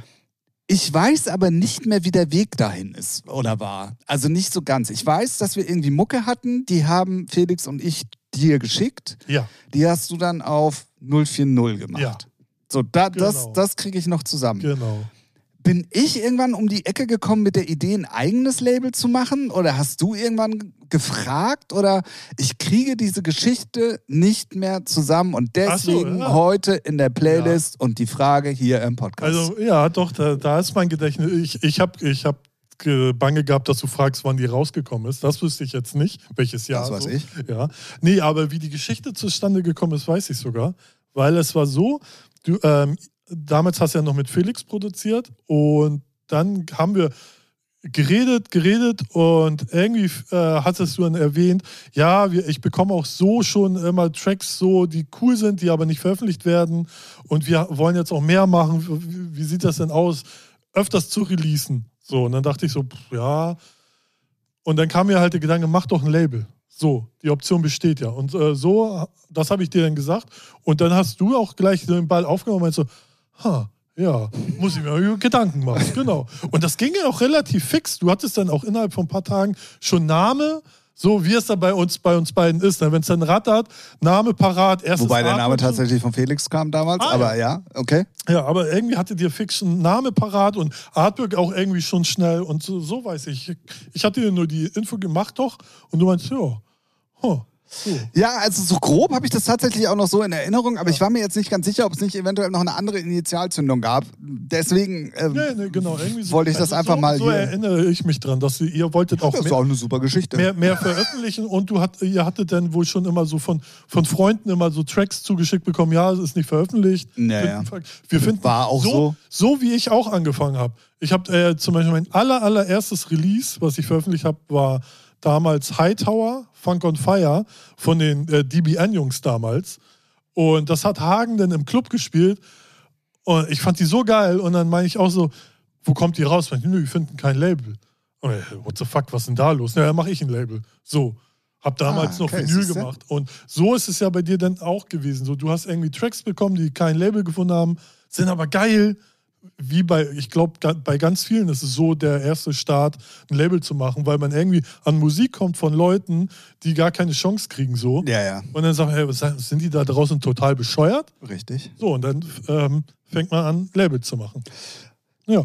[SPEAKER 1] Ich weiß aber nicht mehr, wie der Weg dahin ist oder war. Also nicht so ganz. Ich weiß, dass wir irgendwie Mucke hatten, die haben Felix und ich dir geschickt.
[SPEAKER 2] Ja,
[SPEAKER 1] Die hast du dann auf 040 gemacht.
[SPEAKER 2] Ja.
[SPEAKER 1] So, da, das,
[SPEAKER 2] Genau.
[SPEAKER 1] das kriege ich noch zusammen.
[SPEAKER 2] genau.
[SPEAKER 1] Bin ich irgendwann um die Ecke gekommen mit der Idee, ein eigenes Label zu machen? Oder hast du irgendwann g- gefragt? Oder ich kriege diese Geschichte nicht mehr zusammen und
[SPEAKER 2] Ach so,
[SPEAKER 1] deswegen
[SPEAKER 2] ja.
[SPEAKER 1] heute in der Playlist und die Frage hier im Podcast.
[SPEAKER 2] Also ja, doch, da, da ist mein Gedächtnis. Ich, ich habe ich hab äh, Bange gehabt, dass du fragst, wann die rausgekommen ist. Das wüsste ich jetzt nicht, welches Jahr.
[SPEAKER 1] Das weiß
[SPEAKER 2] so.
[SPEAKER 1] ich.
[SPEAKER 2] Ja. Nee, aber wie die Geschichte zustande gekommen ist, weiß ich sogar. Weil es war so, du, ähm, damals hast du ja noch mit Felix produziert und dann haben wir geredet, geredet und irgendwie äh, hattest du dann erwähnt, ja, wir, ich bekomme auch so schon immer Tracks so, die cool sind, die aber nicht veröffentlicht werden und wir wollen jetzt auch mehr machen. Wie, wie sieht das denn aus? Öfters zu releasen. So, und dann dachte ich so, pff, ja. Und dann kam mir halt der Gedanke, mach doch ein Label. So, die Option besteht ja. Und äh, so, das habe ich dir dann gesagt. Und dann hast du auch gleich den Ball aufgenommen und meinst so, ha, ja, muss ich mir mal Gedanken machen. Genau. Und das ging ja auch relativ fix. Du hattest dann auch innerhalb von ein paar Tagen schon Name, so wie es dann bei uns, bei uns beiden ist. Wenn es dann rattert, Name parat, erstes
[SPEAKER 1] Wobei der Name
[SPEAKER 2] Artwork schon.
[SPEAKER 1] tatsächlich von Felix kam damals,
[SPEAKER 2] Ah,
[SPEAKER 1] aber ja, okay.
[SPEAKER 2] Ja, aber irgendwie hatte dir fix einen Name parat und Artwork auch irgendwie schon schnell und so, so weiß ich. Ich hatte dir nur die Info gemacht doch und du meinst, ja, huh, so.
[SPEAKER 1] Ja, also so grob habe ich das tatsächlich auch noch so in Erinnerung, aber ich war mir jetzt nicht ganz sicher, ob es nicht eventuell noch eine andere Initialzündung gab. Deswegen ähm,
[SPEAKER 2] Nee, nee, genau, irgendwie so.
[SPEAKER 1] Wollte ich das einfach
[SPEAKER 2] so,
[SPEAKER 1] mal
[SPEAKER 2] So
[SPEAKER 1] hier-
[SPEAKER 2] erinnere ich mich dran, dass ihr, ihr wolltet auch
[SPEAKER 1] das ist
[SPEAKER 2] mehr,
[SPEAKER 1] auch eine super Geschichte.
[SPEAKER 2] mehr, mehr veröffentlichen und du hat, ihr hattet dann wohl schon immer so von, von Freunden immer so Tracks zugeschickt bekommen, ja, es ist nicht veröffentlicht.
[SPEAKER 1] Ja,
[SPEAKER 2] Wir
[SPEAKER 1] ja.
[SPEAKER 2] finden- Wir finden
[SPEAKER 1] War auch
[SPEAKER 2] so,
[SPEAKER 1] so.
[SPEAKER 2] so wie ich auch angefangen habe. Ich habe äh, zum Beispiel mein aller, allererstes Release, was ich veröffentlicht habe, war damals Hightower, Funk on Fire von den äh, DBN-Jungs damals. Und das hat Hagen dann im Club gespielt. Und ich fand die so geil. Und dann meine ich auch so, wo kommt die raus? Ich, Nö, wir finden kein Label. Und, ich, what the fuck, was ist denn da los? Na, dann mache ich ein Label. So. Hab damals
[SPEAKER 1] Ah, okay,
[SPEAKER 2] noch Vinyl
[SPEAKER 1] siehste.
[SPEAKER 2] gemacht. Und so ist es ja bei dir dann auch gewesen. So, du hast irgendwie Tracks bekommen, die kein Label gefunden haben, sind aber geil. Wie bei, ich glaube, bei ganz vielen ist es so der erste Start, ein Label zu machen, weil man irgendwie an Musik kommt von Leuten, die gar keine Chance kriegen. So.
[SPEAKER 1] Ja, ja,
[SPEAKER 2] Und dann sagt man, hey, was sind die da draußen total bescheuert?
[SPEAKER 1] richtig.
[SPEAKER 2] So, und dann ähm, fängt man an, Labels zu machen. Ja.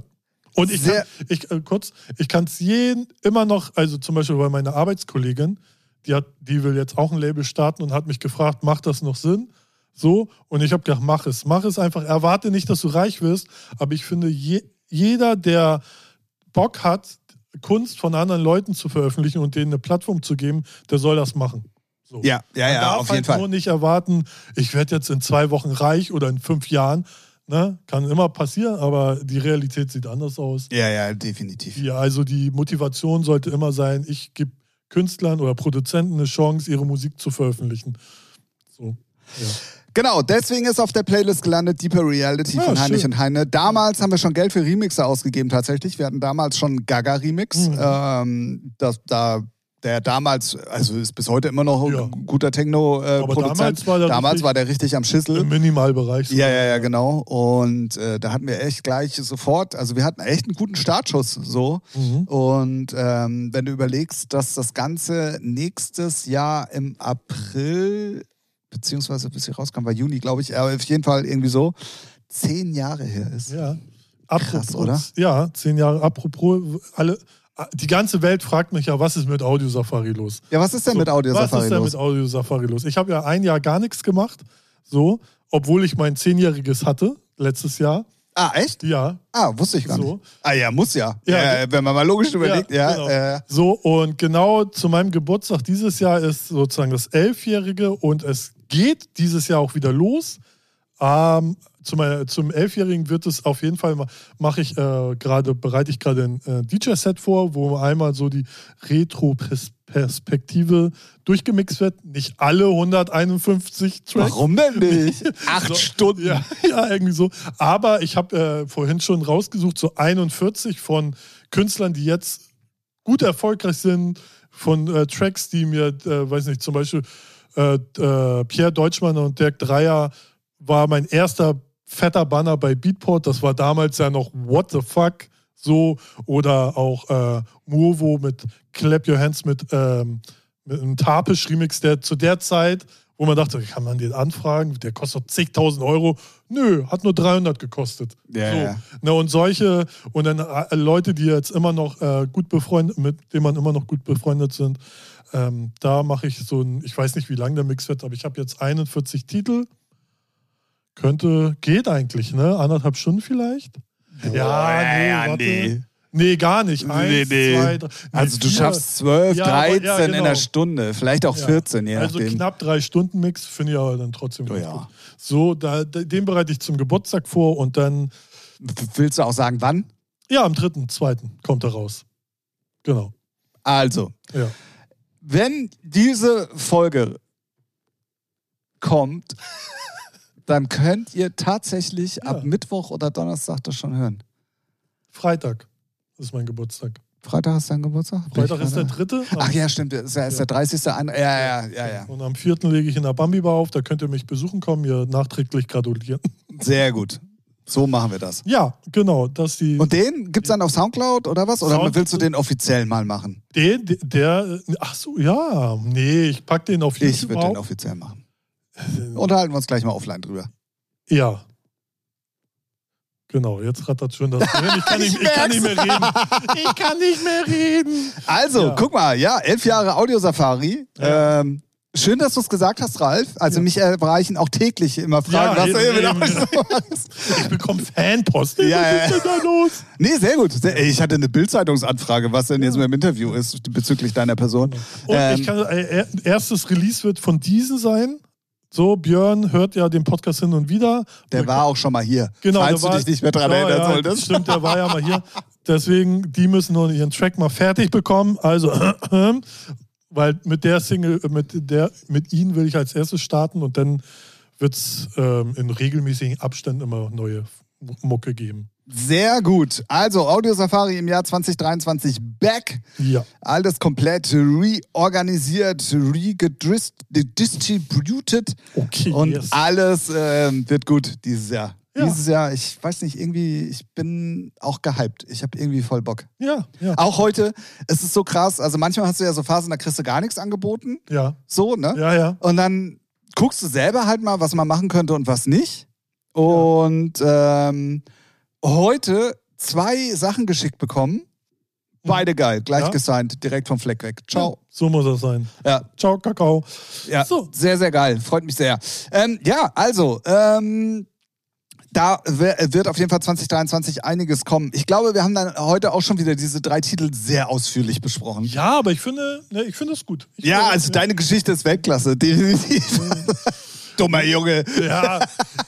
[SPEAKER 2] Und ich kann,
[SPEAKER 1] Sehr-
[SPEAKER 2] ich, äh, kurz, ich kann es jeden immer noch, also zum Beispiel bei meiner Arbeitskollegin, die, hat, die will jetzt auch ein Label starten und hat mich gefragt, macht das noch Sinn? So, und ich habe gedacht, mach es. Mach es einfach. Erwarte nicht, dass du reich wirst, aber ich finde, je, jeder, der Bock hat, Kunst von anderen Leuten zu veröffentlichen und denen eine Plattform zu geben, der soll das machen. So.
[SPEAKER 1] Ja, ja,
[SPEAKER 2] Man
[SPEAKER 1] ja,
[SPEAKER 2] darf
[SPEAKER 1] auf
[SPEAKER 2] halt
[SPEAKER 1] jeden Fall.
[SPEAKER 2] nur nicht erwarten, ich werde jetzt in zwei Wochen reich oder in fünf Jahren. Ne? Kann immer passieren, aber die Realität sieht anders aus.
[SPEAKER 1] Ja, ja, definitiv.
[SPEAKER 2] Ja, also die Motivation sollte immer sein, ich gebe Künstlern oder Produzenten eine Chance, ihre Musik zu veröffentlichen. So. Ja.
[SPEAKER 1] Genau, deswegen ist auf der Playlist gelandet Deeper Reality
[SPEAKER 2] Ja,
[SPEAKER 1] von Heinrich
[SPEAKER 2] Ah, schön.
[SPEAKER 1] und Heine. Damals haben wir schon Geld für Remixer ausgegeben tatsächlich. Wir hatten damals schon einen Gaga-Remix.
[SPEAKER 2] Mhm.
[SPEAKER 1] Ähm, das, da, der damals, also ist bis heute immer noch
[SPEAKER 2] Ja.
[SPEAKER 1] ein guter Techno-Produzent.
[SPEAKER 2] Aber
[SPEAKER 1] Äh,
[SPEAKER 2] damals
[SPEAKER 1] Produzent.
[SPEAKER 2] war der
[SPEAKER 1] damals
[SPEAKER 2] richtig-
[SPEAKER 1] war der richtig am Schüssel.
[SPEAKER 2] Im Minimalbereich. so.
[SPEAKER 1] Ja, ja, ja, genau. Und äh, da hatten wir echt gleich sofort, also wir hatten echt einen guten Startschuss so.
[SPEAKER 2] Mhm.
[SPEAKER 1] Und ähm, wenn du überlegst, dass das Ganze nächstes Jahr im April, beziehungsweise bis hier rauskam, war Juni, glaube ich, aber auf jeden Fall irgendwie so, zehn Jahre her ist.
[SPEAKER 2] Ja. Apropos,
[SPEAKER 1] oder?
[SPEAKER 2] Ja, zehn Jahre. Apropos, alle, die ganze Welt fragt mich ja, was ist mit Audio Safari los?
[SPEAKER 1] Ja, was ist denn
[SPEAKER 2] So,
[SPEAKER 1] mit Audio
[SPEAKER 2] Was
[SPEAKER 1] Safari
[SPEAKER 2] ist denn
[SPEAKER 1] los?
[SPEAKER 2] mit Audio Safari los? Ich habe ja ein Jahr gar nichts gemacht, so, obwohl ich mein Zehnjähriges hatte letztes Jahr.
[SPEAKER 1] Ah, echt?
[SPEAKER 2] Ja,
[SPEAKER 1] Ah, wusste ich gar nicht.
[SPEAKER 2] so.
[SPEAKER 1] Ah ja, muss ja.
[SPEAKER 2] Ja.
[SPEAKER 1] Äh, wenn man mal logisch überlegt, ja.
[SPEAKER 2] genau.
[SPEAKER 1] äh,
[SPEAKER 2] So, und genau zu meinem Geburtstag dieses Jahr ist sozusagen das Elfjährige und es geht dieses Jahr auch wieder los. Ähm, zu meiner, zum Elfjährigen wird es auf jeden Fall, ma- mache ich äh, gerade, bereite ich gerade ein äh, DJ-Set vor, wo einmal so die Retro-Perspektive durchgemixt wird. Nicht alle 151 Tracks.
[SPEAKER 1] warum denn nicht? Acht
[SPEAKER 2] So,
[SPEAKER 1] Stunden.
[SPEAKER 2] Ja, ja, irgendwie so. Aber ich habe äh, vorhin schon rausgesucht, so 41 von Künstlern, die jetzt gut erfolgreich sind, von äh, Tracks, die mir, äh, weiß nicht, zum Beispiel äh, äh, Pierre Deutschmann und Dirk Dreier war mein erster fetter Banner bei Beatport. Das war damals ja noch What the fuck so oder auch äh, Movo mit Clap Your Hands mit, ähm, mit einem Tapisch-Remix, der zu der Zeit, wo man dachte, kann man den anfragen, der kostet doch zigtausend Euro. Nö, hat nur 300 gekostet.
[SPEAKER 1] Ja,
[SPEAKER 2] so.
[SPEAKER 1] ja.
[SPEAKER 2] Na, und solche, und dann äh, Leute, die jetzt immer noch äh, gut befreundet, mit denen man immer noch gut befreundet sind, ähm, da mache ich so ein, ich weiß nicht, wie lang der Mix wird, aber ich habe jetzt 41 Titel.
[SPEAKER 1] Oh,
[SPEAKER 2] Könnte, geht eigentlich, ne? Anderthalb Stunden vielleicht?
[SPEAKER 1] Boah,
[SPEAKER 2] Ja, nee, warte. Nee, gar nicht. Eins,
[SPEAKER 1] Nee, nee.
[SPEAKER 2] zwei, drei. Nee,
[SPEAKER 1] also du
[SPEAKER 2] vier.
[SPEAKER 1] schaffst 12,
[SPEAKER 2] Ja, aber- ja,
[SPEAKER 1] 13 in
[SPEAKER 2] genau.
[SPEAKER 1] einer Stunde, vielleicht auch
[SPEAKER 2] Ja.
[SPEAKER 1] 14, je
[SPEAKER 2] Also
[SPEAKER 1] nachdem. Oh,
[SPEAKER 2] knapp drei Stunden Mix finde ich aber dann trotzdem ganz
[SPEAKER 1] Ja.
[SPEAKER 2] gut. So, da, da- den bereite ich zum Geburtstag vor und dann,
[SPEAKER 1] Willst du auch sagen, wann?
[SPEAKER 2] ja, am dritten, zweiten kommt er raus. Genau.
[SPEAKER 1] Also,
[SPEAKER 2] Ja.
[SPEAKER 1] wenn diese Folge kommt, dann könnt ihr tatsächlich ab
[SPEAKER 2] Ja.
[SPEAKER 1] Mittwoch oder Donnerstag das schon hören.
[SPEAKER 2] Freitag ist mein Geburtstag.
[SPEAKER 1] Freitag ist dein Geburtstag? Bin ich
[SPEAKER 2] Freitag ist der
[SPEAKER 1] gerade-
[SPEAKER 2] dritte.
[SPEAKER 1] Ach ja, stimmt, ist, ja, ist der 30. An ja, ja, ja, ja.
[SPEAKER 2] Und am vierten lege ich in der Bambi Bar auf. Da könnt ihr mich besuchen kommen, ihr nachträglich gratulieren.
[SPEAKER 1] Sehr gut. So machen wir das.
[SPEAKER 2] Ja, genau. Dass die,
[SPEAKER 1] Und den gibt's dann auf Soundcloud oder was? Oder
[SPEAKER 2] Sound-
[SPEAKER 1] willst du den offiziell mal machen?
[SPEAKER 2] den, de- der, ach so, ja. Nee, ich packe den auf
[SPEAKER 1] Ich
[SPEAKER 2] YouTube
[SPEAKER 1] würde den
[SPEAKER 2] auf.
[SPEAKER 1] offiziell machen. Unterhalten wir uns gleich mal offline drüber.
[SPEAKER 2] Ja. Genau, jetzt rattert schon das Gehirn. Ich kann nicht,
[SPEAKER 1] Ich
[SPEAKER 2] ich kann nicht mehr
[SPEAKER 1] merk's.
[SPEAKER 2] reden. Ich kann nicht mehr reden.
[SPEAKER 1] Also,
[SPEAKER 2] Ja.
[SPEAKER 1] guck mal, ja, elf Jahre Audiosafari.
[SPEAKER 2] Ja.
[SPEAKER 1] Ähm, schön, dass du es gesagt hast, Ralf. Also, mich erreichen auch täglich immer Fragen,
[SPEAKER 2] Ja,
[SPEAKER 1] was du
[SPEAKER 2] eben,
[SPEAKER 1] hier
[SPEAKER 2] eben,
[SPEAKER 1] wieder
[SPEAKER 2] ja. Ich bekomme Fanpost.
[SPEAKER 1] Ja,
[SPEAKER 2] Was
[SPEAKER 1] ja.
[SPEAKER 2] ist denn da los?
[SPEAKER 1] Nee, sehr gut. Sehr, ich hatte eine Bildzeitungsanfrage, was denn jetzt mit dem Interview ist bezüglich deiner Person.
[SPEAKER 2] Und
[SPEAKER 1] Ähm,
[SPEAKER 2] ich kann, äh, er- erstes Release wird von diesen sein. So, Björn hört ja den Podcast hin und wieder.
[SPEAKER 1] der war auch schon mal hier.
[SPEAKER 2] Genau,
[SPEAKER 1] falls
[SPEAKER 2] der
[SPEAKER 1] du
[SPEAKER 2] war-
[SPEAKER 1] dich nicht mehr dran
[SPEAKER 2] Ja,
[SPEAKER 1] erinnern
[SPEAKER 2] ja,
[SPEAKER 1] solltest.
[SPEAKER 2] Stimmt, der war ja mal hier. Deswegen, die müssen nur ihren Track mal fertig bekommen. Also, weil mit der Single, äh, mit der, mit ihnen will ich als erstes starten und dann wird es ähm, in regelmäßigen Abständen immer neue M- Mucke geben.
[SPEAKER 1] Sehr gut. Also, Audiosafari im Jahr 2023 back.
[SPEAKER 2] Ja.
[SPEAKER 1] Alles komplett reorganisiert, redistributed.
[SPEAKER 2] Okay.
[SPEAKER 1] Und
[SPEAKER 2] yes.
[SPEAKER 1] alles ähm, wird gut dieses Jahr.
[SPEAKER 2] Ja.
[SPEAKER 1] Dieses Jahr, ich weiß nicht, irgendwie, ich bin auch gehypt. Ich habe irgendwie voll Bock.
[SPEAKER 2] Ja, ja.
[SPEAKER 1] Auch heute, es ist so krass. Also manchmal hast du ja so Phasen, da kriegst du gar nichts angeboten.
[SPEAKER 2] Ja,
[SPEAKER 1] So, ne?
[SPEAKER 2] ja, ja.
[SPEAKER 1] Und dann guckst du selber halt mal, was man machen könnte und was nicht. Und ähm, heute zwei Sachen geschickt bekommen. Beide geil, gleich
[SPEAKER 2] Mhm. Ja.
[SPEAKER 1] gesigned, direkt vom Fleck weg. Ciao.
[SPEAKER 2] So muss das sein.
[SPEAKER 1] Ja,
[SPEAKER 2] Ciao, Kakao.
[SPEAKER 1] ja,
[SPEAKER 2] So.
[SPEAKER 1] sehr, sehr geil. Freut mich sehr. Ähm, ja, also, ähm, da wer- wird auf jeden Fall 2023 einiges kommen. Ich glaube, wir haben dann heute auch schon wieder diese drei Titel sehr ausführlich besprochen.
[SPEAKER 2] Ja, aber ich finde, ne, ich finde es gut. Ich
[SPEAKER 1] Ja,
[SPEAKER 2] finde-
[SPEAKER 1] also deine Geschichte ist Weltklasse, definitiv. Dummer Junge.
[SPEAKER 2] Ja,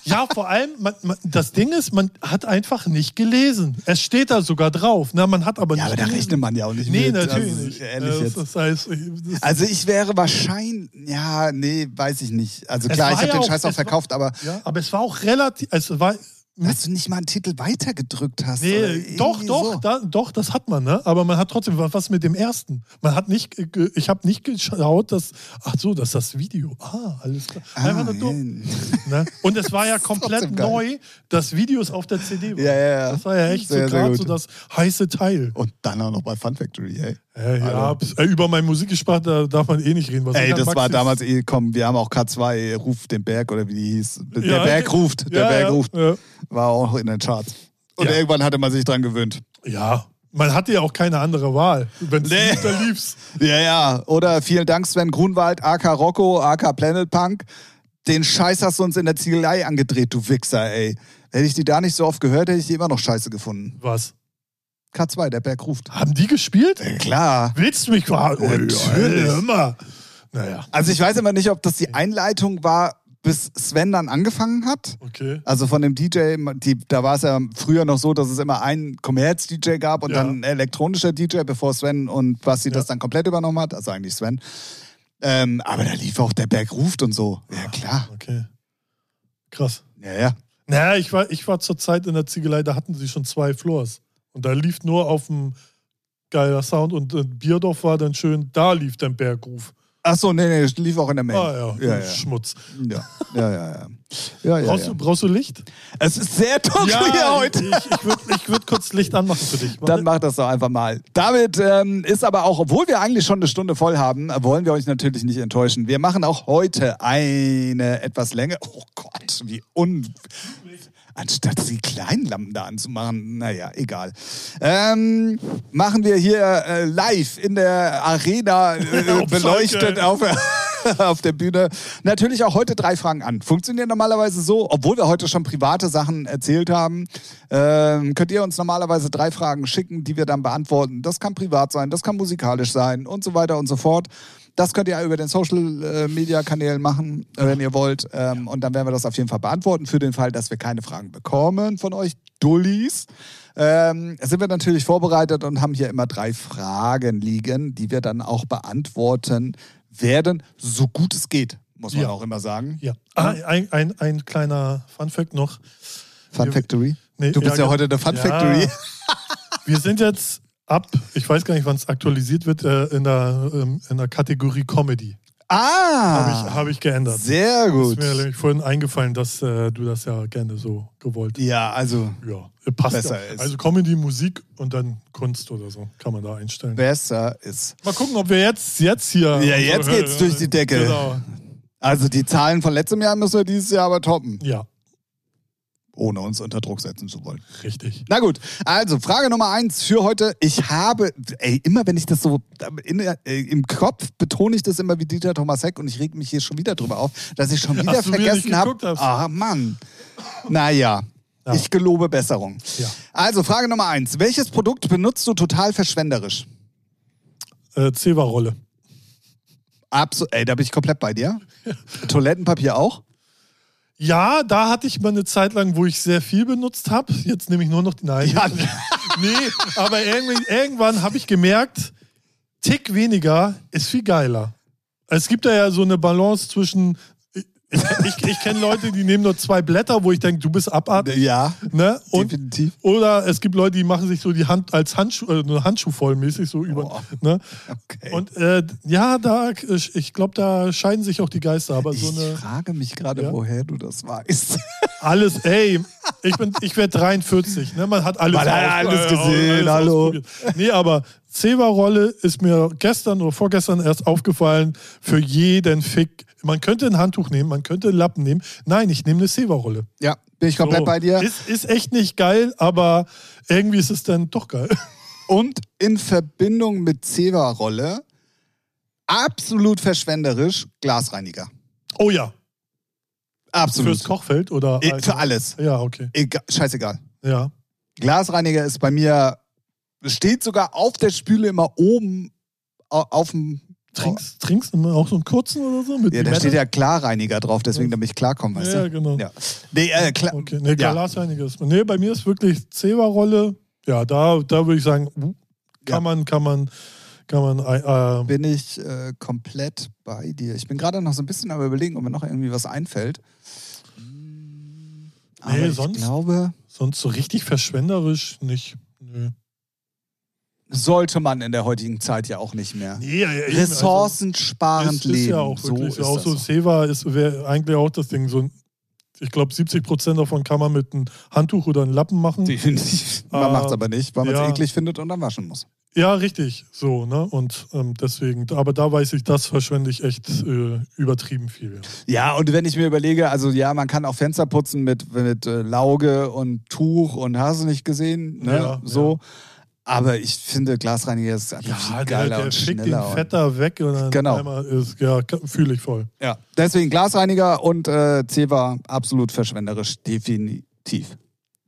[SPEAKER 2] ja vor allem, man, man, das Ding ist, man hat einfach nicht gelesen. Es steht da sogar drauf. Na, man hat aber
[SPEAKER 1] Ja,
[SPEAKER 2] nicht
[SPEAKER 1] aber da
[SPEAKER 2] gelesen.
[SPEAKER 1] rechnet man ja auch nicht
[SPEAKER 2] Nee,
[SPEAKER 1] mit.
[SPEAKER 2] natürlich
[SPEAKER 1] Also,
[SPEAKER 2] nicht.
[SPEAKER 1] ehrlich
[SPEAKER 2] Äh,
[SPEAKER 1] jetzt.
[SPEAKER 2] Das heißt, ich- das,
[SPEAKER 1] Also ich wäre wahrscheinlich, ja, nee, weiß ich nicht. Also
[SPEAKER 2] Es war
[SPEAKER 1] klar, ich habe
[SPEAKER 2] ja
[SPEAKER 1] den
[SPEAKER 2] auch-
[SPEAKER 1] Scheiß auch
[SPEAKER 2] es war-
[SPEAKER 1] verkauft, aber
[SPEAKER 2] ja, aber es war auch relativ, es war,
[SPEAKER 1] dass du nicht mal einen Titel weitergedrückt hast. oder
[SPEAKER 2] nee,
[SPEAKER 1] irgendwie
[SPEAKER 2] doch, doch,
[SPEAKER 1] so.
[SPEAKER 2] da, doch, das hat man, ne? Aber man hat trotzdem was- was mit dem ersten. Man hat nicht, äh, ge- ich habe nicht geschaut, dass, ach so, das ist das Video. Ah, alles klar. Einfach nur dumm. Ne? Und es war ja komplett
[SPEAKER 1] trotzdem geil.
[SPEAKER 2] neu, dass Videos auf der CD waren.
[SPEAKER 1] Ja, ja, ja.
[SPEAKER 2] Das war ja echt
[SPEAKER 1] Sehr,
[SPEAKER 2] so
[SPEAKER 1] sehr
[SPEAKER 2] gerade
[SPEAKER 1] gut.
[SPEAKER 2] so das heiße Teil.
[SPEAKER 1] Und dann auch noch bei Fun Factory, ey.
[SPEAKER 2] Äh, ja,
[SPEAKER 1] Also-
[SPEAKER 2] ps- äh, über mein Musikgespräch, da darf man eh nicht reden. Was
[SPEAKER 1] Ey,
[SPEAKER 2] ich an
[SPEAKER 1] das
[SPEAKER 2] Maxis-
[SPEAKER 1] war damals eh, komm, wir haben auch K2, Ruf den Berg oder wie die hieß. Der
[SPEAKER 2] Ja,
[SPEAKER 1] Berg ruft, der
[SPEAKER 2] ja,
[SPEAKER 1] Berg
[SPEAKER 2] ja,
[SPEAKER 1] ruft.
[SPEAKER 2] Ja.
[SPEAKER 1] War auch in den Charts. Und
[SPEAKER 2] Ja.
[SPEAKER 1] irgendwann hatte man sich dran gewöhnt.
[SPEAKER 2] ja, man hatte ja auch keine andere Wahl. Wenn es
[SPEAKER 1] Nee.
[SPEAKER 2] lief, dann lief's.
[SPEAKER 1] Ja, ja. Oder vielen Dank, Sven Grunwald, AK Rocco, AK Planet Punk. Den Scheiß hast du uns in der Ziegelei angedreht, du Wichser, ey. Hätte ich die da nicht so oft gehört, hätte ich die immer noch scheiße gefunden.
[SPEAKER 2] Was?
[SPEAKER 1] K2, der Berg ruft.
[SPEAKER 2] Haben die gespielt?
[SPEAKER 1] Klar.
[SPEAKER 2] Willst du mich verarschen? Oh,
[SPEAKER 1] Natürlich.
[SPEAKER 2] ja, immer. Naja,
[SPEAKER 1] Also ich weiß immer nicht, ob das die Einleitung war, bis Sven dann angefangen hat.
[SPEAKER 2] okay.
[SPEAKER 1] Also von dem DJ, die, da war es ja früher noch so, dass es immer einen Kommerz-DJ gab und
[SPEAKER 2] Ja.
[SPEAKER 1] dann ein elektronischer DJ, bevor Sven und Basti das dann komplett übernommen hat. Also eigentlich Sven. Ähm, aber da lief auch der Berg ruft und so. Ja, klar.
[SPEAKER 2] Okay. Krass.
[SPEAKER 1] Ja, ja.
[SPEAKER 2] Naja, ich war, ich war zur Zeit in der Ziegelei, da hatten sie schon zwei Floors. Und da lief nur auf dem geiler Sound und äh, Bierdorf war dann schön, da lief dann Bergruf.
[SPEAKER 1] Achso, nee, nee, lief auch in der Mail.
[SPEAKER 2] Ah ja,
[SPEAKER 1] ja, ja.
[SPEAKER 2] Schmutz.
[SPEAKER 1] Ja, ja, ja. ja. ja, ja,
[SPEAKER 2] Brauchst,
[SPEAKER 1] ja.
[SPEAKER 2] Du, brauchst du Licht?
[SPEAKER 1] Es ist sehr dunkel hier heute.
[SPEAKER 2] ich, ich würde ich würd kurz Licht anmachen für dich.
[SPEAKER 1] Dann
[SPEAKER 2] Warte.
[SPEAKER 1] macht das doch einfach mal. Damit ähm, ist aber auch, obwohl wir eigentlich schon eine Stunde voll haben, äh, wollen wir euch natürlich nicht enttäuschen. Wir machen auch heute eine etwas länger. Oh Gott, wie un. Anstatt die kleinen Lampen da anzumachen, naja, egal. Ähm, machen wir hier äh, live in der Arena äh,
[SPEAKER 2] Auf
[SPEAKER 1] beleuchtet
[SPEAKER 2] Schalke.
[SPEAKER 1] auf, auf der Bühne. Natürlich auch heute drei Fragen an. Funktioniert normalerweise so, obwohl wir heute schon private Sachen erzählt haben, ähm, könnt ihr uns normalerweise drei Fragen schicken, die wir dann beantworten. Das kann privat sein, das kann musikalisch sein und so weiter und so fort. Das könnt ihr über den Social äh, Media Kanälen machen, wenn ihr wollt. Ähm, und dann werden wir das auf jeden Fall beantworten. Für den Fall, dass wir keine Fragen bekommen von euch Dullis, ähm, sind wir natürlich vorbereitet und haben hier immer drei Fragen liegen, die wir dann auch beantworten werden, so gut es geht, muss man
[SPEAKER 2] Ja.
[SPEAKER 1] auch immer sagen.
[SPEAKER 2] Ja. Ah, ein, ein, ein kleiner Funfact noch.
[SPEAKER 1] Fun Factory.
[SPEAKER 2] Nee,
[SPEAKER 1] Du bist ja,
[SPEAKER 2] genau.
[SPEAKER 1] heute der Fun
[SPEAKER 2] Ja.
[SPEAKER 1] Factory.
[SPEAKER 2] Wir sind jetzt ab, ich weiß gar nicht, wann es aktualisiert wird, äh, in, der, ähm, in der Kategorie Comedy. Habe ich,
[SPEAKER 1] Ah,
[SPEAKER 2] hab ich geändert.
[SPEAKER 1] sehr
[SPEAKER 2] Ist
[SPEAKER 1] gut.
[SPEAKER 2] mir nämlich vorhin eingefallen, dass äh, du das ja gerne so gewollt
[SPEAKER 1] Ja, also
[SPEAKER 2] Ja, passt.
[SPEAKER 1] Besser
[SPEAKER 2] ja.
[SPEAKER 1] ist.
[SPEAKER 2] Also Comedy, Musik und dann Kunst oder so kann man da einstellen.
[SPEAKER 1] besser ist.
[SPEAKER 2] Mal gucken, ob wir jetzt, jetzt hier.
[SPEAKER 1] Ja, jetzt geht's durch die Decke.
[SPEAKER 2] Genau.
[SPEAKER 1] Also die Zahlen von letztem Jahr müssen wir dieses Jahr aber toppen,
[SPEAKER 2] Ja,
[SPEAKER 1] ohne uns unter Druck setzen zu wollen.
[SPEAKER 2] richtig.
[SPEAKER 1] Na gut, also Frage Nummer eins für heute. Ich habe, ey, immer wenn ich das so in, äh, im Kopf betone ich das immer wie Dieter Thomas Heck und ich reg mich hier schon wieder drüber auf, dass ich schon wieder
[SPEAKER 2] Dass du wieder nicht
[SPEAKER 1] vergessen habe.
[SPEAKER 2] geguckt hast.
[SPEAKER 1] Ah, Mann. Naja.
[SPEAKER 2] Ja.
[SPEAKER 1] Ich gelobe Besserung.
[SPEAKER 2] Ja.
[SPEAKER 1] Also, Frage Nummer eins. Welches Produkt benutzt du total verschwenderisch?
[SPEAKER 2] Äh, Zewa-Rolle.
[SPEAKER 1] Absu Ey, da bin ich komplett bei dir. Toilettenpapier auch?
[SPEAKER 2] Ja, da hatte ich mal eine Zeit lang, wo ich sehr viel benutzt habe. Jetzt nehme ich nur noch die. Nein.
[SPEAKER 1] Ja.
[SPEAKER 2] nee, aber irgendwie, irgendwann habe ich gemerkt, Tick weniger ist viel geiler. Es gibt da ja so eine Balance zwischen. Ich, ich, ich kenne Leute, die nehmen nur zwei Blätter, wo ich denke, du bist abartig.
[SPEAKER 1] Ja,
[SPEAKER 2] Ne? Und
[SPEAKER 1] definitiv.
[SPEAKER 2] Oder es gibt Leute, die machen sich so die Hand als Handschuh, äh, eine Handschuh voll mäßig so über.
[SPEAKER 1] Boah.
[SPEAKER 2] Ne?
[SPEAKER 1] Okay.
[SPEAKER 2] Und äh, ja, da, ich glaube, da scheiden sich auch die Geister, aber so eine.
[SPEAKER 1] ich frage mich gerade,
[SPEAKER 2] Ja?
[SPEAKER 1] woher du das weißt.
[SPEAKER 2] Alles, ey, ich, bin- ich werde 43, ne? Man hat alles,
[SPEAKER 1] Man hat alles gesehen,
[SPEAKER 2] alles
[SPEAKER 1] hallo.
[SPEAKER 2] ausprobiert. Nee, aber Zewa-Rolle ist mir gestern oder vorgestern erst aufgefallen für jeden Fick. Man könnte ein Handtuch nehmen, man könnte einen Lappen nehmen. Nein, ich nehme eine Zewa-Rolle.
[SPEAKER 1] Ja, bin ich komplett
[SPEAKER 2] So.
[SPEAKER 1] bei dir.
[SPEAKER 2] Ist, ist echt nicht geil, aber irgendwie ist es dann doch geil.
[SPEAKER 1] Und in Verbindung mit Zewa-Rolle absolut verschwenderisch Glasreiniger.
[SPEAKER 2] Oh ja,
[SPEAKER 1] Absolut.
[SPEAKER 2] Fürs Kochfeld oder?
[SPEAKER 1] E- Für alles.
[SPEAKER 2] Ja, okay.
[SPEAKER 1] Ega scheißegal.
[SPEAKER 2] Ja.
[SPEAKER 1] Glasreiniger ist bei mir, steht sogar auf der Spüle immer oben au- auf dem.
[SPEAKER 2] Trinkst, trinkst du mal auch so einen kurzen oder so? Mit
[SPEAKER 1] Oh. Ja, da
[SPEAKER 2] Limette?
[SPEAKER 1] steht ja Klarreiniger drauf, deswegen damit ich klarkomme, weißt
[SPEAKER 2] Ja,
[SPEAKER 1] du?
[SPEAKER 2] genau.
[SPEAKER 1] Ja. Nee, äh, klar.
[SPEAKER 2] Okay, nee,
[SPEAKER 1] Ja.
[SPEAKER 2] Glasreiniger ist. Nee, bei mir ist wirklich Zewa-Rolle. Ja, da, da würde ich sagen, uh, kann
[SPEAKER 1] Ja.
[SPEAKER 2] man, kann man, kann man, äh, äh,
[SPEAKER 1] bin ich äh, komplett bei dir. Ich bin gerade noch so ein bisschen am überlegen, ob mir noch irgendwie was einfällt. Hm, Aber
[SPEAKER 2] Nee,
[SPEAKER 1] ich
[SPEAKER 2] sonst-
[SPEAKER 1] glaube,
[SPEAKER 2] sonst so richtig verschwenderisch nicht. Nö.
[SPEAKER 1] sollte man in der heutigen Zeit ja auch nicht mehr.
[SPEAKER 2] Nee, ja, ja, eben,
[SPEAKER 1] Ressourcensparend
[SPEAKER 2] also, ist,
[SPEAKER 1] leben.
[SPEAKER 2] ist ja auch
[SPEAKER 1] so
[SPEAKER 2] wirklich so.
[SPEAKER 1] ist
[SPEAKER 2] Auch
[SPEAKER 1] das
[SPEAKER 2] so
[SPEAKER 1] auch.
[SPEAKER 2] Seva ist wäre eigentlich auch das Ding. So, ein- ich glaube, 70 Prozent davon kann man mit einem Handtuch oder einem Lappen machen.
[SPEAKER 1] Definitiv. Man
[SPEAKER 2] Äh,
[SPEAKER 1] macht es aber nicht, weil man es
[SPEAKER 2] ja.
[SPEAKER 1] eklig findet und dann waschen muss.
[SPEAKER 2] Ja, richtig. So, ne? Und ähm, deswegen, aber da weiß ich, das verschwende ich echt äh, übertrieben viel.
[SPEAKER 1] Ja, und wenn ich mir überlege, also ja, man kann auch Fenster putzen mit, mit äh, Lauge und Tuch und hast du nicht gesehen, ne?
[SPEAKER 2] Ja,
[SPEAKER 1] so. Aber ich finde, Glasreiniger ist einfach viel geiler
[SPEAKER 2] der, der
[SPEAKER 1] und
[SPEAKER 2] schickt
[SPEAKER 1] schneller.
[SPEAKER 2] den
[SPEAKER 1] und-
[SPEAKER 2] Vetter weg und dann
[SPEAKER 1] Genau.
[SPEAKER 2] einmal ist, ja, fühle ich voll.
[SPEAKER 1] Ja, deswegen Glasreiniger und äh, Zewa absolut verschwenderisch, definitiv.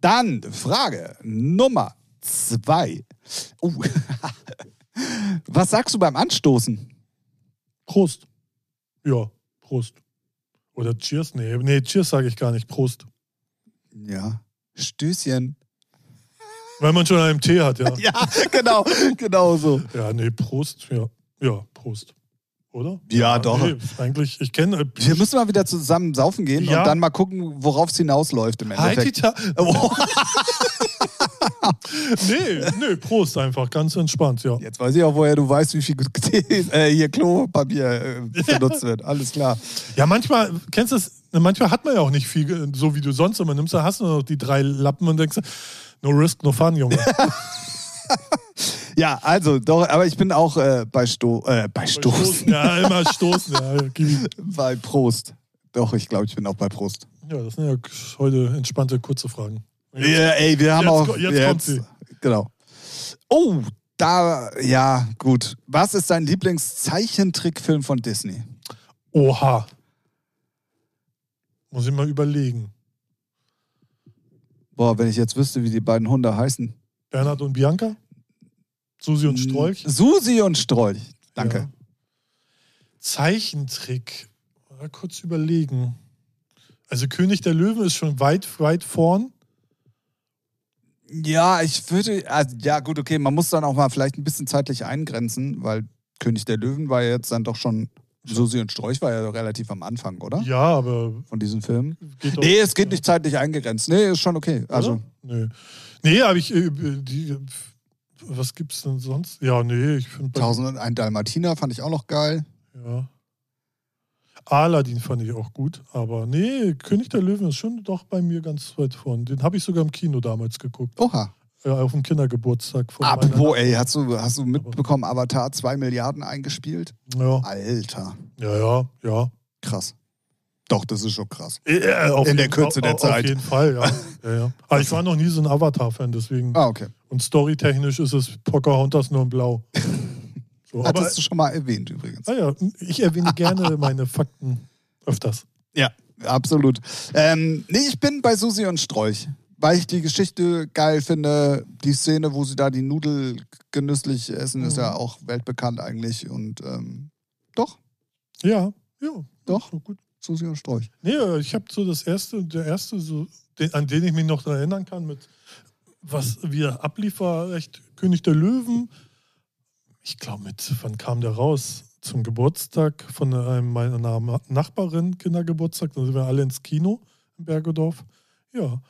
[SPEAKER 1] Dann Frage Nummer zwei. Uh. Was sagst du beim Anstoßen?
[SPEAKER 2] Prost. Ja, Prost. Oder Cheers? Nee, nee Cheers sage ich gar nicht. Prost.
[SPEAKER 1] Ja. Stößchen.
[SPEAKER 2] Weil man schon einen Tee hat, ja. ja.
[SPEAKER 1] Ja, genau, genau so.
[SPEAKER 2] nee, Prost. Ja, ja Prost. Oder?
[SPEAKER 1] Ja, doch.
[SPEAKER 2] Nee, eigentlich, ich kenne. äh,
[SPEAKER 1] Wir müssen mal wieder zusammen saufen gehen
[SPEAKER 2] Ja.
[SPEAKER 1] und dann mal gucken, worauf es hinausläuft im
[SPEAKER 2] Halt die
[SPEAKER 1] Endeffekt.
[SPEAKER 2] Ta
[SPEAKER 1] Oh,
[SPEAKER 2] Nee, nee, Prost einfach. Ganz entspannt, ja.
[SPEAKER 1] jetzt weiß ich auch, woher du weißt, wie viel Tee- äh, hier Klopapier äh, benutzt wird. Alles klar.
[SPEAKER 2] Ja, manchmal, kennst du das, manchmal hat man ja auch nicht viel, äh, so wie du sonst immer nimmst, da hast du nur noch die drei Lappen und denkst, no risk, no fun, Junge.
[SPEAKER 1] Ja, also doch, aber ich bin auch äh, bei, Sto äh, bei Stoßen,
[SPEAKER 2] Ja, immer stoßen. Ja, gib ihm.
[SPEAKER 1] bei Prost. Doch, ich glaube, ich bin auch bei Prost.
[SPEAKER 2] ja, das sind ja k- heute entspannte, kurze Fragen.
[SPEAKER 1] Ja, ey, wir haben
[SPEAKER 2] jetzt
[SPEAKER 1] auch
[SPEAKER 2] ko- jetzt kommt sie.
[SPEAKER 1] Genau. Oh, da ja, gut. Was ist dein Lieblingszeichentrickfilm von Disney?
[SPEAKER 2] Oha. Muss ich mal überlegen.
[SPEAKER 1] Boah, wenn ich jetzt wüsste, wie die beiden Hunde heißen.
[SPEAKER 2] Bernhard und Bianca? Susi und Strolch?
[SPEAKER 1] Susi und Strolch. Hm, Danke.
[SPEAKER 2] Ja. Zeichentrick. Mal kurz überlegen. Also König der Löwen ist schon weit, weit vorn.
[SPEAKER 1] Ja, ich würde, also, ja gut, okay, man muss dann auch mal vielleicht ein bisschen zeitlich eingrenzen, weil König der Löwen war ja jetzt dann doch schon, Susi und Strolch war ja doch relativ am Anfang, oder?
[SPEAKER 2] Ja, aber
[SPEAKER 1] Von diesen Filmen.
[SPEAKER 2] geht doch.
[SPEAKER 1] Nee, es geht nicht zeitlich eingegrenzt. Nee, ist schon okay. Also,
[SPEAKER 2] Oder? Nö. Nee, habe ich. Äh, die, was gibt's denn sonst? Ja, nee, ich finde.
[SPEAKER 1] 1001 Dalmatiner fand ich auch noch geil.
[SPEAKER 2] Ja. Aladdin fand ich auch gut, aber nee, König der Löwen ist schon doch bei mir ganz weit vorn. Den habe ich sogar im Kino damals geguckt.
[SPEAKER 1] Oha.
[SPEAKER 2] Äh, auf dem Kindergeburtstag von
[SPEAKER 1] Apropos, ey, hast du, hast du mitbekommen, Avatar 2 Milliarden eingespielt?
[SPEAKER 2] meiner.
[SPEAKER 1] Alter,
[SPEAKER 2] Ja, ja, ja.
[SPEAKER 1] krass. Doch, das ist schon krass.
[SPEAKER 2] ja. Äh, auf
[SPEAKER 1] In der
[SPEAKER 2] jeden-
[SPEAKER 1] Kürze der
[SPEAKER 2] au-
[SPEAKER 1] Zeit.
[SPEAKER 2] Auf jeden Fall, ja. ja, ja. Aber ich war noch nie so ein Avatar-Fan, deswegen.
[SPEAKER 1] Ah, okay.
[SPEAKER 2] Und storytechnisch ist es Pocahontas nur in Blau. So, aber
[SPEAKER 1] Hattest du schon mal erwähnt übrigens.
[SPEAKER 2] Ah ja, ich erwähne gerne meine Fakten öfters.
[SPEAKER 1] Ja, absolut. Ähm, nee, ich bin bei Susi und Strolch, weil ich die Geschichte geil finde. Die Szene, wo sie da die Nudel genüsslich essen,
[SPEAKER 2] Mhm.
[SPEAKER 1] ist ja auch weltbekannt eigentlich. Und ähm, doch,
[SPEAKER 2] Ja, ja.
[SPEAKER 1] Doch.
[SPEAKER 2] so Gut.
[SPEAKER 1] Susi und Strolch.
[SPEAKER 2] Nee, äh, ich habe so das erste, der erste, so, den, an den ich mich noch erinnern kann, mit was wir ablief, war echt König der Löwen. Ich glaube, mit wann kam der raus? Zum Geburtstag von einem meiner Na- Nachbarin, Kindergeburtstag. Dann sind wir alle ins Kino in Bergedorf. Ja.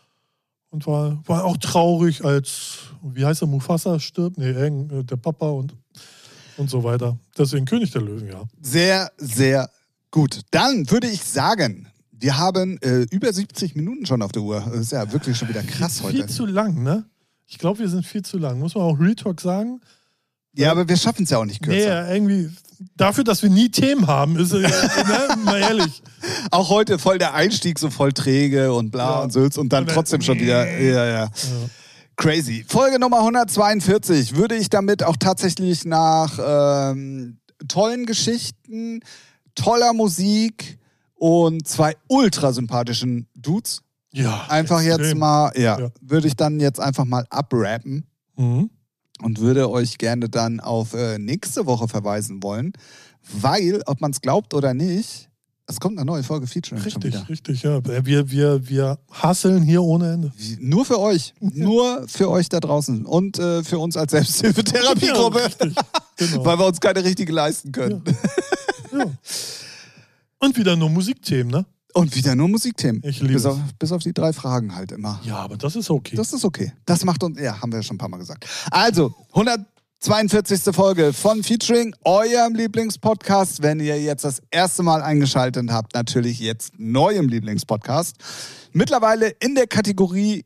[SPEAKER 2] Und war, war auch traurig, als, wie heißt er, Mufasa stirbt? Nee, Eng, äh, der Papa und, und so weiter. Deswegen König der Löwen, ja.
[SPEAKER 1] Sehr, sehr gut. Dann würde ich sagen, wir haben äh, über 70 Minuten schon auf der Uhr. Das ist ja wirklich schon wieder krass
[SPEAKER 2] Viel
[SPEAKER 1] heute.
[SPEAKER 2] zu lang, ne? Ich glaube, wir sind viel zu lang. Muss man auch Retalk sagen?
[SPEAKER 1] Ja, aber wir schaffen es ja auch nicht
[SPEAKER 2] Nee,
[SPEAKER 1] kürzer.
[SPEAKER 2] ja, irgendwie. Dafür, dass wir nie Themen haben, ist äh, ne? mal ehrlich.
[SPEAKER 1] Auch heute voll der Einstieg, so voll träge und bla
[SPEAKER 2] Ja.
[SPEAKER 1] und Sülz und dann
[SPEAKER 2] Und dann-
[SPEAKER 1] trotzdem schon wieder. Ja, ja. Crazy. Folge Nummer 142 würde ich damit auch tatsächlich nach ähm, tollen Geschichten, toller Musik und zwei ultra sympathischen Dudes
[SPEAKER 2] Ja.
[SPEAKER 1] einfach jetzt
[SPEAKER 2] extrem.
[SPEAKER 1] mal, ja,
[SPEAKER 2] Ja.
[SPEAKER 1] würde ich dann jetzt einfach mal abrappen
[SPEAKER 2] Mhm.
[SPEAKER 1] und würde euch gerne dann auf äh, nächste Woche verweisen wollen, weil, ob man es glaubt oder nicht, es kommt eine neue Folge Featuring schon wieder.
[SPEAKER 2] Richtig, richtig, ja. Äh, Wir, wir, wir hasseln hier ohne Ende.
[SPEAKER 1] Nur für euch, nur für euch da draußen und äh, für uns als Selbsthilfetherapiegruppe.
[SPEAKER 2] Ja, richtig. Genau.
[SPEAKER 1] Weil wir uns keine richtige leisten können.
[SPEAKER 2] Ja. Und wieder nur Musikthemen, ne?
[SPEAKER 1] Und wieder nur Musikthemen.
[SPEAKER 2] Ich liebe
[SPEAKER 1] bis,
[SPEAKER 2] es.
[SPEAKER 1] auf, bis auf die drei Fragen halt immer.
[SPEAKER 2] Ja, aber das ist okay.
[SPEAKER 1] Das ist okay. Das macht uns, ja, haben wir schon ein paar Mal gesagt. Also, 142. Folge von Featuring, eurem Lieblingspodcast. Wenn ihr jetzt das erste Mal eingeschaltet habt, natürlich jetzt neuem Lieblingspodcast. Mittlerweile in der Kategorie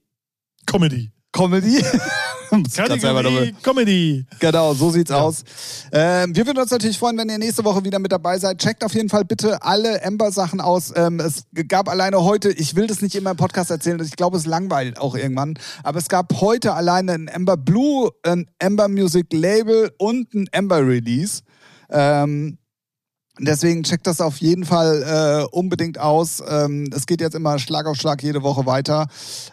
[SPEAKER 2] Comedy.
[SPEAKER 1] Comedy. Muss ich grad selber nochmal-
[SPEAKER 2] Kategorie Comedy.
[SPEAKER 1] Genau, so sieht's aus. Ähm, wir würden uns natürlich freuen, wenn ihr nächste Woche wieder mit dabei seid. Checkt auf jeden Fall bitte alle Ember-Sachen aus. Ähm, es gab alleine heute, ich will das nicht immer im Podcast erzählen, ich glaube, es langweilt auch irgendwann, aber es gab heute alleine ein Ember Blue, ein Ember Music Label und ein Ember Release. Ähm, Deswegen checkt das auf jeden Fall äh, unbedingt aus. Ähm, es geht jetzt immer Schlag auf Schlag jede Woche weiter.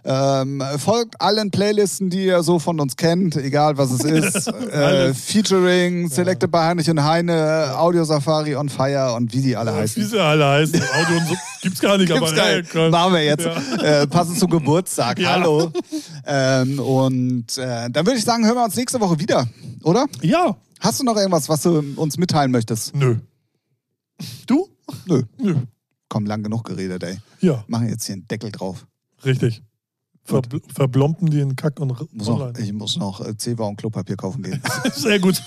[SPEAKER 1] Ähm, folgt allen Playlisten, die ihr so von uns kennt, egal was es ist. äh,
[SPEAKER 2] Alles.
[SPEAKER 1] Featuring, Selected by Heinrich und Heine, Audio Safari on Fire und wie die alle
[SPEAKER 2] Wie
[SPEAKER 1] heißen.
[SPEAKER 2] sie alle heißen. Audio und so gibt's gar nicht,
[SPEAKER 1] Gibt's
[SPEAKER 2] aber
[SPEAKER 1] geil.
[SPEAKER 2] ey, krass.
[SPEAKER 1] Machen wir jetzt. Äh, passend zum Geburtstag.
[SPEAKER 2] Ja.
[SPEAKER 1] Hallo. Ähm, und äh, dann würde ich sagen, hören wir uns nächste Woche wieder, oder?
[SPEAKER 2] Ja.
[SPEAKER 1] Hast du noch irgendwas, was du uns mitteilen möchtest?
[SPEAKER 2] Nö. Du?
[SPEAKER 1] Nö.
[SPEAKER 2] Nö.
[SPEAKER 1] Komm, lang genug geredet, ey.
[SPEAKER 2] Ja,
[SPEAKER 1] Machen jetzt hier einen Deckel drauf.
[SPEAKER 2] richtig. Verbl verblompen die in Kack und R-
[SPEAKER 1] Muss noch,
[SPEAKER 2] online.
[SPEAKER 1] ich muss noch äh, Zewa und Klopapier kaufen gehen.
[SPEAKER 2] Sehr gut.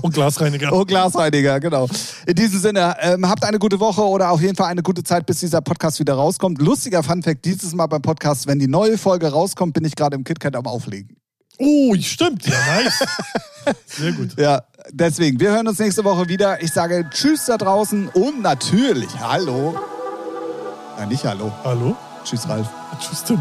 [SPEAKER 2] Und Glasreiniger.
[SPEAKER 1] oh, Glasreiniger, genau. In diesem Sinne, ähm, habt eine gute Woche oder auf jeden Fall eine gute Zeit, bis dieser Podcast wieder rauskommt. Lustiger Funfact, dieses Mal beim Podcast, wenn die neue Folge rauskommt, bin ich gerade im KitKat am Auflegen.
[SPEAKER 2] Oh, stimmt. Ja, nice. Sehr gut.
[SPEAKER 1] Ja, deswegen, wir hören uns nächste Woche wieder. Ich sage Tschüss da draußen und natürlich Hallo. Ja, nicht Hallo.
[SPEAKER 2] Hallo?
[SPEAKER 1] Tschüss, Ralf.
[SPEAKER 2] Tschüss, Tim.